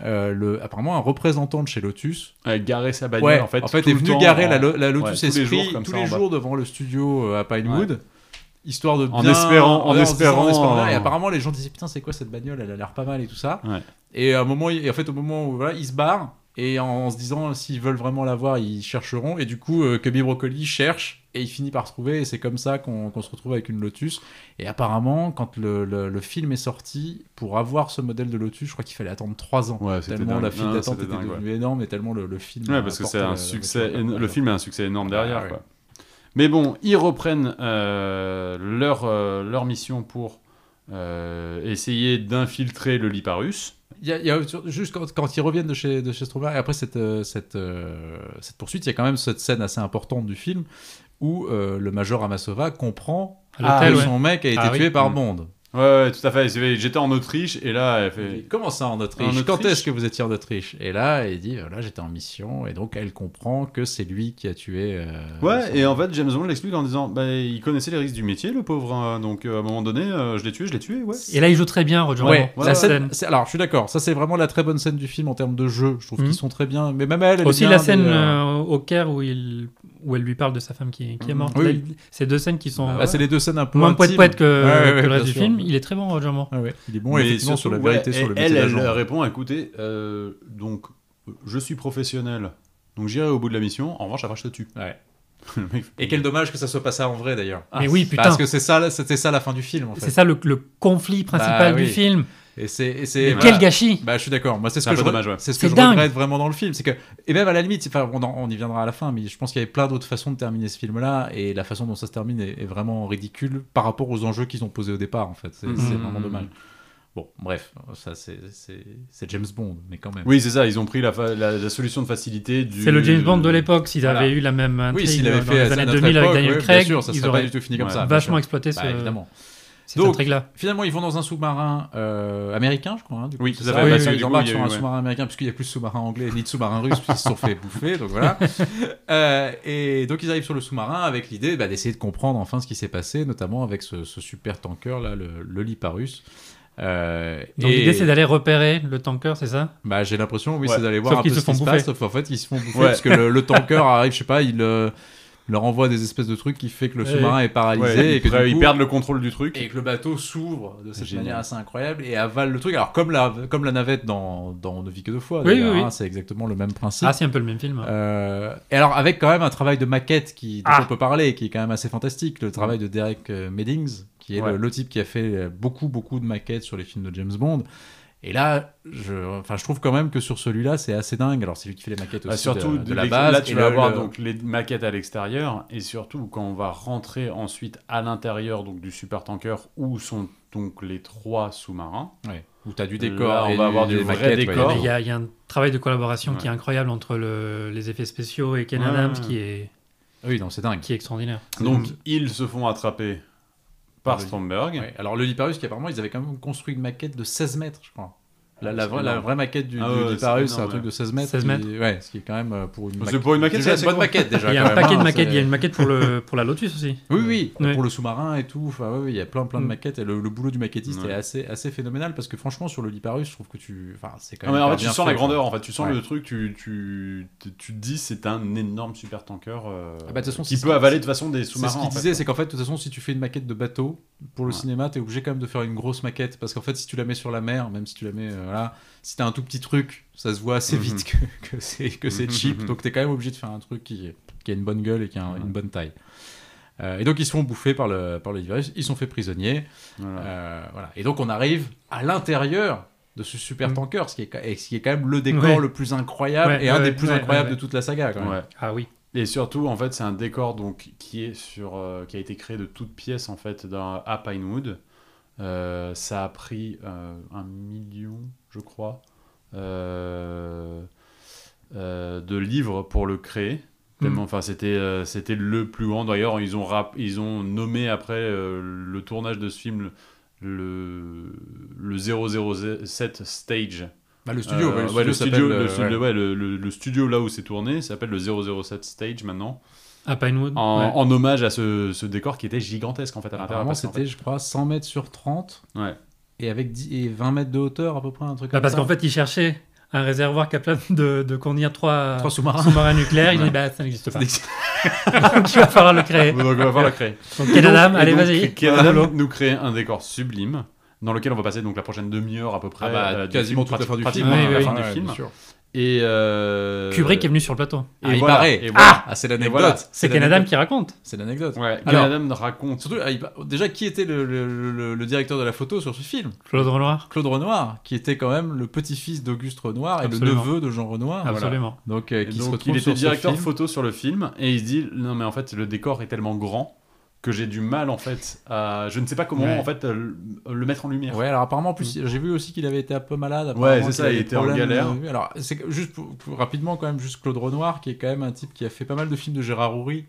Speaker 1: euh, le- apparemment un représentant de chez Lotus
Speaker 2: Euh, garer sa bagnole
Speaker 1: Ouais,
Speaker 2: en fait. tout
Speaker 1: est
Speaker 2: le
Speaker 1: venu
Speaker 2: temps
Speaker 1: garer
Speaker 2: en-
Speaker 1: la, lo- la Lotus
Speaker 2: ouais, tous les
Speaker 1: Esprit
Speaker 2: jours, comme
Speaker 1: tous
Speaker 2: ça,
Speaker 1: les
Speaker 2: en bas.
Speaker 1: jours devant le studio euh, à Pinewood, histoire de
Speaker 2: En
Speaker 1: bien-
Speaker 2: espérant- en
Speaker 1: en disant-
Speaker 2: espérant- euh,
Speaker 1: bien. Et apparemment, les gens disaient putain, c'est quoi cette bagnole Elle a l'air pas mal et tout ça.
Speaker 2: Ouais.
Speaker 1: Et à un moment, il- et en fait, au moment où voilà, ils se barrent et en, en se disant s'ils veulent vraiment l'avoir, ils chercheront. Et du coup, euh, Cubby Broccoli cherche et il finit par se trouver. Et c'est comme ça qu'on qu'on se retrouve avec une Lotus. Et apparemment, quand le, le- le film est sorti, pour avoir ce modèle de Lotus, je crois qu'il fallait attendre 3 ans.
Speaker 2: Ouais, c'était
Speaker 1: Tellement
Speaker 2: dingue.
Speaker 1: la file
Speaker 2: Non,
Speaker 1: d'attente
Speaker 2: c'était
Speaker 1: était
Speaker 2: dingue, ouais.
Speaker 1: devenue énorme et tellement le, le film. euh,
Speaker 2: Ouais,
Speaker 1: a
Speaker 2: parce que
Speaker 1: apporté
Speaker 2: c'est
Speaker 1: la-
Speaker 2: un
Speaker 1: la
Speaker 2: succès.
Speaker 1: voiture.
Speaker 2: éno- Le film a un succès énorme derrière.
Speaker 1: ouais.
Speaker 2: quoi. Mais bon, ils reprennent euh, leur, euh, leur mission pour euh, essayer d'infiltrer le Liparus.
Speaker 1: Il y a, il y a- sur- juste quand, quand ils reviennent de chez, de chez Stromberg, et après cette, euh, cette, euh, cette poursuite, il y a quand même cette scène assez importante du film où euh, le major Amasova comprend
Speaker 3: à l'hôtel,
Speaker 1: que
Speaker 3: ouais.
Speaker 1: son mec a été
Speaker 3: Ah oui.
Speaker 1: tué par
Speaker 2: Mm.
Speaker 1: Bond.
Speaker 2: Ouais, ouais, tout à fait. C'est- J'étais en Autriche et là, elle
Speaker 1: Il dit,
Speaker 2: fait.
Speaker 1: Comment ça en Autriche,
Speaker 2: En Autriche
Speaker 1: Quand est-ce que vous étiez en Autriche Et là, il dit, euh, là j'étais en mission, et donc elle comprend que c'est lui qui a tué. euh, son-
Speaker 2: Ouais, et en fait, James Bond l'explique en disant bah, il connaissait les risques du métier, le pauvre. hein, donc, euh, à un moment donné, euh, je l'ai tué, je l'ai tué, ouais.
Speaker 3: Et là, il joue très bien, Roger
Speaker 1: Ouais, la
Speaker 3: Moore, la
Speaker 1: scène-
Speaker 3: scène.
Speaker 1: c'est- alors je suis d'accord, ça c'est vraiment la très bonne scène du film en termes de jeu, je trouve
Speaker 3: Mhm.
Speaker 1: qu'ils sont très bien, mais même elle, elle est
Speaker 3: Aussi
Speaker 1: bien,
Speaker 3: la scène
Speaker 1: mais, euh,
Speaker 3: euh, au Caire où, il, où elle lui parle de sa femme qui, qui est
Speaker 1: Mhm.
Speaker 3: morte.
Speaker 1: Oui.
Speaker 3: Là, Ces deux scènes qui sont
Speaker 1: ah, c'est les deux scènes un peu
Speaker 3: euh, moins
Speaker 1: intimes.
Speaker 3: poète-poète que,
Speaker 1: Ouais, ouais,
Speaker 3: que le
Speaker 1: bien
Speaker 3: reste du
Speaker 1: sûr.
Speaker 3: film. Il est très bon, Roger Moore.
Speaker 1: Ah ouais, il est bon
Speaker 2: Mais
Speaker 1: effectivement sur la
Speaker 2: surtout, ouais,
Speaker 1: vérité, sur
Speaker 2: et
Speaker 1: le métier
Speaker 2: elle, elle
Speaker 1: d'agent.
Speaker 2: répond écoutez, euh, donc, je suis professionnel, donc j'irai au bout de la mission, en revanche, après, je te tue.
Speaker 1: Ouais.
Speaker 2: [laughs] Le mec fait-
Speaker 1: Et quel dommage que ça soit pas ça en vrai d'ailleurs.
Speaker 3: Mais oui, putain.
Speaker 1: Parce que c'est ça, c'était ça la fin du film en
Speaker 3: C'est
Speaker 1: fait.
Speaker 3: ça le, le conflit
Speaker 1: Bah,
Speaker 3: principal du
Speaker 1: oui.
Speaker 3: film.
Speaker 1: Et c'est, et
Speaker 3: Mais
Speaker 1: c'est voilà.
Speaker 3: quel gâchis
Speaker 1: Bah, je suis d'accord. Moi, c'est ce
Speaker 2: C'est un
Speaker 1: que
Speaker 2: peu
Speaker 1: je re-
Speaker 2: dommage, ouais.
Speaker 1: c'est ce
Speaker 3: C'est
Speaker 1: que je
Speaker 3: dingue.
Speaker 1: regrette vraiment dans le film, c'est que et même à la limite, enfin, on, en- on y viendra à la fin, mais je pense qu'il y avait plein d'autres façons de terminer ce film-là, et la façon dont ça se termine est, est vraiment ridicule par rapport aux enjeux qu'ils ont posés au départ, en fait. C'est
Speaker 2: Mhm.
Speaker 3: Mm.
Speaker 1: c'est vraiment dommage. Bon, bref, ça c'est c'est- c'est James Bond, mais quand même.
Speaker 2: Oui, c'est ça, ils ont pris la, fa- la- la solution de facilité du.
Speaker 3: C'est le James Bond de l'époque. S'ils
Speaker 1: Voilà.
Speaker 3: avaient eu la même intrigue euh,
Speaker 1: Oui, s'il avait
Speaker 3: dans
Speaker 1: fait
Speaker 3: les
Speaker 1: à
Speaker 3: années
Speaker 1: notre
Speaker 3: 2000 avec
Speaker 1: époque,
Speaker 3: Daniel
Speaker 1: oui, bien
Speaker 3: Craig,
Speaker 1: sûr, ça
Speaker 3: ils
Speaker 1: serait pas
Speaker 3: auraient
Speaker 1: du tout fini comme
Speaker 2: Ouais,
Speaker 1: ça. bien
Speaker 3: vachement
Speaker 1: sûr.
Speaker 3: exploité ce,
Speaker 1: Bah, évidemment.
Speaker 3: cette
Speaker 1: Donc,
Speaker 3: intrigue-là.
Speaker 1: Finalement, ils vont dans un sous-marin euh, américain, je crois. hein, du coup,
Speaker 2: Oui,
Speaker 1: c'est
Speaker 2: tout à
Speaker 1: ça
Speaker 2: fait.
Speaker 3: Oui,
Speaker 1: Bah,
Speaker 3: oui,
Speaker 1: ça,
Speaker 2: oui,
Speaker 1: ils
Speaker 2: du coup,
Speaker 1: embarquent
Speaker 2: il y a
Speaker 1: sur un
Speaker 2: eu, ouais.
Speaker 1: sous-marin américain, puisqu'il n'y a plus de sous-marin anglais ni de sous-marin russe, puisqu'ils se sont fait bouffer. Donc
Speaker 2: [laughs]
Speaker 1: voilà. Euh, et donc, ils arrivent sur le sous-marin avec l'idée bah, d'essayer de comprendre enfin ce qui s'est passé, notamment avec ce, ce super tanker, là, le, le Liparus. Euh,
Speaker 3: Donc
Speaker 1: et-
Speaker 3: l'idée, c'est d'aller repérer le tanker, c'est ça
Speaker 1: bah, j'ai l'impression, oui,
Speaker 2: Ouais.
Speaker 1: c'est d'aller
Speaker 3: Sauf
Speaker 1: voir un peu
Speaker 3: qu'ils
Speaker 1: ce
Speaker 3: se font
Speaker 1: qui se
Speaker 3: bouffer.
Speaker 1: passe, sauf qu'en fait, ils se font bouffer
Speaker 2: Ouais.
Speaker 1: parce que le, le tanker arrive, je sais pas, il euh, leur envoie des espèces de trucs qui fait que le
Speaker 3: Ouais.
Speaker 1: sous-marin est paralysé
Speaker 2: Ouais,
Speaker 1: et que
Speaker 2: après,
Speaker 1: du
Speaker 2: ils
Speaker 1: coup,
Speaker 2: perdent le contrôle du truc.
Speaker 1: et que le bateau s'ouvre de cette
Speaker 2: Génial.
Speaker 1: manière assez incroyable et avale le truc. Alors comme la, comme la navette dans, dans On ne vit que deux fois,
Speaker 3: Oui,
Speaker 1: d'ailleurs,
Speaker 3: oui, oui.
Speaker 1: hein, c'est exactement le même principe.
Speaker 3: Ah, c'est un peu le même film. hein.
Speaker 1: Euh, et alors avec quand même un travail de maquette qui dont
Speaker 3: Ah.
Speaker 1: on peut parler, qui est quand même assez fantastique, le travail de Derek euh, Meddings, qui est le,
Speaker 2: Ouais.
Speaker 1: le type qui a fait euh, beaucoup beaucoup de maquettes sur les films de James Bond. Et là, je, enfin, je trouve quand même que sur celui-là, c'est assez dingue. Alors c'est lui qui fait les maquettes
Speaker 2: Ah,
Speaker 1: aussi
Speaker 2: surtout
Speaker 1: de, de la
Speaker 2: l'ex-
Speaker 1: base.
Speaker 2: Là, tu
Speaker 1: et
Speaker 2: vas
Speaker 1: le-
Speaker 2: avoir
Speaker 1: le-
Speaker 2: donc les maquettes à l'extérieur et surtout quand on va rentrer ensuite à l'intérieur donc du super tanker où sont donc les trois sous-marins.
Speaker 1: ouais, où t'as du
Speaker 2: Là,
Speaker 1: décor.
Speaker 2: on
Speaker 1: et
Speaker 2: va avoir
Speaker 1: des
Speaker 2: du vrai
Speaker 1: maquettes, ouais,
Speaker 2: décor.
Speaker 1: des-
Speaker 3: Il y, a, il y a un travail de collaboration
Speaker 2: Ouais.
Speaker 3: qui est incroyable entre le- les effets spéciaux et Ken
Speaker 2: Ouais.
Speaker 3: Adams qui est,
Speaker 1: Ah Oui, non, c'est dingue.
Speaker 3: qui est extraordinaire.
Speaker 2: Donc ils se font attraper
Speaker 1: Ah
Speaker 2: par
Speaker 1: oui.
Speaker 2: Stromberg.
Speaker 1: Ouais, Alors le Liparus, qui apparemment, ils avaient quand même construit une maquette de 16 mètres, je crois. La, la
Speaker 2: C'est
Speaker 1: vraie,
Speaker 2: énorme.
Speaker 1: la vraie maquette du,
Speaker 2: Ah
Speaker 1: du
Speaker 2: ouais, c'est
Speaker 1: Liparus, c'est un
Speaker 2: énorme,
Speaker 1: truc de 16 mètres.
Speaker 3: 16
Speaker 1: qui-
Speaker 3: mètres.
Speaker 1: ouais, ce qui est quand même euh, pour une
Speaker 2: C'est pour une maquette,
Speaker 1: Déjà,
Speaker 2: c'est
Speaker 1: une bonne
Speaker 2: assez
Speaker 1: maquette déjà.
Speaker 3: Il y a
Speaker 1: quand
Speaker 3: un
Speaker 1: même,
Speaker 3: paquet de
Speaker 1: hein,
Speaker 3: maquettes. Il y a
Speaker 1: c'est-
Speaker 3: une maquette pour, le, pour la Lotus aussi.
Speaker 1: Oui, oui,
Speaker 3: Ouais.
Speaker 1: pour le sous-marin et tout. Enfin, ouais, ouais, il y a plein, plein de
Speaker 3: Mm.
Speaker 1: maquettes. Et le, le boulot du maquettiste
Speaker 2: Ouais.
Speaker 1: est assez, assez phénoménal parce que franchement, sur le Liparus, je trouve que tu. Enfin, c'est quand
Speaker 2: Non,
Speaker 1: même.
Speaker 2: mais Ah en
Speaker 1: hyper
Speaker 2: fait, tu
Speaker 1: bien
Speaker 2: sens
Speaker 1: fait,
Speaker 2: la
Speaker 1: quoi.
Speaker 2: grandeur, en fait, tu sens
Speaker 1: Ouais.
Speaker 2: le truc, tu, tu, tu, tu te dis c'est un énorme super tanker euh,
Speaker 1: Ah bah, de toute façon,
Speaker 2: qui
Speaker 1: c'est
Speaker 2: peut
Speaker 1: ce-
Speaker 2: avaler de toute façon des
Speaker 1: C'est ce
Speaker 2: sous-marins.
Speaker 1: qu'il
Speaker 2: en fait.
Speaker 1: disait, c'est qu'en fait, de toute façon, si tu fais une maquette de bateau pour le
Speaker 2: Ouais.
Speaker 1: cinéma, t'es obligé quand même de faire une grosse maquette. Parce qu'en fait, si tu la mets sur la mer, même si tu la mets, euh, voilà, si t'as un tout petit truc, ça se voit assez
Speaker 2: Mhm.
Speaker 1: vite que, que c'est que c'est
Speaker 2: Mhm,
Speaker 1: cheap.
Speaker 2: mhm.
Speaker 1: Donc t'es quand même obligé de faire un truc qui, qui a une bonne gueule et qui a un- une bonne taille. Euh, et donc ils se font bouffer par le, par le virus, ils sont faits prisonniers.
Speaker 2: Voilà.
Speaker 1: Euh, voilà. Et donc on arrive à l'intérieur de ce super
Speaker 3: Mhm.
Speaker 1: tanker, ce qui est, ca- et ce qui est quand même le décor
Speaker 3: Ouais.
Speaker 1: le plus incroyable
Speaker 3: Ouais,
Speaker 1: et un
Speaker 3: ouais,
Speaker 1: des plus
Speaker 3: ouais,
Speaker 1: incroyables
Speaker 3: ouais, ouais.
Speaker 1: de toute la saga. Quand même.
Speaker 2: Ouais.
Speaker 3: Ah oui.
Speaker 2: Et surtout, en fait, c'est un décor donc qui est sur, euh, qui a été créé de toutes pièces en fait dans, à Pinewood. Euh, ça a pris euh, un million, je crois, euh, euh, de livres pour le créer. Tellement- Enfin, c'était euh, c'était le plus grand. D'ailleurs, ils ont rap- ils ont nommé après euh, le tournage de ce film le le 007 stage.
Speaker 1: Bah, le studio,
Speaker 2: Euh,
Speaker 1: ouais,
Speaker 2: ouais, le studio,
Speaker 1: s'appelle,
Speaker 2: le
Speaker 1: euh,
Speaker 2: studio-
Speaker 1: ouais.
Speaker 2: ouais, le- le- le studio là où c'est tourné s'appelle le 007 stage maintenant
Speaker 3: À Pinewood.
Speaker 2: en,
Speaker 3: Ouais.
Speaker 2: en hommage à ce, ce décor qui était gigantesque en fait à l'intérieur.
Speaker 1: Apparemment,
Speaker 2: parce qu'en
Speaker 1: c'était, je crois, 100 mètres sur 30.
Speaker 2: Ouais.
Speaker 1: Et avec 10 et 20 mètres de hauteur, à peu près, un truc
Speaker 3: Bah,
Speaker 1: comme
Speaker 3: parce
Speaker 1: ça.
Speaker 3: qu'en fait, ils cherchaient un réservoir capable de, de contenir trois, euh,
Speaker 1: trois sous-marins.
Speaker 3: sous-marins nucléaires. Ils
Speaker 1: Ouais.
Speaker 3: disent, bah, ça n'existe pas. [laughs] Donc, il va falloir le créer.
Speaker 2: fait. donc on va voir la
Speaker 3: [laughs]
Speaker 2: créer.
Speaker 3: Donc, Ken Adams,
Speaker 2: [laughs]
Speaker 3: allez, vas-y.
Speaker 2: Ken
Speaker 3: Voilà.
Speaker 2: Adam nous crée un décor sublime dans lequel on va passer donc la prochaine demi-heure à peu près.
Speaker 1: Ah bah,
Speaker 2: euh, du
Speaker 1: quasiment
Speaker 2: film,
Speaker 1: toute la fin du
Speaker 2: pratiquement
Speaker 3: film.
Speaker 2: la
Speaker 3: Oui,
Speaker 2: fin
Speaker 1: oui,
Speaker 2: du
Speaker 1: oui,
Speaker 2: film.
Speaker 1: bien sûr.
Speaker 2: Et euh,
Speaker 3: Kubrick est venu sur le plateau.
Speaker 1: Ah, il
Speaker 2: voilà,
Speaker 1: paraît.
Speaker 2: et voilà.
Speaker 1: Ah, c'est
Speaker 2: Et voilà.
Speaker 1: l'anecdote.
Speaker 3: C'est Ken
Speaker 1: l'anecdote.
Speaker 3: Adams qui raconte.
Speaker 1: C'est l'anecdote.
Speaker 2: Ouais, Ken
Speaker 1: Alors-
Speaker 2: Adam raconte.
Speaker 1: Surtout, ah, il- déjà, qui était le, le- le- le directeur de la photo sur ce film
Speaker 3: Claude Renoir.
Speaker 1: Claude Renoir, qui était quand même le petit-fils d'Auguste Renoir et
Speaker 3: Absolument. Ah,
Speaker 1: le neveu de Jean Renoir.
Speaker 3: Absolument.
Speaker 1: Donc, euh,
Speaker 2: Et
Speaker 1: qui se
Speaker 2: donc,
Speaker 1: retrouve
Speaker 2: il était
Speaker 1: sur ce
Speaker 2: directeur
Speaker 1: film.
Speaker 2: photo sur le film et il se dit non mais en fait le décor est tellement grand que j'ai du mal en fait à je ne sais pas comment
Speaker 3: Ouais.
Speaker 2: en fait euh, le le mettre en lumière.
Speaker 1: Ouais, alors apparemment, en plus, j'ai vu aussi qu'il avait été un peu malade.
Speaker 2: Ouais,
Speaker 1: apparemment,
Speaker 2: c'est
Speaker 1: qu'il
Speaker 2: ça,
Speaker 1: avait
Speaker 2: il
Speaker 1: des
Speaker 2: était en
Speaker 1: problèmes,
Speaker 2: galère.
Speaker 1: euh, alors, c'est que- juste pour- pour- rapidement, quand même, juste Claude Renoir, qui est quand même un type qui a fait pas mal de films de Gérard Houry.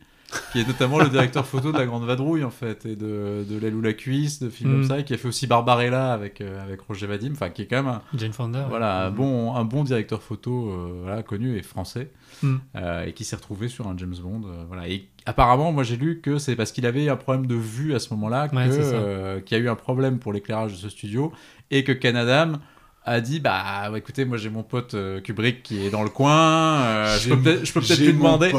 Speaker 1: qui est notamment le directeur photo de La Grande Vadrouille, en fait, et de, de L'aile ou la cuisse, de films
Speaker 3: Mm.
Speaker 1: comme ça, et qui a fait aussi Barbarella avec, euh, avec Roger Vadim, enfin, qui est quand même un,
Speaker 3: Jane Fonda. Ah ouais.
Speaker 1: voilà, un, bon, un bon directeur photo euh, voilà, connu et français,
Speaker 3: Mm.
Speaker 1: euh, et qui s'est retrouvé sur un James Bond. euh, voilà. Et apparemment, moi j'ai lu que c'est parce qu'il avait un problème de vue à ce moment-là que,
Speaker 3: Ouais, c'est ça.
Speaker 1: euh, qu'il y a eu un problème pour l'éclairage de ce studio, et que Canadam a dit bah ouais, écoutez moi j'ai mon pote euh, Kubrick qui est dans le coin euh, je peux peut-être je peux peut-être lui demander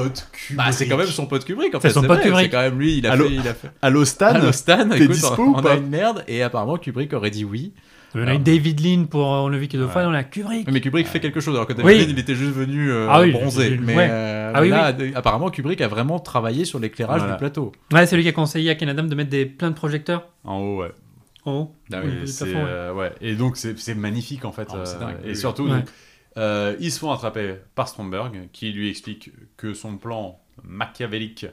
Speaker 1: bah c'est quand même son pote Kubrick en
Speaker 3: C'est
Speaker 1: fait
Speaker 3: son
Speaker 1: c'est
Speaker 3: pote
Speaker 1: vrai,
Speaker 3: Kubrick.
Speaker 1: c'est quand même lui il a
Speaker 2: Allô
Speaker 1: fait il a fait
Speaker 2: Allô Stan
Speaker 1: Allô, Stan
Speaker 2: t'es
Speaker 1: écoute,
Speaker 2: dispo
Speaker 1: on,
Speaker 2: ou
Speaker 1: on
Speaker 2: pas
Speaker 1: a une merde et apparemment Kubrick aurait dit oui
Speaker 3: On a eu David Lean pour euh, On le vit que deux fois dans la Kubrick.
Speaker 1: Oui, Mais Kubrick fait quelque chose, alors que David
Speaker 3: Oui.
Speaker 1: Lean, il était juste venu euh,
Speaker 3: Ah oui, il
Speaker 1: bronzer.
Speaker 3: était-
Speaker 1: Mais,
Speaker 3: ouais.
Speaker 1: euh,
Speaker 3: Ah
Speaker 1: mais
Speaker 3: oui,
Speaker 1: là, d- apparemment, Kubrick a vraiment travaillé sur l'éclairage
Speaker 2: Voilà.
Speaker 1: du plateau.
Speaker 3: Ouais, c'est lui qui a conseillé à Canadam de mettre des, plein de projecteurs
Speaker 2: En haut, ouais.
Speaker 3: en haut. Oui,
Speaker 2: Et
Speaker 3: de
Speaker 2: c'est,
Speaker 3: plafond, ouais.
Speaker 2: euh, ouais. Et donc, c'est c'est magnifique, en fait.
Speaker 1: Ah, c'est
Speaker 2: euh,
Speaker 1: dingue,
Speaker 2: et
Speaker 1: oui.
Speaker 2: surtout,
Speaker 3: Ouais.
Speaker 2: donc, euh, ils se font attraper par Stromberg, qui lui explique que son plan machiavélique...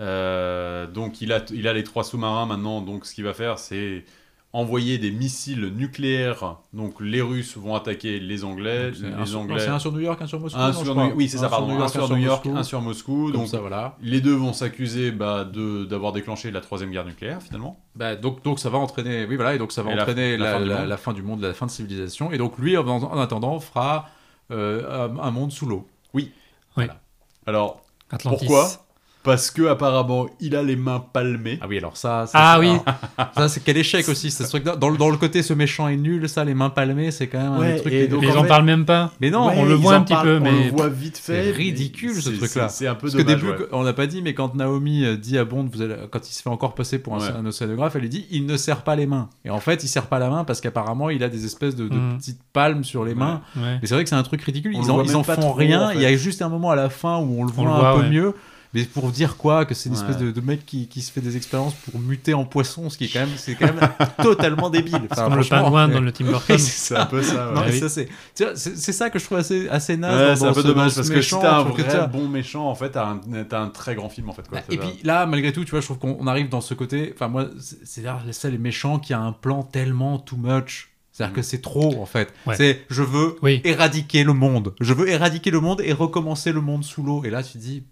Speaker 2: euh, donc, il a, il a les trois sous-marins maintenant. Donc, ce qu'il va faire, c'est envoyer des missiles nucléaires. Donc, les Russes vont attaquer les Anglais.
Speaker 1: Donc, c'est un
Speaker 2: les
Speaker 1: sur-
Speaker 2: Anglais...
Speaker 1: C'est un sur New York, un sur Moscou.
Speaker 2: Un
Speaker 1: non, je
Speaker 2: sur
Speaker 1: crois.
Speaker 2: New- oui, c'est ça,
Speaker 1: Un
Speaker 2: pardon. un sur New York, un
Speaker 1: Moscou.
Speaker 2: sur Moscou.
Speaker 1: Comme
Speaker 2: Donc,
Speaker 1: ça, voilà.
Speaker 2: les deux vont s'accuser bah, de- d'avoir déclenché la troisième guerre nucléaire, finalement.
Speaker 1: Bah, donc, donc ça va entraîner, oui voilà, et donc ça va
Speaker 2: Et la-
Speaker 1: entraîner
Speaker 2: la
Speaker 1: la,
Speaker 2: fin
Speaker 1: la,
Speaker 2: du
Speaker 1: la fin
Speaker 2: monde.
Speaker 1: du monde, la fin de civilisation. Et donc lui, en, en attendant, fera euh, un, un monde sous l'eau.
Speaker 2: Alors,
Speaker 3: Atlantis.
Speaker 2: pourquoi Parce que apparemment, il a les mains palmées.
Speaker 1: Ah oui, alors ça, ça,
Speaker 3: Ah
Speaker 1: c'est-
Speaker 3: oui,
Speaker 1: alors, [laughs] ça c'est quel échec aussi, c'est ce truc dans, dans le- dans le côté ce méchant est nul, ça les mains palmées, c'est quand même un
Speaker 2: Ouais,
Speaker 1: des trucs.
Speaker 2: et
Speaker 1: qui-
Speaker 2: donc,
Speaker 3: mais ils
Speaker 2: en
Speaker 3: en
Speaker 2: fait-
Speaker 3: parlent même pas.
Speaker 1: Mais non,
Speaker 2: Ouais,
Speaker 1: on le
Speaker 2: ils
Speaker 3: voit
Speaker 2: en
Speaker 3: un petit
Speaker 2: parlent-
Speaker 3: peu,
Speaker 2: On le
Speaker 3: mais-
Speaker 2: voit vite fait.
Speaker 1: C'est
Speaker 2: mais
Speaker 1: ridicule, ce
Speaker 2: c'est-
Speaker 1: truc-là.
Speaker 2: c'est- C'est un peu
Speaker 1: Parce qu'au
Speaker 2: dommage.
Speaker 1: début,
Speaker 2: ouais.
Speaker 1: on n'a pas dit, mais quand Naomi euh, dit à Bond, vous allez- quand il se fait encore passer pour un,
Speaker 2: Ouais.
Speaker 1: un océanographe, elle lui dit il ne serre pas les mains. Et en fait, il serre pas la main parce qu'apparemment, il a des espèces de, de
Speaker 3: Mhm.
Speaker 1: petites palmes sur les mains.
Speaker 3: Ouais.
Speaker 1: Mais c'est vrai que c'est un truc ridicule.
Speaker 2: On le
Speaker 1: ils en,
Speaker 2: voit
Speaker 1: ils
Speaker 2: même
Speaker 1: en
Speaker 2: pas
Speaker 1: font
Speaker 2: trop,
Speaker 1: rien.
Speaker 2: en fait.
Speaker 1: Il y a juste un moment à la fin où on le
Speaker 3: On
Speaker 1: voit
Speaker 3: le
Speaker 1: un
Speaker 3: voit,
Speaker 1: peu
Speaker 3: ouais.
Speaker 1: mieux. Mais pour dire quoi Que c'est une espèce
Speaker 2: Ouais.
Speaker 1: de, de mec qui, qui se fait des expériences pour muter en poisson, ce qui est quand même, c'est quand
Speaker 2: [laughs]
Speaker 1: même totalement débile. Enfin,
Speaker 3: Comme le
Speaker 1: franchement,
Speaker 3: pingouin
Speaker 1: mais- [laughs]
Speaker 3: dans le Tim
Speaker 1: Oui,
Speaker 3: Burton.
Speaker 1: c'est ça.
Speaker 2: C'est un
Speaker 1: [laughs]
Speaker 2: peu ça. ouais.
Speaker 1: Non, mais
Speaker 3: oui.
Speaker 1: ça, c'est tu vois, c'est- c'est ça que je trouve assez, assez naze.
Speaker 2: Ouais,
Speaker 1: dans-
Speaker 2: c'est
Speaker 1: dans
Speaker 2: un peu
Speaker 1: ce- dans
Speaker 2: dommage
Speaker 1: ce
Speaker 2: parce que si
Speaker 1: méchant,
Speaker 2: t'as un
Speaker 1: je trouve que
Speaker 2: vrai
Speaker 1: t'as-
Speaker 2: bon méchant, en fait, t'as un, t'as un très grand film en fait. Quoi,
Speaker 1: Bah,
Speaker 2: c'est
Speaker 1: et
Speaker 2: ça.
Speaker 1: puis là, malgré tout, tu vois, je trouve qu'on on arrive dans ce côté. Enfin, moi, c'est c'est là, c'est les méchants qui a un plan tellement too much. C'est-à-dire
Speaker 2: Mhm.
Speaker 1: que c'est trop, en fait.
Speaker 3: Ouais.
Speaker 1: C'est je veux
Speaker 3: Oui.
Speaker 1: éradiquer le monde. Je veux éradiquer le monde et recommencer le monde sous l'eau. Et là, tu te dis.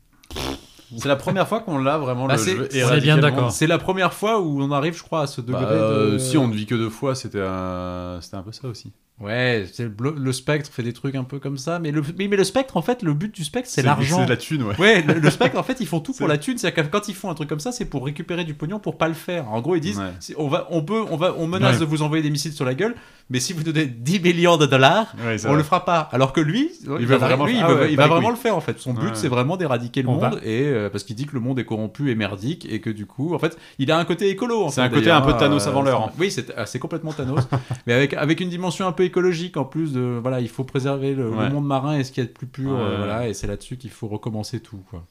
Speaker 2: c'est la première fois qu'on l'a vraiment.
Speaker 1: Bah,
Speaker 2: le
Speaker 1: c'est-
Speaker 2: jeu
Speaker 1: on est
Speaker 2: éradiqué
Speaker 3: bien
Speaker 2: le monde.
Speaker 3: d'accord.
Speaker 1: C'est la première fois où on arrive, je crois, à ce degré
Speaker 2: Bah,
Speaker 1: de.
Speaker 2: euh, Si on ne vit que deux fois, c'était un... c'était un peu ça aussi.
Speaker 1: Ouais, c'est le, blo- le spectre fait des trucs un peu comme ça. Mais le, mais, mais le spectre, en fait, le but du spectre, c'est l'argent.
Speaker 2: C'est de la thune, ouais.
Speaker 1: Ouais, le, le spectre, en fait, ils font
Speaker 2: [laughs]
Speaker 1: tout pour
Speaker 2: C'est-
Speaker 1: la thune. C'est-à-dire que quand ils font un truc comme ça, c'est pour récupérer du pognon pour pas le faire. En gros, ils disent
Speaker 2: Ouais.
Speaker 1: si- on, va, on, peut, on, va, on menace
Speaker 3: Ouais.
Speaker 1: de vous envoyer des missiles sur la gueule, mais si vous donnez 10 millions de dollars,
Speaker 2: Ouais, c'est
Speaker 1: on
Speaker 2: vrai.
Speaker 1: le fera pas. Alors que lui,
Speaker 2: Il veut vraiment
Speaker 1: lui, il
Speaker 2: faire-
Speaker 1: veut-
Speaker 2: ah ouais,
Speaker 1: il va
Speaker 2: bah,
Speaker 1: vraiment
Speaker 2: oui.
Speaker 1: le faire, en fait. Son but,
Speaker 2: Ouais.
Speaker 1: c'est vraiment d'éradiquer le
Speaker 3: On va-
Speaker 1: monde, et, euh, parce qu'il dit que le monde est corrompu et merdique, et que du coup, en fait, il a un côté écolo. en fait,
Speaker 2: C'est un côté
Speaker 1: d'ailleurs,
Speaker 2: un peu Thanos
Speaker 1: euh,
Speaker 2: avant l'heure, hein.
Speaker 1: Oui, c'est ah, c'est complètement Thanos, [laughs] mais avec, avec une dimension un peu écologique, en plus de, voilà, il faut préserver le, le
Speaker 2: Ouais.
Speaker 1: monde marin et ce qu'il y a de plus pur, euh,
Speaker 2: Ouais.
Speaker 1: voilà, et c'est là-dessus qu'il faut recommencer tout, quoi.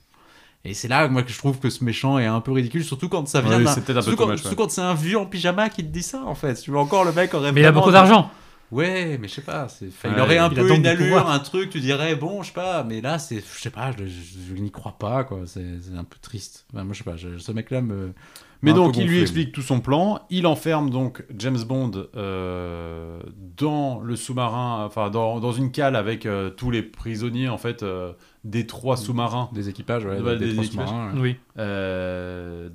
Speaker 1: Et c'est là, moi, que je trouve que ce méchant est un peu ridicule, surtout quand ça vient
Speaker 2: Ouais,
Speaker 1: d'un-
Speaker 2: c'est peut-être un peu
Speaker 1: surtout quand-
Speaker 2: too much, ouais.
Speaker 1: surtout quand c'est un vieux en pyjama qui te dit ça, en fait. Tu vois, encore le mec aurait
Speaker 3: Mais il a
Speaker 1: vraiment
Speaker 3: beaucoup
Speaker 1: dit-
Speaker 3: d'argent.
Speaker 1: Ouais, mais je sais pas, c'est- enfin, il
Speaker 2: Ouais,
Speaker 1: aurait un
Speaker 3: il a
Speaker 1: peu
Speaker 3: donc
Speaker 1: une
Speaker 3: du
Speaker 1: allure,
Speaker 3: pouvoir.
Speaker 1: un truc, tu dirais, bon, je sais pas, mais là, c'est, je sais pas, je, je- je n'y crois pas, quoi, c'est c'est un peu triste. Enfin, moi, je sais pas, je- ce mec-là me.
Speaker 2: Mais
Speaker 1: Un peu
Speaker 2: donc, il
Speaker 1: gonflé,
Speaker 2: lui explique tout son plan. Il enferme donc James Bond euh, dans le sous-marin, enfin dans, dans une cale avec euh, tous les prisonniers en fait euh, des trois sous-marins.
Speaker 1: Des équipages, ouais,
Speaker 2: Ouais,
Speaker 1: des,
Speaker 2: des
Speaker 1: des
Speaker 2: équipages.
Speaker 1: transmarins, ouais.
Speaker 3: Oui.
Speaker 2: Euh,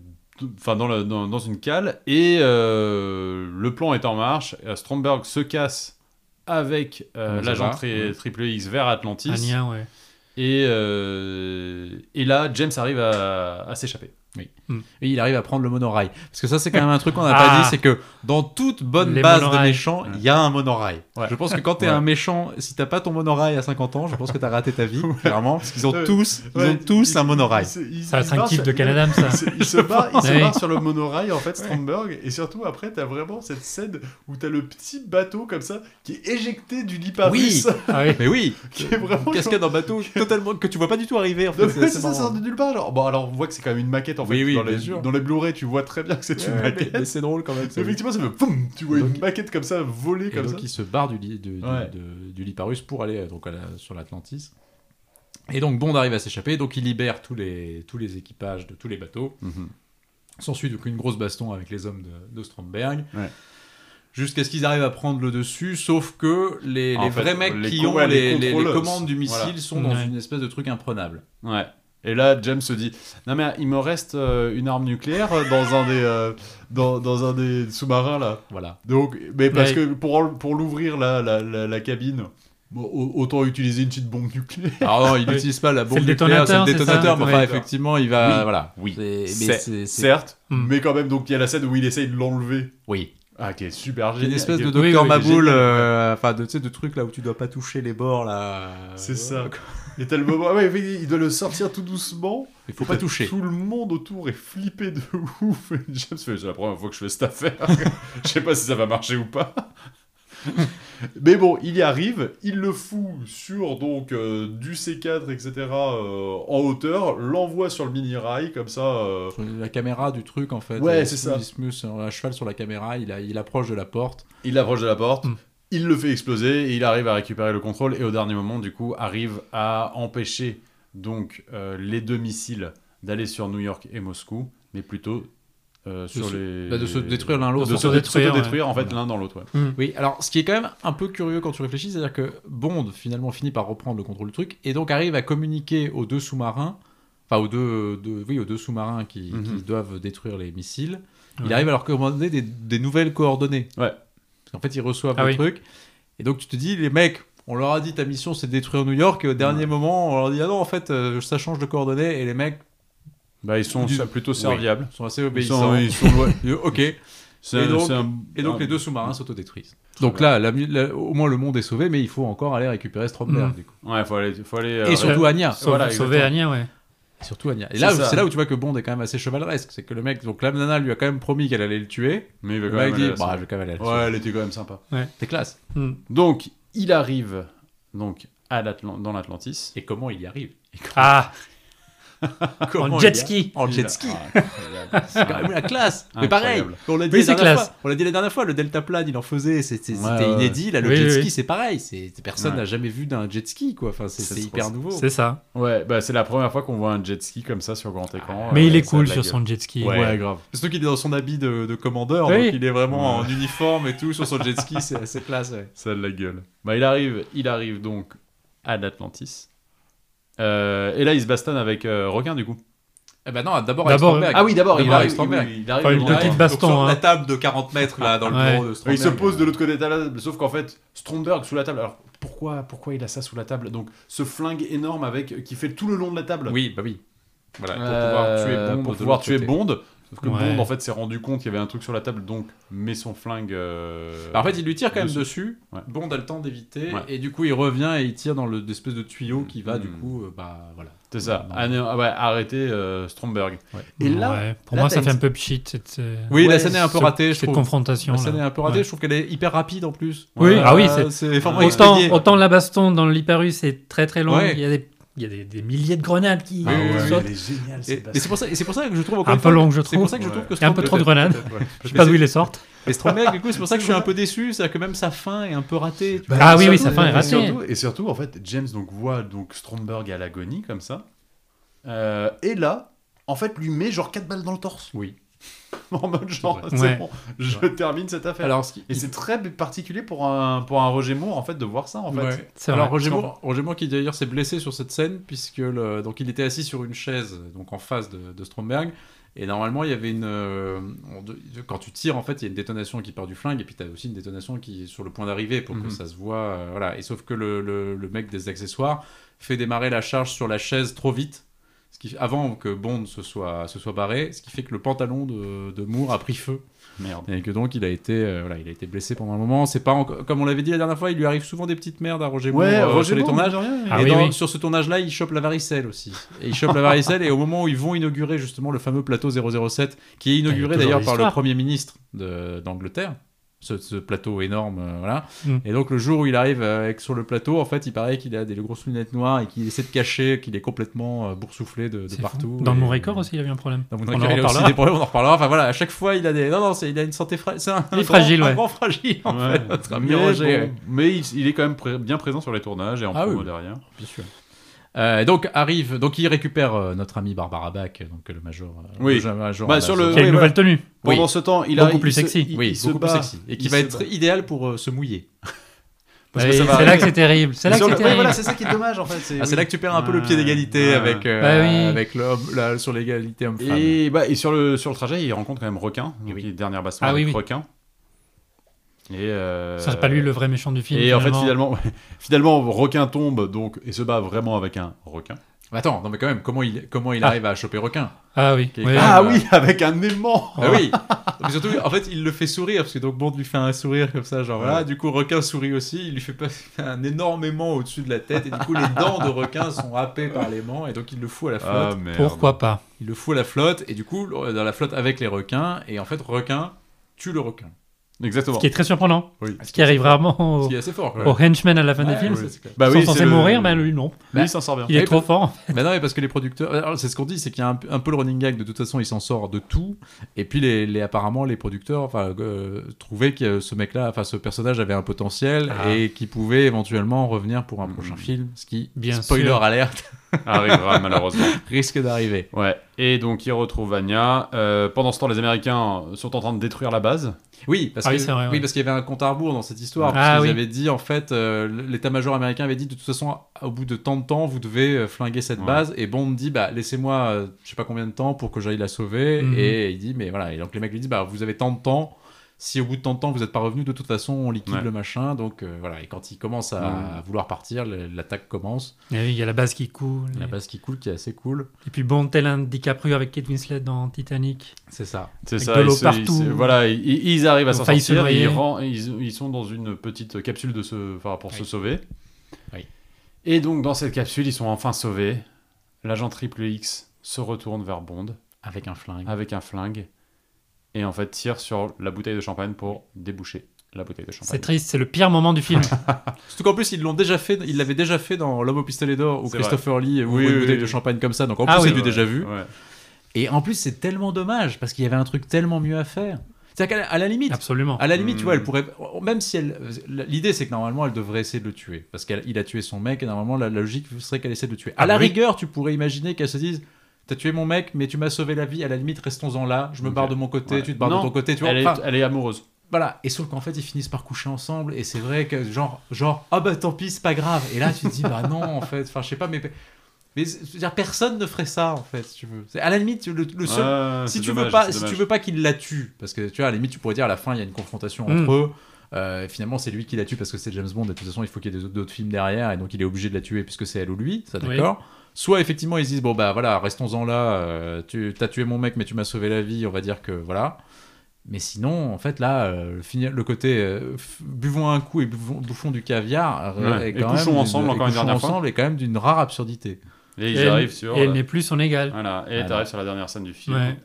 Speaker 2: Enfin, dans, le- dans, dans une cale, et euh, le plan est en marche. Euh, Stromberg se casse avec euh,
Speaker 1: Comment ça
Speaker 2: l'agent
Speaker 1: va
Speaker 2: tri-
Speaker 1: Ouais.
Speaker 2: Triple X vers Atlantis,
Speaker 3: Ania, ouais.
Speaker 2: et, euh, et là, James arrive à, à s'échapper.
Speaker 1: Et il arrive à prendre le monorail. Parce que ça, c'est quand même un truc qu'on n'a
Speaker 3: Ah.
Speaker 1: pas dit, c'est que dans toute bonne
Speaker 3: Les
Speaker 1: base de
Speaker 3: monorails.
Speaker 1: méchants, il y a un monorail.
Speaker 2: Ouais.
Speaker 1: Je pense que quand t'es
Speaker 2: Ouais.
Speaker 1: un méchant, si t'as pas ton monorail à 50 ans, je pense que t'as raté ta
Speaker 2: [laughs]
Speaker 1: vie, clairement, parce qu'ils ont
Speaker 2: Ouais.
Speaker 1: tous, ils
Speaker 2: Ouais,
Speaker 1: ont tous
Speaker 2: il-
Speaker 1: un monorail.
Speaker 2: il se- il-
Speaker 3: Ça va
Speaker 2: il
Speaker 3: être un
Speaker 2: part
Speaker 3: type
Speaker 2: sur-
Speaker 3: de Canadam, ça.
Speaker 2: Il se, il se barre, il se
Speaker 3: Ouais.
Speaker 2: barre sur le monorail en fait, Stromberg, et surtout après t'as vraiment cette scène où t'as le petit bateau comme ça qui est éjecté du lit
Speaker 1: Oui.
Speaker 2: russe,
Speaker 3: Ah
Speaker 1: [laughs]
Speaker 3: oui.
Speaker 1: Mais oui,
Speaker 2: [laughs] qui est vraiment [laughs]
Speaker 1: cascade en bateau totalement que tu vois pas du tout arriver en fait.
Speaker 2: Non,
Speaker 1: C'est
Speaker 2: mais ça, ça
Speaker 1: marrant.
Speaker 2: sort de nulle part. Genre. Bon, alors on voit que c'est quand même une maquette en fait.
Speaker 1: Oui, oui,
Speaker 2: dans,
Speaker 1: bien
Speaker 2: les,
Speaker 1: sûr.
Speaker 2: dans les Blu-ray, tu vois très bien que c'est une
Speaker 1: Ouais, mais-
Speaker 2: maquette.
Speaker 1: mais c'est drôle quand même. ça.
Speaker 2: Effectivement, ça fait boum, tu vois
Speaker 1: Donc-
Speaker 2: une maquette comme ça voler
Speaker 1: Et
Speaker 2: comme
Speaker 1: donc
Speaker 2: ça.
Speaker 1: il se barre du, lit- de- du-
Speaker 2: Ouais.
Speaker 1: de- du Liparus pour aller euh, donc, à la- sur l'Atlantis. Et donc Bond arrive à s'échapper, donc il libère tous les, tous les équipages de tous les bateaux.
Speaker 2: Mhm.
Speaker 1: S'ensuit donc une grosse baston avec les hommes de, de Stromberg.
Speaker 2: Ouais.
Speaker 1: Jusqu'à ce qu'ils arrivent à prendre le dessus, sauf que les,
Speaker 2: En
Speaker 1: les
Speaker 2: fait,
Speaker 1: vrais mecs
Speaker 2: les
Speaker 1: qui
Speaker 2: co-
Speaker 1: ont
Speaker 2: ouais, les
Speaker 1: les, les- les
Speaker 2: contrôleurs.
Speaker 1: commandes du missile
Speaker 2: Voilà.
Speaker 1: sont dans
Speaker 3: Ouais.
Speaker 1: une espèce de truc imprenable.
Speaker 2: Ouais. Et là, James se dit Non, mais il me reste euh, une arme nucléaire euh, dans un des, euh, dans, dans un des sous-marins là. [laughs]
Speaker 1: Voilà.
Speaker 2: Donc, mais parce
Speaker 3: Ouais.
Speaker 2: que pour, en- pour l'ouvrir la, la, la, la cabine, bon, au- autant utiliser une petite bombe nucléaire.
Speaker 1: Alors Ah non, il n'utilise pas la bombe
Speaker 3: le
Speaker 1: nucléaire, c'est le
Speaker 3: détonateur, c'est ça,
Speaker 1: détonateur, mais enfin,
Speaker 3: ouais.
Speaker 1: effectivement, il va.
Speaker 2: Oui.
Speaker 1: Voilà.
Speaker 2: Oui.
Speaker 1: C'est- mais
Speaker 2: C'est-
Speaker 1: c'est- c'est-
Speaker 2: Certes,
Speaker 3: Hmm.
Speaker 2: Mm. mais quand même, donc il y a la scène où il essaye de l'enlever.
Speaker 1: Oui.
Speaker 2: Ah, qui est super
Speaker 1: J'ai
Speaker 2: génial.
Speaker 1: une espèce de
Speaker 2: Qui-
Speaker 3: Oui,
Speaker 1: docteur
Speaker 3: oui,
Speaker 1: Maboul,
Speaker 2: génial.
Speaker 1: euh, enfin, de, tu sais, de trucs là où tu dois pas toucher les bords, là.
Speaker 2: C'est ça. Et t'as le moment. ah ouais, il doit le sortir tout doucement.
Speaker 1: Il faut pas
Speaker 2: T'as
Speaker 1: toucher.
Speaker 2: Tout le monde autour est flippé de ouf. Et James fait C'est la première fois que je fais
Speaker 1: [laughs]
Speaker 2: cette affaire. Je sais pas si ça va marcher ou pas. Mais bon, il y arrive, il le fout sur donc euh, du C4, etc. euh, en hauteur, l'envoie sur le mini rail comme ça. euh,
Speaker 1: La caméra du truc, en fait. euh,
Speaker 2: Ouais,
Speaker 1: Il
Speaker 2: c'est
Speaker 1: se-
Speaker 2: ça.
Speaker 1: Il se met sur- euh, à cheval sur la caméra, il, a- il approche de la porte.
Speaker 2: il approche de la porte,
Speaker 3: Mm.
Speaker 2: il le fait exploser, et il arrive à récupérer le contrôle et au dernier moment, du coup, arrive à empêcher donc euh, les deux missiles d'aller sur New York et Moscou, mais plutôt euh, sur
Speaker 1: se-
Speaker 2: les
Speaker 1: bah, de se détruire l'un l'autre.
Speaker 2: de se détruire,
Speaker 3: s'autodétruire,
Speaker 2: détruire en fait l'un dans l'autre. ouais.
Speaker 1: Oui, alors ce qui est quand même un peu curieux quand tu réfléchis, c'est-à-dire que Bond finalement finit par reprendre le contrôle du truc et donc arrive à communiquer aux deux sous-marins, enfin aux deux, deux- oui, aux deux sous-marins qui,
Speaker 2: Mhm.
Speaker 1: qui doivent détruire les missiles. Il
Speaker 3: Ouais.
Speaker 1: arrive à leur commander des, des nouvelles coordonnées.
Speaker 2: Ouais.
Speaker 1: Parce qu'en fait, ils reçoivent
Speaker 3: Ah
Speaker 1: le
Speaker 3: oui.
Speaker 1: truc et donc tu te dis, les mecs. On leur a dit ta mission c'est de détruire New York et au dernier moment on leur dit ah non en fait euh, ça change de coordonnées et les mecs
Speaker 2: Bah, ils sont
Speaker 1: Du-
Speaker 2: sa- plutôt serviables.
Speaker 1: sont assez
Speaker 2: Ils sont-
Speaker 1: obéissants.
Speaker 2: ils sont- ouais.
Speaker 1: Et, [laughs] ok
Speaker 2: C'est
Speaker 1: Et donc-
Speaker 2: c'est un-
Speaker 1: et donc
Speaker 2: un-
Speaker 1: les deux sous-marins s'autodétruisent. Donc là, la mu- la- au moins le monde est sauvé, mais il faut encore aller récupérer Stromberg.
Speaker 3: Mm.
Speaker 1: du coup.
Speaker 2: Ouais, faut aller, faut aller.
Speaker 1: Et
Speaker 2: euh,
Speaker 1: surtout Anya.
Speaker 3: Sauve-
Speaker 2: Voilà,
Speaker 3: sauver Anya, ouais.
Speaker 1: Et Surtout Anya. Et
Speaker 2: C'est
Speaker 1: là,
Speaker 2: ça.
Speaker 1: c'est là où tu vois que Bond est quand même assez chevaleresque. C'est que le mec, donc la nana lui a quand même promis qu'elle allait le tuer.
Speaker 2: Mais il veut
Speaker 1: Le
Speaker 2: quand
Speaker 1: mec
Speaker 2: même aller
Speaker 1: dit,
Speaker 2: à la
Speaker 1: bah,
Speaker 2: salle.
Speaker 1: je vais quand même aller. le
Speaker 2: Ouais,
Speaker 1: tuer.
Speaker 2: elle était quand même sympa.
Speaker 1: C'est classe.
Speaker 3: Mm.
Speaker 2: Donc il arrive donc à l'Atlan- dans l'Atlantis.
Speaker 1: Et comment il y arrive
Speaker 3: Ah,
Speaker 1: Comment
Speaker 3: en
Speaker 1: il y
Speaker 3: jet
Speaker 1: a- Ah,
Speaker 3: ski.
Speaker 1: En jet
Speaker 2: Il-
Speaker 1: ski.
Speaker 2: Ah, incroyable.
Speaker 1: C'est quand [laughs] même la classe. Mais pareil,
Speaker 2: Incroyable.
Speaker 1: on l'a dit,
Speaker 3: Oui,
Speaker 1: la
Speaker 3: c'est
Speaker 1: dernière
Speaker 3: classe.
Speaker 1: fois- on l'a dit la dernière fois, le delta plane, il en faisait, c'est- c'est-
Speaker 2: Ouais,
Speaker 1: c'était
Speaker 2: ouais.
Speaker 1: inédit. Là, le
Speaker 3: Oui,
Speaker 1: jet
Speaker 3: oui,
Speaker 1: ski,
Speaker 3: oui.
Speaker 1: c'est pareil. C'est personne
Speaker 2: Ouais.
Speaker 1: n'a jamais vu d'un jet ski, quoi. Enfin, c'est
Speaker 2: C'est
Speaker 1: c'est
Speaker 2: trop-
Speaker 1: hyper nouveau.
Speaker 3: c'est ça.
Speaker 2: Ouais, bah c'est la première fois qu'on voit un jet ski comme ça sur
Speaker 1: Ah,
Speaker 2: grand écran.
Speaker 1: Oh,
Speaker 2: euh,
Speaker 3: Mais il est
Speaker 2: ça
Speaker 3: cool
Speaker 2: blague.
Speaker 3: sur son jet ski.
Speaker 2: Ouais,
Speaker 1: Ouais.
Speaker 2: grave.
Speaker 1: Surtout qu'il est dans son habit de, de commandeur,
Speaker 3: Oui.
Speaker 1: donc il est vraiment
Speaker 2: Ouais.
Speaker 1: en uniforme et tout, sur son jet ski, c'est assez classe. ouais.
Speaker 2: Ça a de la gueule. Bah il arrive, il arrive donc à l'Atlantis. Euh, et là il se bastonne avec euh, requin du coup.
Speaker 1: Eh ben non, d'abord
Speaker 3: avec D'abord,
Speaker 1: Stromberg.
Speaker 3: Stromberg.
Speaker 2: Ah oui, d'abord, il
Speaker 1: D'abord
Speaker 2: arrive.
Speaker 1: avec Stromberg.
Speaker 2: oui, oui, il arrive
Speaker 3: Enfin, une
Speaker 2: au-
Speaker 3: petite
Speaker 2: ouais.
Speaker 3: ba- baston,
Speaker 1: sur la
Speaker 3: hein.
Speaker 1: table de 40 mètres, là, dans le
Speaker 3: Ouais.
Speaker 1: bureau de
Speaker 2: Il
Speaker 1: Stromberg.
Speaker 2: se pose de l'autre côté de la table, sauf qu'en fait, Stromberg sous la table. Alors pourquoi, pourquoi il a ça sous la table Donc ce flingue énorme avec euh, qui fait tout le long de la table.
Speaker 1: Oui, bah oui. Voilà, pour
Speaker 2: Euh,
Speaker 1: pouvoir tuer Bond.
Speaker 2: pour
Speaker 1: de
Speaker 2: pouvoir
Speaker 1: l'autre
Speaker 2: tuer
Speaker 1: côté.
Speaker 2: Bond. Sauf que
Speaker 3: Ouais.
Speaker 2: Bond en fait s'est rendu compte qu'il y avait un truc sur la table, donc met son flingue. euh,
Speaker 1: Bah, en fait, il lui tire quand même
Speaker 2: Dessus.
Speaker 1: dessus.
Speaker 2: Ouais.
Speaker 1: Bond a le temps d'éviter.
Speaker 2: Ouais.
Speaker 1: Et du coup, il revient et il tire dans le- l'espèce de tuyau qui va, du
Speaker 2: Mm.
Speaker 1: coup, euh, bah voilà.
Speaker 2: C'est ça,
Speaker 1: Non.
Speaker 2: Anné- ah ouais, arrêter euh, Stromberg.
Speaker 1: Ouais.
Speaker 2: Et là,
Speaker 3: Ouais. Pour
Speaker 2: là,
Speaker 3: moi,
Speaker 2: t'as
Speaker 3: ça fait
Speaker 2: une-
Speaker 3: un peu pchit, cette, euh,
Speaker 1: Oui, la
Speaker 2: Ouais,
Speaker 1: scène est un peu
Speaker 3: ce-
Speaker 1: ratée, je
Speaker 3: cette
Speaker 1: trouve.
Speaker 3: confrontation.
Speaker 1: La scène est
Speaker 3: là.
Speaker 1: un peu ratée,
Speaker 3: Ouais.
Speaker 1: je trouve qu'elle est hyper rapide en plus.
Speaker 3: Oui,
Speaker 1: Ouais,
Speaker 3: ah oui,
Speaker 1: euh, c'est fortement
Speaker 3: Autant,
Speaker 1: expédié.
Speaker 3: autant la baston dans l'hyperus est très très longue.
Speaker 1: Ouais.
Speaker 3: Il y a des, il y a des, des milliers de grenades qui
Speaker 1: Ah ouais,
Speaker 3: sautent.
Speaker 1: Et, et c'est pour ça, et c'est pour ça que je trouve encore
Speaker 3: Un
Speaker 1: une
Speaker 3: peu
Speaker 1: fois-
Speaker 3: long, je
Speaker 1: C'est pour
Speaker 3: trouve.
Speaker 1: ça que je trouve que
Speaker 3: Il y a un peu trop de
Speaker 1: Stromberg-
Speaker 3: grenades. Je sais
Speaker 1: Mais
Speaker 3: pas
Speaker 1: c'est-
Speaker 3: d'où ils les sortent.
Speaker 1: Et Stromberg, du coup, c'est pour ça que je suis un peu déçu, c'est-à-dire que même sa fin est un peu ratée. tu vois.
Speaker 3: Ah oui, oui, sa fin est
Speaker 2: et
Speaker 3: ratée.
Speaker 2: surtout- et surtout, en fait, James donc voit donc Stromberg à l'agonie comme ça. Euh, et là, en fait, lui met genre 4 balles dans le torse.
Speaker 1: Oui.
Speaker 2: [laughs] en mode genre,
Speaker 3: C'est
Speaker 2: c'est
Speaker 3: vrai. Ouais.
Speaker 2: bon, je termine cette affaire.
Speaker 1: Alors, ce qui-
Speaker 2: et c'est très particulier pour un, pour un Roger Moore, en fait, de voir ça, en fait.
Speaker 1: Ouais.
Speaker 3: C'est
Speaker 1: Alors
Speaker 3: vrai.
Speaker 1: Roger Moore, Roger Moore qui d'ailleurs s'est blessé sur cette scène puisque le- donc il était assis sur une chaise donc en face de, de Stromberg et normalement il y avait une euh, on de- quand tu tires en fait il y a une détonation qui part du flingue et puis tu as aussi une détonation qui est sur le point d'arriver pour
Speaker 2: Mhm.
Speaker 1: que ça se voit euh, voilà et sauf que le, le- le mec des accessoires fait démarrer la charge sur la chaise trop vite ce qui, avant que Bond se soit, se soit barré, ce qui fait que le pantalon de, de Moore a pris feu.
Speaker 2: Merde.
Speaker 1: Et que donc il a été, euh, voilà, il a été blessé pendant un moment. C'est pas encore- comme on l'avait dit la dernière fois, il lui arrive souvent des petites merdes à Roger Moore
Speaker 2: Ouais,
Speaker 1: euh,
Speaker 2: Roger
Speaker 1: sur les
Speaker 2: Moore,
Speaker 1: tournages.
Speaker 2: mine de rien,
Speaker 3: Ah
Speaker 1: et
Speaker 3: oui,
Speaker 1: dans-
Speaker 3: oui.
Speaker 1: sur ce tournage-là, il chope la varicelle aussi. Et il chope la varicelle et au moment où ils vont inaugurer justement le fameux plateau 007, qui est
Speaker 3: Il y
Speaker 1: inauguré
Speaker 3: a toujours
Speaker 1: d'ailleurs
Speaker 3: des
Speaker 1: par le
Speaker 3: histoires.
Speaker 1: premier ministre de- d'Angleterre. Ce, ce plateau énorme, euh, voilà.
Speaker 3: Mm.
Speaker 1: Et donc, le jour où il arrive euh, avec- sur le plateau, en fait, il paraît qu'il a des grosses lunettes noires et qu'il essaie de cacher qu'il est complètement euh, boursouflé de, de
Speaker 3: C'est fou.
Speaker 1: partout.
Speaker 3: Dans
Speaker 1: Et-
Speaker 3: mon record aussi, il y avait un problème.
Speaker 1: dans mon
Speaker 3: On
Speaker 1: accueil,
Speaker 3: en
Speaker 1: il a aussi
Speaker 3: reparlera.
Speaker 1: des problèmes, on en reparlera. Enfin voilà, à chaque fois, il a des. Non, non, c'est- il a une santé fragile. C'est un,
Speaker 3: Il est
Speaker 1: un
Speaker 3: fragile,
Speaker 1: grand, un
Speaker 3: ouais.
Speaker 1: grand
Speaker 3: [laughs]
Speaker 1: fragile, Ah, en
Speaker 2: Ouais.
Speaker 1: fait, notre ami
Speaker 2: mais,
Speaker 1: Roger.
Speaker 2: bon, mais il, il est quand même pré- bien présent sur les tournages et en
Speaker 1: Ah
Speaker 2: promo
Speaker 1: oui.
Speaker 2: derrière.
Speaker 1: Bien sûr. Euh, donc, arrive. Donc, il récupère euh, notre ami Barbara Bach, donc euh, le major. euh,
Speaker 2: Oui.
Speaker 1: le major
Speaker 2: Bah,
Speaker 1: à la-
Speaker 2: sur le-
Speaker 3: Il y a
Speaker 2: Oui,
Speaker 3: une nouvelle tenue.
Speaker 1: Oui.
Speaker 2: Pendant ce temps, il a
Speaker 3: Beaucoup plus
Speaker 2: il se-
Speaker 3: sexy.
Speaker 2: il-
Speaker 1: Oui,
Speaker 2: il se
Speaker 1: beaucoup plus
Speaker 2: bat.
Speaker 1: sexy. Et qui
Speaker 2: Il
Speaker 1: va
Speaker 2: se
Speaker 1: être
Speaker 2: bat. [laughs]
Speaker 1: idéal pour euh, se mouiller.
Speaker 2: Parce que
Speaker 3: Et
Speaker 2: ça va
Speaker 3: C'est là que
Speaker 2: arriver.
Speaker 3: c'est terrible. C'est là que
Speaker 2: Sur
Speaker 3: c'est
Speaker 2: le- ouais,
Speaker 3: terrible.
Speaker 2: voilà, c'est ça qui est dommage en fait.
Speaker 1: Ah, c'est
Speaker 2: oui.
Speaker 1: là que tu perds un peu le pied d'égalité
Speaker 2: Ouais.
Speaker 1: avec, euh,
Speaker 3: Bah oui.
Speaker 1: avec l'homme, là, sur l'égalité homme-femme.
Speaker 2: Et, bah, et sur, le, sur le trajet, il rencontre quand même Requin. Donc,
Speaker 1: Oui.
Speaker 2: il- dernière baston
Speaker 3: Ah oui,
Speaker 2: avec
Speaker 3: oui.
Speaker 2: Requin. Et, euh,
Speaker 3: Ça serait pas lui le vrai méchant du film.
Speaker 2: Et en fait, finalement, finalement, Requin tombe donc et se bat vraiment avec un requin.
Speaker 1: Mais Attends, non mais quand même, comment il, comment il
Speaker 3: Ah.
Speaker 1: arrive à choper requin
Speaker 3: Ah oui.
Speaker 1: Qui est
Speaker 3: oui.
Speaker 1: quand même-
Speaker 2: Ah
Speaker 1: bah-
Speaker 2: oui, avec un aimant.
Speaker 1: Ah oui Mais surtout, en fait, il le fait sourire, parce que donc Bond lui fait un sourire comme ça, genre voilà, du coup requin sourit aussi, il lui fait passer un énorme aimant au-dessus de la tête, et du coup les dents de requin sont happées par l'aimant, et donc il le fout à la flotte.
Speaker 2: Ah, merde.
Speaker 3: Ah, Pourquoi pas
Speaker 1: Il le fout à la flotte, et du coup, dans la flotte avec les requins, et en fait, requin tue le requin.
Speaker 2: Exactement.
Speaker 3: Ce qui est très surprenant.
Speaker 2: Oui.
Speaker 3: Ce qui arrive rarement
Speaker 1: Ce
Speaker 3: au,
Speaker 1: qui est assez fort, quoi.
Speaker 3: au henchman à la fin des films.
Speaker 1: Ouais, c'est clair.
Speaker 2: Bah
Speaker 3: Ils
Speaker 2: oui,
Speaker 3: sont
Speaker 2: c'est
Speaker 3: censés
Speaker 2: le- Eh ben-
Speaker 3: mourir, mais lui, non.
Speaker 2: Lui, il s'en sort bien.
Speaker 3: Il est
Speaker 1: Oui,
Speaker 3: trop fort.
Speaker 1: Mais non, mais parce que les producteurs, alors, c'est ce qu'on dit, c'est qu'il y a un, un peu le running gag de toute façon, il s'en sort de tout. Et puis les, les- apparemment les producteurs, enfin, euh, trouvaient que ce mec-là, enfin ce personnage avait un potentiel
Speaker 3: Ah. Hmm.
Speaker 1: et qui pouvait éventuellement revenir pour un prochain film, ce qui,
Speaker 3: Bien
Speaker 1: spoiler
Speaker 3: sûr.
Speaker 1: alerte,
Speaker 2: [laughs]
Speaker 1: [laughs]
Speaker 2: Arrivera malheureusement.
Speaker 1: risque d'arriver.
Speaker 2: Ouais. Et donc il retrouve Anya. Euh, pendant ce temps, les Américains sont en train de détruire la base.
Speaker 1: Oui, parce
Speaker 3: Ah oui,
Speaker 1: que-
Speaker 3: c'est vrai, ouais.
Speaker 1: oui, parce qu'il y avait un compte à rebours dans cette histoire.
Speaker 3: Ah
Speaker 1: parce qu'ils
Speaker 3: oui.
Speaker 1: avaient dit en fait, euh, l'état-major américain avait dit de toute façon, au bout de tant de temps, vous devez euh, flinguer cette
Speaker 2: Ouais.
Speaker 1: base. Et Bond dit bah laissez-moi, euh, je sais pas combien de temps pour que j'aille la sauver.
Speaker 3: Mhm.
Speaker 1: Et il dit mais voilà. Et donc les mecs lui disent bah vous avez tant de temps. Si au bout de tant de temps vous n'êtes pas revenu, de toute façon on liquide
Speaker 2: Ouais.
Speaker 1: le machin. Donc euh, voilà. Et quand il commence à,
Speaker 2: Ouais.
Speaker 1: à vouloir partir, le- l'attaque commence.
Speaker 3: Et oui, il y a la base qui coule.
Speaker 1: La
Speaker 3: et-
Speaker 1: base qui coule, qui est assez cool.
Speaker 3: Et puis bon, tel un DiCaprio avec Kate Winslet dans Titanic.
Speaker 1: C'est ça.
Speaker 2: C'est
Speaker 3: Avec
Speaker 2: ça.
Speaker 3: de l'eau
Speaker 2: ils se-
Speaker 3: partout.
Speaker 2: ils se- voilà, ils, ils arrivent à
Speaker 3: Ils ont
Speaker 2: s'en
Speaker 3: failli se
Speaker 2: sortir.
Speaker 3: noyer.
Speaker 2: Ils, ren- ils, ils sont dans une petite capsule de se, enfin, pour se sauver.
Speaker 1: Oui.
Speaker 2: Et donc dans cette capsule, ils sont enfin sauvés. L'agent Triple X se retourne vers Bond
Speaker 1: Avec un flingue.
Speaker 2: avec un flingue et en fait tire sur la bouteille de champagne pour déboucher la bouteille de
Speaker 3: C'est
Speaker 2: champagne.
Speaker 3: triste, c'est le pire moment
Speaker 2: [laughs]
Speaker 3: du film.
Speaker 1: Surtout qu'en plus, ils l'ont déjà fait, ils l'avaient déjà fait dans L'homme au pistolet d'or où
Speaker 2: C'est
Speaker 1: Christopher Lee ouvre
Speaker 2: Oui,
Speaker 1: une
Speaker 2: oui,
Speaker 1: bouteille
Speaker 2: oui.
Speaker 1: de champagne comme ça. Donc en
Speaker 3: Ah
Speaker 1: plus,
Speaker 3: oui.
Speaker 1: c'est du déjà vu.
Speaker 2: Ouais.
Speaker 1: Et en plus, c'est tellement dommage parce qu'il y avait un truc tellement mieux à faire. C'est-à-dire qu'à la- à la limite,
Speaker 3: Absolument.
Speaker 1: à la limite, tu vois,
Speaker 2: Mm.
Speaker 1: elle pourrait, même si elle, l'idée c'est que normalement, elle devrait essayer de le tuer parce qu'il a tué son mec et normalement, la, la logique serait qu'elle essaie de le tuer.
Speaker 2: Ah
Speaker 1: À la
Speaker 3: oui.
Speaker 1: rigueur, tu pourrais imaginer qu'elle se dise. T'as tué mon mec, mais tu m'as sauvé la vie. À la limite, restons-en là. Je me
Speaker 2: Ok.
Speaker 1: barre de mon côté,
Speaker 2: Ouais.
Speaker 1: tu te barres
Speaker 2: Non,
Speaker 1: de ton côté. Tu vois,
Speaker 2: Elle, est,
Speaker 1: Enfin,
Speaker 2: elle est amoureuse.
Speaker 1: voilà, et sauf qu'en fait ils finissent par coucher ensemble et c'est vrai que genre genre ah bah tant pis, c'est pas grave. Et là tu te dis bah non en fait, enfin je sais pas mais mais je veux dire, personne ne ferait ça en fait, si tu veux. C'est- À la limite le, le seul
Speaker 2: Ouais,
Speaker 1: si
Speaker 2: Ah, c'est
Speaker 1: tu veux
Speaker 2: dommage,
Speaker 1: pas
Speaker 2: c'est
Speaker 1: si
Speaker 2: dommage.
Speaker 1: tu veux pas qu'il la tue parce que tu vois à la limite tu pourrais dire à la fin il y a une confrontation
Speaker 3: Mm.
Speaker 1: entre eux. Euh, finalement, c'est lui qui la tue parce que c'est James Bond. Et de toute façon, il faut qu'il y ait des- d'autres films derrière, et donc il est obligé de la tuer puisque c'est elle ou lui. Ça,
Speaker 3: Oui.
Speaker 1: d'accord. Soit effectivement, ils se disent bon bah voilà, restons-en là. euh, tu t'as tué mon mec, mais tu m'as sauvé la vie. On va dire que voilà. Mais sinon, en fait, là, euh, le, finir- le côté euh, f- buvons un coup et buvons- bouffons du caviar euh,
Speaker 2: Ouais.
Speaker 1: est
Speaker 2: Et
Speaker 1: quand
Speaker 2: couchons
Speaker 1: même
Speaker 2: ensemble
Speaker 1: d'une-
Speaker 2: encore
Speaker 1: et
Speaker 2: une dernière
Speaker 1: couchons ensemble est quand même d'une rare absurdité
Speaker 2: Et ils
Speaker 3: elle-
Speaker 2: arrivent sur. euh,
Speaker 3: Et elle n'est plus son égale.
Speaker 2: Voilà, et
Speaker 1: Ah
Speaker 2: t'arrives sur la dernière scène du film.
Speaker 3: Ouais.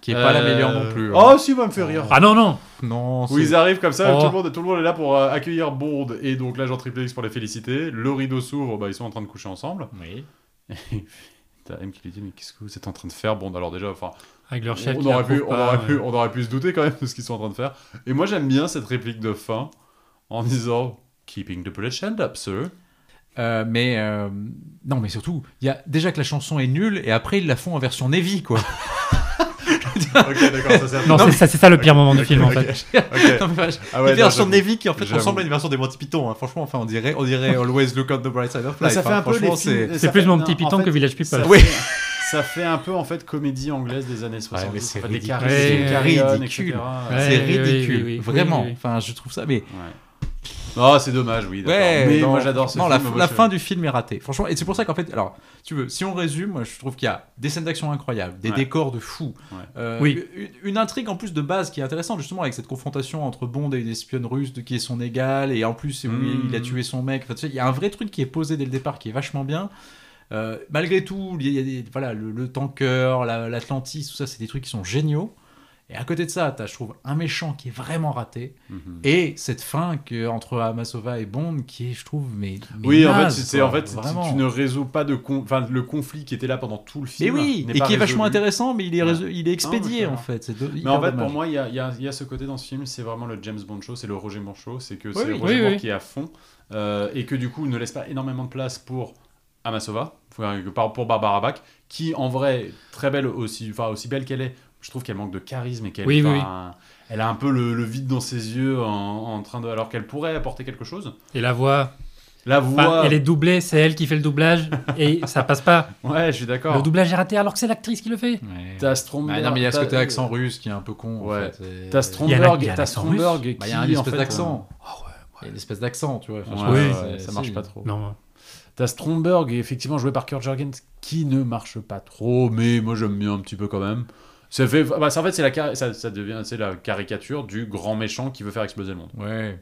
Speaker 1: qui est pas la
Speaker 2: Euh,
Speaker 1: meilleure non plus. hein.
Speaker 2: Oh, si, va me faire rire.
Speaker 3: Ah non, non
Speaker 1: non,
Speaker 2: Où
Speaker 1: c'est-
Speaker 2: ils arrivent comme ça,
Speaker 3: Oh.
Speaker 2: tout, le monde, tout le monde est là pour euh, accueillir Bond et donc l'agent Triple X pour les féliciter. Le rideau s'ouvre, bah, ils sont en train de coucher ensemble.
Speaker 1: Oui.
Speaker 2: T'as M qui lui dit Mais qu'est-ce que vous êtes en train de faire Bond, alors déjà, enfin,
Speaker 3: Avec
Speaker 2: on,
Speaker 3: leur chef.
Speaker 2: on
Speaker 3: qui
Speaker 2: aurait
Speaker 3: l'approuve
Speaker 2: pu, on,
Speaker 3: pas,
Speaker 2: aurait
Speaker 3: ouais.
Speaker 2: pu, on aurait pu se douter quand même de ce qu'ils sont en train de faire. Et moi, j'aime bien cette réplique de fin en disant Keeping the British hand up, sir.
Speaker 1: Euh, mais euh, non, mais surtout, il y a déjà que la chanson est nulle et après ils la font en version Navy quoi.
Speaker 2: ok, d'accord, ça c'est
Speaker 3: Non,
Speaker 1: Non,
Speaker 3: c'est
Speaker 1: mais-
Speaker 3: ça, c'est ça le pire moment du film en
Speaker 2: ok.
Speaker 3: fait.
Speaker 1: [laughs]
Speaker 2: Ok.
Speaker 1: Non, mais vache.
Speaker 2: Ah ouais,
Speaker 1: une
Speaker 2: non,
Speaker 1: version
Speaker 2: j'avoue.
Speaker 1: Navy qui en fait
Speaker 2: J'avoue.
Speaker 1: ressemble à une version des Monty Python. hein. Franchement, enfin, on dirait, on dirait Always Look on the Bright Side of
Speaker 2: Bah,
Speaker 3: Bah,
Speaker 1: Life. hein. Franchement, c'est-
Speaker 3: C'est plus mon petit piton que Village
Speaker 2: ça,
Speaker 3: People.
Speaker 2: fait-
Speaker 1: Oui.
Speaker 2: ça fait un peu en fait comédie anglaise des années 60.
Speaker 1: mais c'est
Speaker 2: en fait, les
Speaker 1: ridicule.
Speaker 2: carillons,
Speaker 3: Ouais,
Speaker 2: carillons,
Speaker 1: ridicule.
Speaker 2: etc.
Speaker 3: Ouais.
Speaker 1: c'est
Speaker 3: oui, oui,
Speaker 1: ridicule,
Speaker 3: oui, oui.
Speaker 1: vraiment.
Speaker 3: Oui, oui.
Speaker 1: Enfin, je trouve ça. Mais
Speaker 2: Ah, c'est dommage, oui. d'accord.
Speaker 1: Ouais,
Speaker 2: mais
Speaker 1: non,
Speaker 2: moi j'adore ce
Speaker 1: non, la,
Speaker 2: film. moi,
Speaker 1: la
Speaker 2: je-
Speaker 1: fin du film est ratée. Franchement, et c'est pour ça qu'en fait, alors, tu veux, si on résume, moi, je trouve qu'il y a des scènes d'action incroyables, des
Speaker 2: Ouais.
Speaker 1: décors de fou,
Speaker 2: Ouais.
Speaker 1: euh,
Speaker 3: Oui.
Speaker 1: une, une intrigue en plus de base qui est intéressante justement avec cette confrontation entre Bond et une espionne russe de- qui est son égale et en plus oui,
Speaker 2: Mm.
Speaker 1: il a tué son mec. Enfin, tu sais, il y a un vrai truc qui est posé dès le départ qui est vachement bien. Euh, malgré tout, il y a des- voilà, le, le tanker, la- l'Atlantis, tout ça, c'est des trucs qui sont géniaux. Et à côté de ça, t'as, je trouve, un méchant qui est vraiment raté.
Speaker 2: Mhm.
Speaker 1: Et cette fin que, entre Amasova et Bond, qui est, je trouve, mais. mais
Speaker 2: Oui, en fait,
Speaker 1: naze,
Speaker 2: c'est- c'est
Speaker 1: quoi,
Speaker 2: en fait, c'est-
Speaker 1: vraiment.
Speaker 2: tu ne résous pas de con- enfin le conflit qui était là pendant tout le
Speaker 1: Et
Speaker 2: film.
Speaker 1: oui,
Speaker 2: n'est
Speaker 1: et
Speaker 2: pas
Speaker 1: qui est vachement
Speaker 2: résolu.
Speaker 1: intéressant, mais il est,
Speaker 2: Ouais.
Speaker 1: rése- il est expédié,
Speaker 2: Non,
Speaker 1: en
Speaker 2: mais je
Speaker 1: fait. C'est do-
Speaker 2: Mais
Speaker 1: hyper
Speaker 2: en fait,
Speaker 1: dommage.
Speaker 2: pour moi, il y a, il y a- il y a ce côté dans ce film, c'est vraiment le James Bond show, c'est le Roger Moore show, c'est que c'est
Speaker 1: oui,
Speaker 2: Roger
Speaker 3: oui,
Speaker 2: Moore
Speaker 3: oui.
Speaker 2: qui est à fond, euh, et que du coup, il ne laisse pas énormément de place pour Amasova, pour- par- pour Barbara Bach, qui en vrai, très belle aussi, enfin aussi belle qu'elle est, je trouve qu'elle manque de charisme et qu'elle
Speaker 3: Oui, oui,
Speaker 2: enfin, elle a un peu le, le vide dans ses yeux en, en train de alors qu'elle pourrait apporter quelque chose.
Speaker 3: Et la voix,
Speaker 2: La
Speaker 3: enfin,
Speaker 2: voix,
Speaker 3: Bah, elle est doublée, c'est elle qui fait le doublage et ça passe pas.
Speaker 2: ouais, je suis
Speaker 3: Le
Speaker 2: d'accord.
Speaker 3: doublage est raté alors que c'est l'actrice qui le fait.
Speaker 1: Ouais.
Speaker 2: T'as Stromberg,
Speaker 1: Ah non, mais il y a ce
Speaker 2: t'as-
Speaker 1: côté accent russe qui est un peu con.
Speaker 2: Ouais.
Speaker 1: En fait. Et-
Speaker 2: T'as Stromberg,
Speaker 3: il y a
Speaker 2: t'as
Speaker 3: l'accent
Speaker 2: Stromberg
Speaker 3: russe.
Speaker 2: qui
Speaker 1: Bah, Il y a un espèce
Speaker 2: en fait,
Speaker 1: d'accent. euh, Il y a une espèce d'accent, tu vois. Enfin, je
Speaker 2: Ouais,
Speaker 3: Oui.
Speaker 1: pense que
Speaker 2: ouais,
Speaker 1: c'est-
Speaker 2: ça marche
Speaker 1: si.
Speaker 2: pas trop.
Speaker 3: Oh Non.
Speaker 2: T'as Stromberg, et effectivement joué par Kurt Jorgens, qui ne marche pas trop, mais moi j'aime bien un petit peu quand même. Ça fait, bah, ça, en fait, c'est la, cari- ça, ça devient, c'est la caricature du grand méchant qui veut faire exploser le monde.
Speaker 1: Ouais.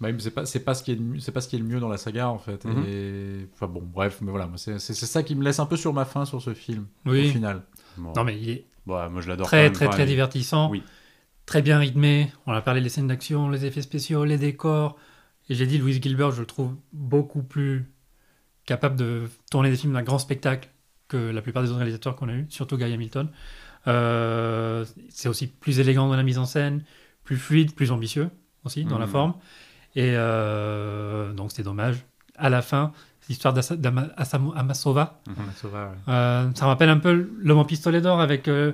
Speaker 1: Bah, mais c'est pas c'est pas ce qui est le mieux- c'est pas ce qui est le mieux dans la saga en fait.
Speaker 2: Mhm.
Speaker 1: Et- Enfin bon, bref, mais voilà, moi, c'est c'est- c'est ça qui me laisse un peu sur ma faim sur ce film au
Speaker 3: Oui.
Speaker 1: final.
Speaker 2: Bon.
Speaker 3: Non mais il est
Speaker 2: Ouais, moi je l'adore. quand
Speaker 3: très
Speaker 2: même,
Speaker 3: très
Speaker 2: enfin,
Speaker 3: très
Speaker 2: il-
Speaker 3: divertissant.
Speaker 2: Oui.
Speaker 3: Très bien rythmé. On a parlé des scènes d'action, les effets spéciaux, les décors. Et j'ai dit Louis Gilbert, je le trouve beaucoup plus capable de tourner des films d'un grand spectacle que la plupart des autres réalisateurs qu'on a eu, surtout Guy Hamilton. Euh, c'est aussi plus élégant dans la mise en scène, plus fluide, plus ambitieux aussi dans la
Speaker 2: Mhm.
Speaker 3: forme. Et euh, donc c'était dommage. À la fin, l'histoire d'Amasova, euh, ça me rappelle un peu l'homme en pistolet d'or avec euh,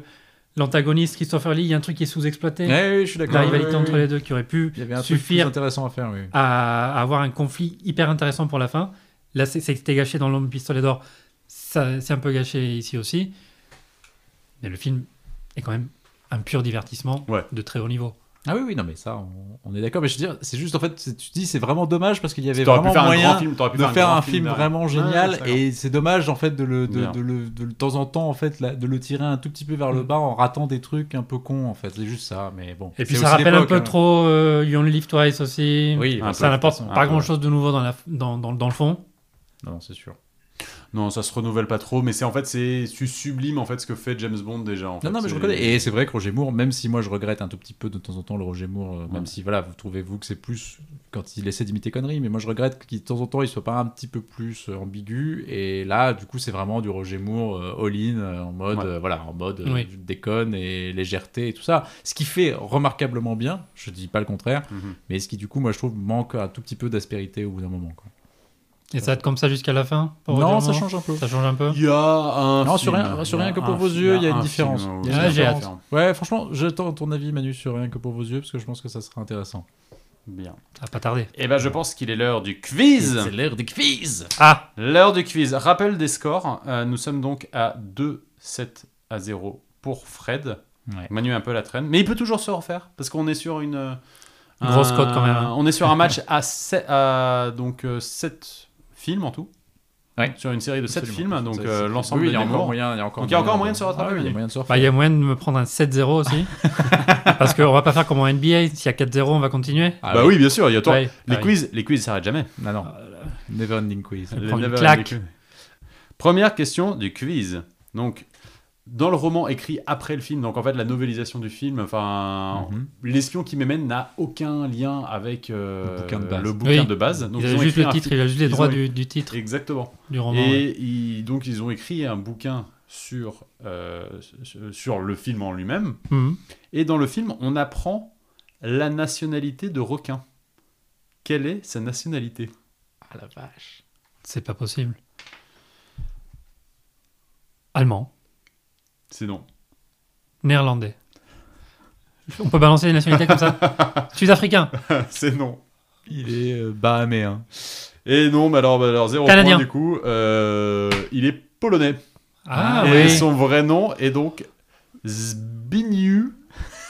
Speaker 3: l'antagoniste Christopher Lee. Il y a un truc qui est sous-exploité.
Speaker 1: Ouais, oui, je suis
Speaker 3: La
Speaker 1: d'accord.
Speaker 3: rivalité
Speaker 1: Oui, oui,
Speaker 3: entre
Speaker 1: oui.
Speaker 3: les deux qui aurait pu
Speaker 1: Il y avait un truc plus
Speaker 3: suffire
Speaker 1: intéressant à faire, oui.
Speaker 3: à, à avoir un conflit hyper intéressant pour la fin. Là, c'est- c'était gâché dans l'homme au pistolet d'or. Ça- C'est un peu gâché ici aussi. Mais le film est quand même un pur divertissement
Speaker 2: Ouais.
Speaker 3: de très haut niveau.
Speaker 1: Ah oui, oui, non, mais ça, on, on est d'accord. Mais je veux dire, c'est juste, en fait, c'est- tu te dis, c'est vraiment dommage parce qu'il y avait
Speaker 2: T'aurais pu
Speaker 1: vraiment
Speaker 2: faire un grand
Speaker 1: moyen
Speaker 2: film, t'aurais pu
Speaker 1: de faire
Speaker 2: grand
Speaker 1: un film
Speaker 2: derrière.
Speaker 1: vraiment
Speaker 2: Ouais,
Speaker 1: génial.
Speaker 2: c'est
Speaker 1: et c'est dommage, en fait, de le, de,
Speaker 2: Bien.
Speaker 1: de le- de le- de temps en temps, en fait, la- de le tirer un tout petit peu vers le bas en ratant des trucs un peu cons, en fait. C'est juste ça, mais bon.
Speaker 3: Et puis
Speaker 1: C'est
Speaker 3: ça
Speaker 1: aussi
Speaker 3: rappelle un
Speaker 1: l'époque,
Speaker 3: peu
Speaker 1: hein.
Speaker 3: trop euh, You Only Live Twice aussi.
Speaker 1: Oui,
Speaker 2: un peu,
Speaker 3: ça
Speaker 2: de
Speaker 3: n'apporte
Speaker 1: toute façon,
Speaker 3: pas
Speaker 2: un peu.
Speaker 3: grand-chose de nouveau dans, la, dans, dans, dans le fond.
Speaker 1: Non, c'est sûr.
Speaker 2: Non, ça se renouvelle pas trop, mais c'est en fait, c'est tu sublimes en fait ce que fait James Bond déjà. en fait.
Speaker 1: Non, non, mais je
Speaker 2: C'est-
Speaker 1: reconnais. Et c'est vrai que Roger Moore, même si moi je regrette un tout petit peu de temps en temps le Roger Moore, euh, même
Speaker 2: Ouais.
Speaker 1: si voilà, vous trouvez vous que c'est plus quand il essaie d'imiter conneries, mais moi je regrette qu'il de temps en temps il soit pas un petit peu plus euh, ambigu. Et là, du coup, c'est vraiment du Roger Moore euh, all-in euh, en mode
Speaker 2: Ouais.
Speaker 1: euh, voilà, en mode euh,
Speaker 3: Oui.
Speaker 1: déconne et légèreté et tout ça. Ce qui fait remarquablement bien. Je dis pas le contraire,
Speaker 2: Mhm.
Speaker 1: mais ce qui du coup, moi je trouve manque un tout petit peu d'aspérité au bout d'un moment. quoi.
Speaker 3: Et ça va être comme ça jusqu'à la fin pour
Speaker 1: Non,
Speaker 3: Roger
Speaker 1: ça
Speaker 3: Moore
Speaker 1: change un peu.
Speaker 3: Ça change un peu
Speaker 2: Il y a un.
Speaker 1: Non, sur
Speaker 2: film,
Speaker 1: rien- sur
Speaker 2: il y a
Speaker 1: rien que
Speaker 2: un
Speaker 1: pour vos
Speaker 2: film,
Speaker 1: yeux, il y a une
Speaker 2: un
Speaker 1: différence.
Speaker 2: film,
Speaker 1: Il
Speaker 3: y a-
Speaker 2: ouais,
Speaker 3: j'ai hâte.
Speaker 2: différent.
Speaker 1: Ouais, franchement, j'attends ton avis, Manu, sur rien que pour vos yeux, parce que je pense que ça sera intéressant.
Speaker 2: Bien.
Speaker 3: Ça va Ah, pas tarder.
Speaker 2: Et ben, je pense qu'il est l'heure du quiz.
Speaker 1: l'heure des quiz
Speaker 3: Ah
Speaker 2: L'heure du quiz. Rappel des scores. Euh, nous sommes donc à 2-7 à 0 pour Fred.
Speaker 1: Ouais.
Speaker 2: Manu est un peu la traîne. Mais il peut toujours se refaire parce qu'on est sur une. euh,
Speaker 3: Une grosse cote quand même, hein.
Speaker 2: On est sur
Speaker 1: [laughs]
Speaker 2: un match à, sept- à, donc, 7 films en tout.
Speaker 1: Ouais.
Speaker 2: Sur une série de 7
Speaker 1: Absolument.
Speaker 2: films. Donc
Speaker 1: Ça,
Speaker 2: euh,
Speaker 1: c'est-
Speaker 2: l'ensemble
Speaker 1: oui, il
Speaker 2: des
Speaker 1: y a encore
Speaker 2: mémoires.
Speaker 1: moyen, il y a encore
Speaker 2: Donc, il y a encore moyen de se
Speaker 1: Ah
Speaker 2: rattraper,
Speaker 1: oui, il y a
Speaker 2: Manu.
Speaker 1: moyen de se
Speaker 3: Bah,
Speaker 1: rattraper.
Speaker 3: il y a moyen de me prendre un 7-0
Speaker 2: [laughs]
Speaker 3: aussi. Parce qu'on va pas faire comme en NBA. S'il y a 4-0, on va continuer.
Speaker 1: Ah
Speaker 2: bah oui, bien sûr. Il y a toi.
Speaker 3: Ouais, Ah
Speaker 2: les,
Speaker 3: pareil.
Speaker 2: quiz, les quiz s'arrêtent jamais.
Speaker 1: Non, non. Never ending quiz.
Speaker 2: Les
Speaker 3: prend une
Speaker 2: never
Speaker 3: claque.
Speaker 2: ending quiz. Première question du quiz. Donc, dans le roman écrit après le film, donc en fait la novélisation du film, enfin,
Speaker 1: Mhm.
Speaker 2: L'espion qui m'émène n'a aucun lien avec euh,
Speaker 1: Le bouquin de base.
Speaker 2: le bouquin
Speaker 3: Oui.
Speaker 2: de base. Donc,
Speaker 3: il
Speaker 2: ils
Speaker 3: a
Speaker 2: ont
Speaker 3: juste
Speaker 2: écrit
Speaker 3: le
Speaker 2: un
Speaker 3: titre,
Speaker 2: fi-
Speaker 3: il a juste les
Speaker 2: ils
Speaker 3: droits
Speaker 2: ont-
Speaker 3: du, du titre
Speaker 2: Exactement.
Speaker 3: du roman. ouais.
Speaker 2: Et ils- donc ils ont écrit un bouquin sur, euh, sur le film en lui-même.
Speaker 3: Mhm.
Speaker 2: Et dans le film, on apprend la nationalité de requin. Quelle est sa nationalité
Speaker 1: Ah la vache.
Speaker 3: C'est pas possible. Allemand.
Speaker 2: C'est non. [laughs]
Speaker 3: Néerlandais. On peut balancer les nationalités
Speaker 2: [laughs]
Speaker 3: comme ça. Sud-africain.
Speaker 2: C'est non.
Speaker 1: Il est euh, bahaméen.
Speaker 2: Et non, mais alors, bah alors zéro
Speaker 3: Canadien.
Speaker 2: point du coup. Euh, il est polonais.
Speaker 3: Ah,
Speaker 2: et
Speaker 3: oui.
Speaker 2: son vrai nom est donc Zbigniew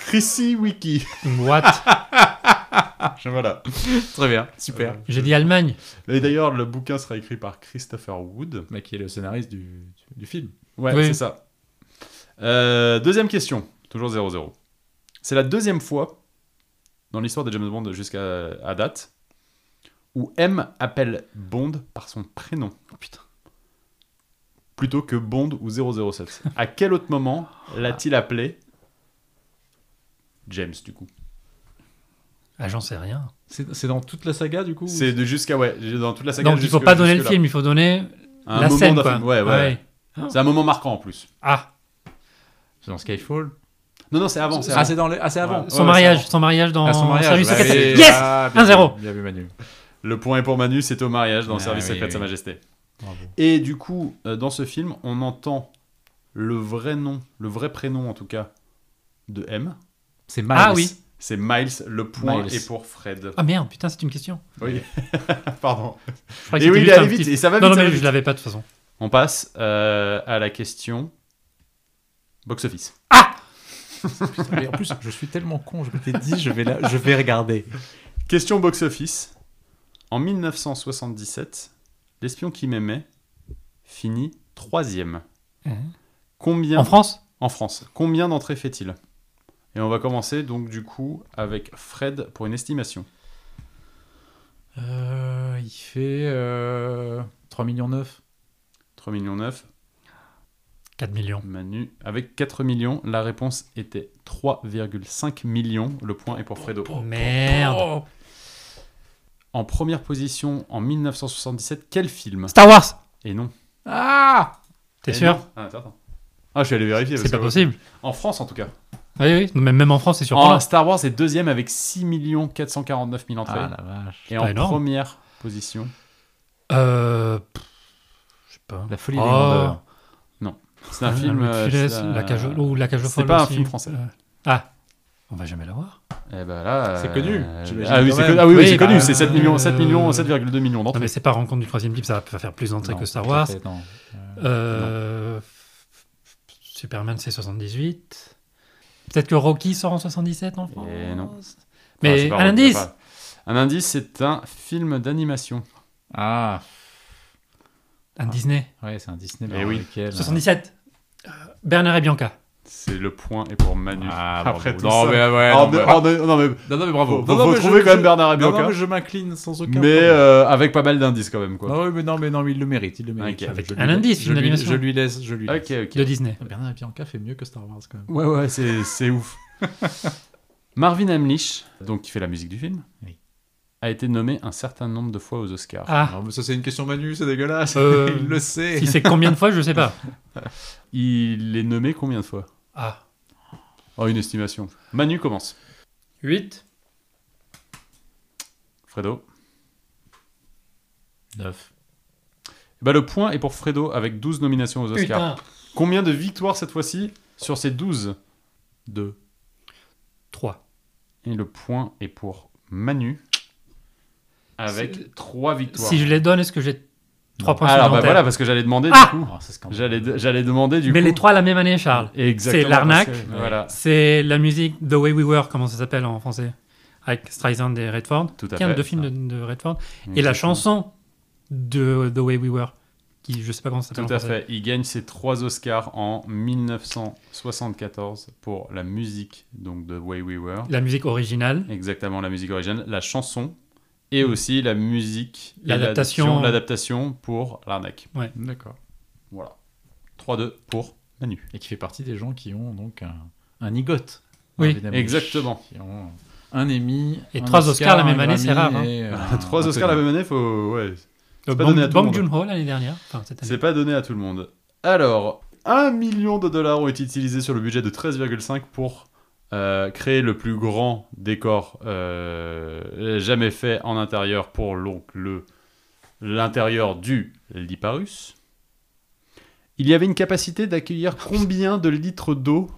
Speaker 2: Krisiwiki.
Speaker 3: What
Speaker 2: [laughs] voilà. Euh,
Speaker 1: Très bien, super.
Speaker 3: J'ai dit Allemagne.
Speaker 2: Et d'ailleurs, le bouquin sera écrit par Christopher Wood.
Speaker 1: Mec, qui est le scénariste du, du, du film.
Speaker 2: Ouais,
Speaker 3: Oui.
Speaker 2: c'est ça. Euh, deuxième question, toujours 0-0. C'est la deuxième fois dans l'histoire de James Bond jusqu'à à date où M appelle Bond par son prénom.
Speaker 3: Oh,
Speaker 2: putain. Plutôt que Bond ou 007. à quel autre moment l'a-t-il appelé James, du coup.
Speaker 3: Ah, j'en sais rien.
Speaker 1: C'est c'est dans toute la saga, du coup
Speaker 2: C'est de jusqu'à. Ouais, dans toute la saga.
Speaker 3: Donc il faut
Speaker 2: jusque-
Speaker 3: pas donner le
Speaker 2: jusque-là.
Speaker 3: film, il faut donner
Speaker 2: Un
Speaker 3: la
Speaker 2: moment
Speaker 3: scène.
Speaker 2: d'un
Speaker 3: Quoi.
Speaker 2: film, ouais, ouais, ouais. C'est un moment marquant en plus.
Speaker 3: Ah,
Speaker 1: C'est dans Skyfall
Speaker 2: Non, non, c'est avant. c'est
Speaker 1: Ah,
Speaker 2: avant.
Speaker 1: c'est dans le- ah, c'est avant.
Speaker 2: Ouais.
Speaker 3: son mariage, son mariage dans
Speaker 1: Ah, son mariage.
Speaker 3: Service
Speaker 1: ouais,
Speaker 3: secret.
Speaker 1: oui.
Speaker 3: Yes
Speaker 1: Ah, bien
Speaker 3: 1-0.
Speaker 1: vu, Bien vu, Manu.
Speaker 2: Le point est pour Manu, c'est au mariage dans le
Speaker 1: Ah,
Speaker 2: service
Speaker 1: oui,
Speaker 2: secret de Sa
Speaker 1: oui.
Speaker 2: Majesté.
Speaker 1: Bravo.
Speaker 2: Et du coup, euh, dans ce film, on entend le vrai nom, le vrai prénom en tout cas, de M.
Speaker 1: C'est Miles.
Speaker 3: Ah oui.
Speaker 2: C'est Miles, le point
Speaker 1: Miles.
Speaker 2: est pour Fred.
Speaker 3: Ah merde, putain, c'est une question.
Speaker 2: Pardon.
Speaker 3: Je
Speaker 2: Et
Speaker 3: croyais que
Speaker 2: oui,
Speaker 3: c'était
Speaker 2: il est
Speaker 3: juste
Speaker 2: allé
Speaker 3: un
Speaker 2: vite,
Speaker 3: petit-
Speaker 2: et ça va vite.
Speaker 3: Non, non,
Speaker 2: ça va
Speaker 3: mais
Speaker 2: vite.
Speaker 3: je l'avais pas de toute façon.
Speaker 2: On passe euh, à la question box-office.
Speaker 1: [laughs] Mais en plus, je suis tellement con, je m'étais dit, je vais, là, je vais regarder.
Speaker 2: Question box-office. En 1977, L'espion qui m'aimait finit troisième.
Speaker 3: Hein
Speaker 2: Combien
Speaker 3: En France
Speaker 2: en France, combien d'entrées fait-il Et on va commencer donc du coup avec Fred pour une estimation.
Speaker 1: Euh, il fait euh, 3 millions 9.
Speaker 2: 3 millions 9,
Speaker 3: 4 millions.
Speaker 2: Manu avec 4 millions, la réponse était 3,5 millions, le point est pour Fredo.
Speaker 3: Oh merde.
Speaker 1: Oh,
Speaker 2: En première position en 1977, quel film
Speaker 3: Star Wars
Speaker 2: Et non.
Speaker 1: ah
Speaker 3: T'es
Speaker 2: Eh
Speaker 3: sûr
Speaker 2: non. ah, attends, attends. Ah, je suis allé vérifier.
Speaker 3: C'est
Speaker 2: parce
Speaker 3: pas
Speaker 2: que-
Speaker 3: possible.
Speaker 2: En France en tout cas.
Speaker 3: Oui, oui. Mais même en France, c'est
Speaker 2: En
Speaker 3: surprenant.
Speaker 2: Star Wars est deuxième avec 6 449 000 entrées.
Speaker 1: Ah la vache.
Speaker 2: Et en
Speaker 3: énorme.
Speaker 2: première position,
Speaker 3: Euh. pff, Je sais pas.
Speaker 1: La folie
Speaker 3: Oh.
Speaker 1: des grandeurs.
Speaker 2: c'est un
Speaker 3: Ah,
Speaker 2: film.
Speaker 3: Louis de
Speaker 2: euh,
Speaker 3: Funès,
Speaker 2: c'est un-
Speaker 3: la cage aux- ou la cage aux
Speaker 2: c'est
Speaker 3: folles
Speaker 2: pas un
Speaker 3: aussi.
Speaker 2: film français.
Speaker 3: Euh, Ah, on va jamais la voir.
Speaker 2: Eh ben là,
Speaker 1: C'est
Speaker 2: euh,
Speaker 1: connu,
Speaker 2: euh,
Speaker 1: j'imagine,
Speaker 2: Ah oui,
Speaker 1: quand
Speaker 2: c'est
Speaker 1: même.
Speaker 2: connu, ah oui, oui,
Speaker 3: Oui,
Speaker 2: c'est
Speaker 3: bah,
Speaker 2: connu, c'est 7 millions,
Speaker 3: euh,
Speaker 2: 7 millions, 7,2 millions
Speaker 3: Non
Speaker 2: d'entrées.
Speaker 3: mais c'est pas Rencontre du troisième type, ça va faire plus d'entrées
Speaker 1: Non,
Speaker 3: que Star
Speaker 1: tout à
Speaker 3: Wars.
Speaker 1: fait, non. Euh,
Speaker 3: Euh, Superman c'est 78. Peut-être que Rocky sort en 77 en France.
Speaker 2: Eh non. Enfin,
Speaker 3: Mais
Speaker 2: c'est pas
Speaker 3: un
Speaker 2: vrai,
Speaker 3: indice.
Speaker 2: c'est pas- Un indice, c'est un film d'animation.
Speaker 1: Ah,
Speaker 3: Un Disney.
Speaker 1: ouais, c'est un Disney.
Speaker 2: Eh oui.
Speaker 1: lequel,
Speaker 3: 77. Euh, Bernard et Bianca.
Speaker 2: C'est le point et pour Manu.
Speaker 1: Ah,
Speaker 2: Après
Speaker 1: bravo.
Speaker 2: tout
Speaker 1: non,
Speaker 2: ça.
Speaker 1: mais ouais,
Speaker 2: Alors,
Speaker 1: non,
Speaker 2: de-
Speaker 1: Ah, mais-
Speaker 2: alors, de- non, mais
Speaker 1: Non, non, mais bravo.
Speaker 2: faut-
Speaker 1: Non,
Speaker 2: faut
Speaker 1: non, mais
Speaker 2: trouver
Speaker 1: je-
Speaker 2: quand même
Speaker 1: je-
Speaker 2: Bernard et
Speaker 1: non, non,
Speaker 2: Bianca.
Speaker 1: mais je m'incline sans aucun
Speaker 2: Mais
Speaker 1: problème.
Speaker 2: euh, avec pas mal d'indices quand même. Quoi.
Speaker 1: Ah oui, mais non, mais non, mais il le mérite, il le mérite.
Speaker 2: Ok.
Speaker 1: Je
Speaker 3: Avec
Speaker 1: lui
Speaker 3: un
Speaker 1: laisse-
Speaker 3: indice,
Speaker 1: je
Speaker 3: film
Speaker 1: lui-
Speaker 3: d'animation.
Speaker 1: Je lui laisse, je lui laisse.
Speaker 2: Ok, ok.
Speaker 3: De Disney.
Speaker 1: Bernard Bianca fait mieux que Star Wars quand même.
Speaker 2: Ouais, ouais, c'est, c'est ouf. [laughs] Marvin Hamlisch, donc qui fait la musique du film,
Speaker 1: Oui.
Speaker 2: a été nommé un certain nombre de fois aux Oscars. [laughs]
Speaker 3: Ah.
Speaker 1: Non, mais ça c'est une question Manu, c'est dégueulasse.
Speaker 3: Euh,
Speaker 1: [laughs] il le sait.
Speaker 3: Si c'est combien de fois, je sais pas.
Speaker 2: Il est nommé combien de fois
Speaker 3: Ah.
Speaker 2: Oh, une estimation. Manu commence.
Speaker 3: 8.
Speaker 2: Fredo.
Speaker 1: 9.
Speaker 2: Eh ben, le point est pour Fredo avec 12 nominations aux Oscars.
Speaker 3: Putain.
Speaker 2: Combien de victoires cette fois-ci sur ces 12 2.
Speaker 3: 3.
Speaker 2: Et le point est pour Manu avec 3 victoires.
Speaker 3: Si je les donne, est-ce que j'ai 3 points
Speaker 2: Alors bah
Speaker 3: supplémentaires
Speaker 2: voilà, parce que j'allais demander
Speaker 3: Ah
Speaker 2: du coup.
Speaker 1: Oh, ça, c'est quand même-
Speaker 2: J'allais, de- j'allais demander du
Speaker 3: Mais
Speaker 2: coup.
Speaker 3: les 3 la même année, Charles.
Speaker 2: Exactement.
Speaker 3: c'est l'arnaque.
Speaker 2: parce que- Voilà,
Speaker 3: C'est la musique The Way We Were, comment ça s'appelle en français Avec Streisand et Redford.
Speaker 2: tout à
Speaker 3: Tiens,
Speaker 2: fait.
Speaker 3: deux films de, de Redford. Et
Speaker 2: Exactement.
Speaker 3: la chanson de The Way We Were, qui je sais pas comment ça s'appelle
Speaker 2: Tout
Speaker 3: en
Speaker 2: à
Speaker 3: français.
Speaker 2: fait. Il gagne ses trois Oscars en 1974 pour la musique donc de Way We Were.
Speaker 3: La musique originale.
Speaker 2: Exactement, la musique originale, la chanson et aussi la musique, et
Speaker 3: L'adaptation.
Speaker 2: l'adaptation l'adaptation pour l'arnaque.
Speaker 1: D'accord.
Speaker 2: Voilà. 3-2 pour Manu.
Speaker 1: Et qui fait partie des gens qui ont donc un, un igote.
Speaker 3: Oui,
Speaker 1: Évidemment.
Speaker 2: exactement.
Speaker 1: Qui ont un Emmy.
Speaker 3: Et
Speaker 1: un
Speaker 3: trois Oscars la
Speaker 1: un
Speaker 3: même année,
Speaker 1: Grammy
Speaker 3: c'est rare, hein.
Speaker 1: [laughs]
Speaker 2: [laughs]
Speaker 1: et, euh,
Speaker 2: Trois
Speaker 1: un
Speaker 2: Oscars la
Speaker 1: Tony.
Speaker 2: même année, faut ouais,
Speaker 3: Euh,
Speaker 2: pas donné à
Speaker 3: Bang,
Speaker 2: tout le
Speaker 3: Bang
Speaker 2: monde.
Speaker 3: Joon-ho l'année dernière. Enfin, cette année.
Speaker 2: C'est pas donné à tout le monde. Alors, 1 million de dollars ont été utilisés sur le budget de 13,5 pour euh, créer le plus grand décor euh, jamais fait en intérieur pour donc, le- l'intérieur du Liparus. Il y avait une capacité d'accueillir combien de litres d'eau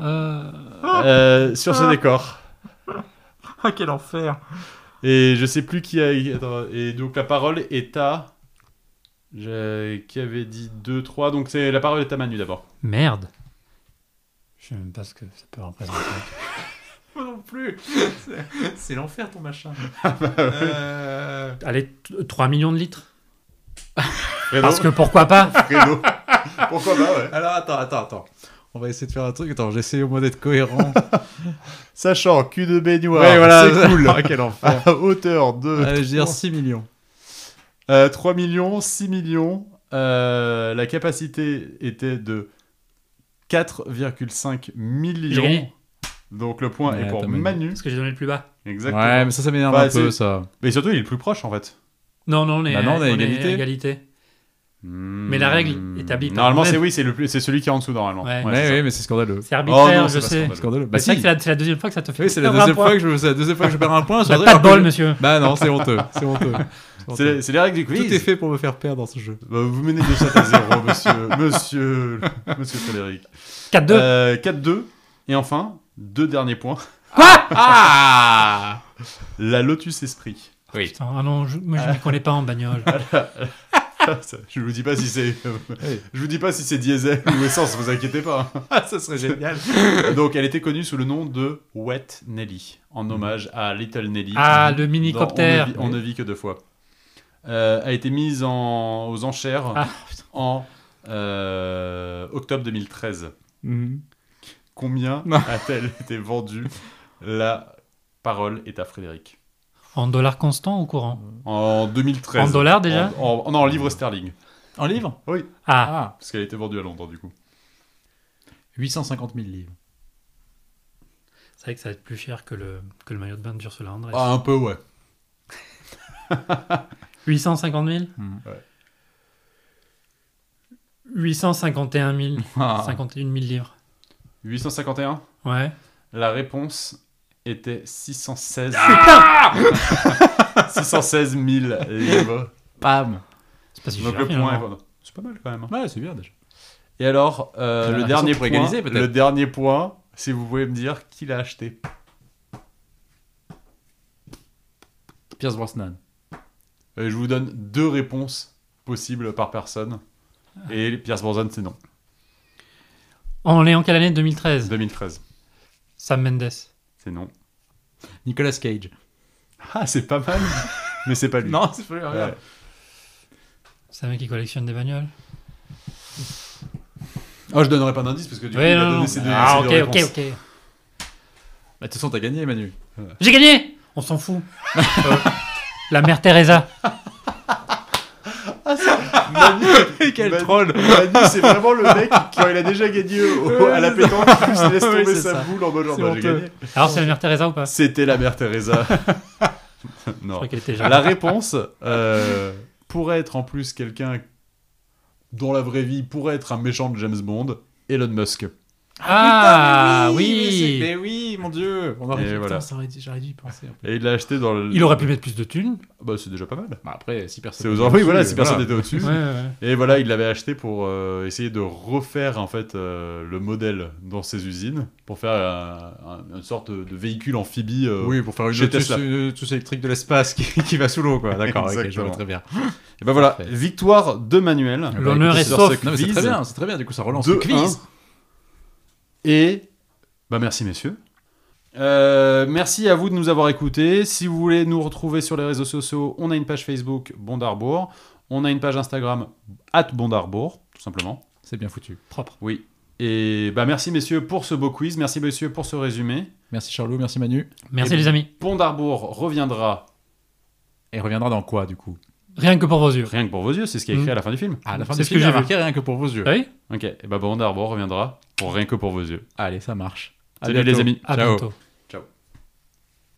Speaker 3: Euh,
Speaker 2: euh, sur ce décor
Speaker 9: [laughs] Ah, quel enfer
Speaker 2: Et je sais plus qui a. attends, et donc la parole est à. je- Qui avait dit 2, 3. Donc c'est la parole est à Manu d'abord.
Speaker 3: Merde. Je sais même pas ce que ça peut représenter.
Speaker 9: Moi non
Speaker 1: [laughs]
Speaker 9: plus C'est l'enfer ton machin.
Speaker 1: Ah, bah Euh,
Speaker 3: Allez, t- 3 millions de litres.
Speaker 2: Fredo
Speaker 3: Parce que
Speaker 2: [laughs]
Speaker 3: pourquoi pas
Speaker 1: [laughs]
Speaker 2: Fredo. Pourquoi pas, ouais.
Speaker 1: Alors attends, attends, attends. On va essayer de faire un truc. Attends, j'essaie au moins d'être cohérent. [laughs]
Speaker 2: Sachant, cul de baignoire,
Speaker 1: Ouais, voilà. Ah, [laughs]
Speaker 2: c'est cool.
Speaker 1: quel enfant.
Speaker 2: à hauteur de
Speaker 1: je veux dire 6 millions.
Speaker 2: Euh, 3 millions, 6 millions. euh, la capacité était de 4,5
Speaker 3: J'ai
Speaker 2: millions.
Speaker 3: gagné.
Speaker 2: Donc le point
Speaker 1: Ouais,
Speaker 2: est pour
Speaker 1: t'as Manu.
Speaker 2: Manu.
Speaker 3: Parce que j'ai donné le plus bas.
Speaker 2: Exactement.
Speaker 1: Ouais, mais ça, ça m'énerve
Speaker 2: Bah,
Speaker 1: un peu,
Speaker 2: c'est-
Speaker 1: ça.
Speaker 2: Mais surtout, il est le plus proche en fait.
Speaker 3: Non, non, on est,
Speaker 1: Bah non, on est à
Speaker 3: on est
Speaker 1: égalité.
Speaker 3: à égalité.
Speaker 2: Mais
Speaker 3: la règle établie par
Speaker 2: Normalement, c'est
Speaker 3: nous-mêmes.
Speaker 2: oui, c'est le plus- c'est celui qui est en dessous normalement.
Speaker 3: Ouais.
Speaker 1: Ouais, ouais, mais c'est scandaleux.
Speaker 3: C'est arbitraire,
Speaker 2: Oh non, c'est pas
Speaker 3: je sais.
Speaker 2: scandaleux.
Speaker 1: Scandaleux.
Speaker 3: Mais
Speaker 1: Bah,
Speaker 3: c'est vrai
Speaker 1: si.
Speaker 3: que c'est la, c'est la deuxième fois que ça te fait. hein,
Speaker 1: Oui, c'est la
Speaker 3: perdre un
Speaker 1: deuxième
Speaker 3: point.
Speaker 1: fois que je, c'est la deuxième fois que je perds un point.
Speaker 3: Bah,
Speaker 1: sur-
Speaker 3: pas
Speaker 1: alors que
Speaker 3: de bol,
Speaker 1: je-
Speaker 3: monsieur.
Speaker 1: Bah non, c'est honteux, [laughs] c'est honteux. C'est honteux.
Speaker 2: C'est c'est les règles du
Speaker 1: Tout
Speaker 2: quiz.
Speaker 1: est fait pour me faire perdre dans ce jeu.
Speaker 2: Bah, vous menez de 7 à 0, monsieur, [laughs] monsieur, monsieur Frédéric.
Speaker 3: 4-2.
Speaker 2: Euh, 4-2. Et enfin, deux derniers points.
Speaker 3: Ah
Speaker 2: [laughs] La Lotus Esprit. [laughs]
Speaker 3: Putain, Ah non, je, moi je
Speaker 2: euh,
Speaker 3: m'y connais pas en bagnole.
Speaker 2: Ah, Ça, Je vous dis pas si c'est, euh, je vous dis pas si c'est diesel ou essence, vous inquiétez pas.
Speaker 3: [laughs]
Speaker 1: Ah,
Speaker 2: Ça
Speaker 1: [laughs]
Speaker 2: serait génial. Donc, elle était connue sous le nom de Wet Nelly, en hommage à Little Nelly.
Speaker 3: Ah, le
Speaker 2: dans
Speaker 3: minicoptère.
Speaker 2: On, ne vit- on ne vit que deux fois. Euh, a été mise en- aux enchères
Speaker 3: Ah,
Speaker 2: en euh, octobre 2013.
Speaker 1: Mm-hmm.
Speaker 2: Combien
Speaker 1: Non.
Speaker 2: [laughs] a-t-elle été vendue La parole est à Frédéric.
Speaker 3: En dollars constants ou courant
Speaker 2: En 2013.
Speaker 3: En dollars, déjà
Speaker 2: en, en- Non, en livres sterling.
Speaker 1: En livres
Speaker 3: Ah,
Speaker 1: Ah,
Speaker 2: Parce qu'elle a été vendue à Londres, du coup.
Speaker 1: 850 000 livres.
Speaker 3: c'est vrai que ça va être plus cher que le, que le maillot de bain d'Ursula Andress.
Speaker 2: Ah.
Speaker 1: Ah, un peu, ouais.
Speaker 3: 850 000
Speaker 2: Ouais.
Speaker 3: 851 000.
Speaker 2: Ah.
Speaker 1: Ah.
Speaker 3: 51 000 livres.
Speaker 2: 851
Speaker 3: Ouais.
Speaker 2: La réponse était 616.
Speaker 3: Ah
Speaker 2: [laughs] 616 000 livres.
Speaker 1: Pam.
Speaker 3: C'est pas si cher.
Speaker 2: Donc le point est
Speaker 3: finalement.
Speaker 2: vendant. C'est pas mal quand même. hein.
Speaker 1: Ouais, c'est bien déjà.
Speaker 2: Et alors, euh,
Speaker 1: Ah,
Speaker 2: le,
Speaker 1: raison
Speaker 2: dernier
Speaker 1: pour
Speaker 2: point,
Speaker 1: égaliser, peut-être.
Speaker 2: le dernier point, si vous pouvez me dire qui l'a acheté.
Speaker 1: Pierce Brosnan.
Speaker 2: Euh, je vous donne deux réponses possibles par personne. Et Pierce Brosnan, c'est non.
Speaker 3: On est en quelle année 2013
Speaker 2: 2013,
Speaker 3: Sam Mendes.
Speaker 2: c'est non. [laughs]
Speaker 1: Nicolas Cage.
Speaker 2: Ah, c'est pas
Speaker 1: [laughs]
Speaker 2: mal, mais c'est pas lui.
Speaker 1: Non, c'est pas lui, regarde.
Speaker 2: Ouais.
Speaker 3: C'est un mec qui collectionne des bagnoles.
Speaker 2: Oh, je donnerai pas d'indice parce que du coup,
Speaker 3: Ouais,
Speaker 2: il a
Speaker 3: non,
Speaker 2: donné
Speaker 3: non.
Speaker 2: ses deux, ses
Speaker 3: Ah,
Speaker 2: deux
Speaker 3: ok, ok,
Speaker 2: réponses.
Speaker 3: ok.
Speaker 1: Bah, de toute façon, t'as gagné, Manu.
Speaker 3: J'ai gagné On s'en fout.
Speaker 2: [laughs]
Speaker 3: Euh, la mère Teresa.
Speaker 1: [laughs] Quel
Speaker 2: Manu-
Speaker 1: troll
Speaker 2: Manu, c'est vraiment le mec qui, quand il a déjà
Speaker 1: [laughs]
Speaker 2: gagné au- au- à la pétanque, il se laisse
Speaker 1: Oui,
Speaker 2: tomber
Speaker 1: c'est
Speaker 2: sa
Speaker 1: ça.
Speaker 2: boule en mode genre,
Speaker 1: C'est
Speaker 2: bah, j'ai
Speaker 1: honteux.
Speaker 2: gagné.
Speaker 3: Alors, c'est la mère Teresa ou pas Je
Speaker 2: C'était la mère
Speaker 1: [laughs]
Speaker 2: Teresa. non.
Speaker 3: crois qu'elle était jeune.
Speaker 2: La réponse euh, pourrait être en plus quelqu'un dont la vraie vie pourrait être un méchant de James Bond, Elon Musk.
Speaker 3: Ah,
Speaker 1: mais,
Speaker 3: oui
Speaker 1: oui, mon dieu On
Speaker 2: Et
Speaker 1: aurait
Speaker 2: voilà.
Speaker 1: j'aurais dû y penser.
Speaker 2: Et il l'a acheté dans le.
Speaker 3: Il aurait pu mettre plus de thunes.
Speaker 2: Bah, c'est déjà pas mal.
Speaker 1: Bah, après, si personne.
Speaker 2: C'est aux enfants. Oui, voilà, si personne
Speaker 1: Voilà.
Speaker 2: n'était au-dessus.
Speaker 3: Ouais, ouais, ouais.
Speaker 2: Et voilà, il l'avait acheté pour euh, essayer de refaire en fait euh, le modèle dans ses usines pour faire euh, un- un- une sorte de véhicule amphibie. euh,
Speaker 1: Oui, pour faire une
Speaker 2: Chez
Speaker 1: Lotus,
Speaker 2: Tesla.
Speaker 1: une Lotus électrique de l'espace qui, qui va sous l'eau, quoi. D'accord, ok, je vois
Speaker 2: Exactement.
Speaker 1: très bien. bah,
Speaker 2: Et ben voilà,
Speaker 1: Parfait.
Speaker 2: victoire de Manuel.
Speaker 1: Eh
Speaker 3: bah, L'honneur
Speaker 2: écoutez,
Speaker 3: est
Speaker 2: sur
Speaker 3: sauf.
Speaker 2: ce
Speaker 1: Non, mais c'est
Speaker 2: quiz,
Speaker 1: très bien, c'est très bien. Du coup, ça relance le
Speaker 2: 2-1.
Speaker 1: quiz.
Speaker 2: Et bah merci messieurs. Euh, merci à vous de nous avoir écoutés. Si vous voulez nous retrouver sur les réseaux sociaux, on a une page Facebook Bondarbourg, on a une page Instagram at Bondarbourg, tout simplement.
Speaker 1: C'est bien foutu.
Speaker 3: Propre.
Speaker 2: Oui. Et bah merci messieurs pour ce beau quiz, merci messieurs pour ce résumé.
Speaker 1: Merci Charlot, merci Manu.
Speaker 3: Merci, les amis.
Speaker 2: Bondarbourg reviendra
Speaker 1: Et reviendra dans quoi, du coup
Speaker 3: Rien que pour vos yeux.
Speaker 2: rien que pour vos yeux, c'est ce qui est écrit
Speaker 3: Mm.
Speaker 2: à la fin du film.
Speaker 1: Ah, la fin
Speaker 3: C'est
Speaker 1: du
Speaker 3: ce que
Speaker 1: film,
Speaker 3: j'ai
Speaker 1: j'ai
Speaker 3: vu.
Speaker 1: marqué rien que pour vos yeux.
Speaker 3: Ah oui
Speaker 2: Ok, et bah Bondarbourg reviendra pour rien que pour vos yeux.
Speaker 1: Allez, ça marche. À
Speaker 2: Salut les
Speaker 1: bientôt.
Speaker 2: amis.
Speaker 3: À
Speaker 1: Ciao.
Speaker 3: bientôt.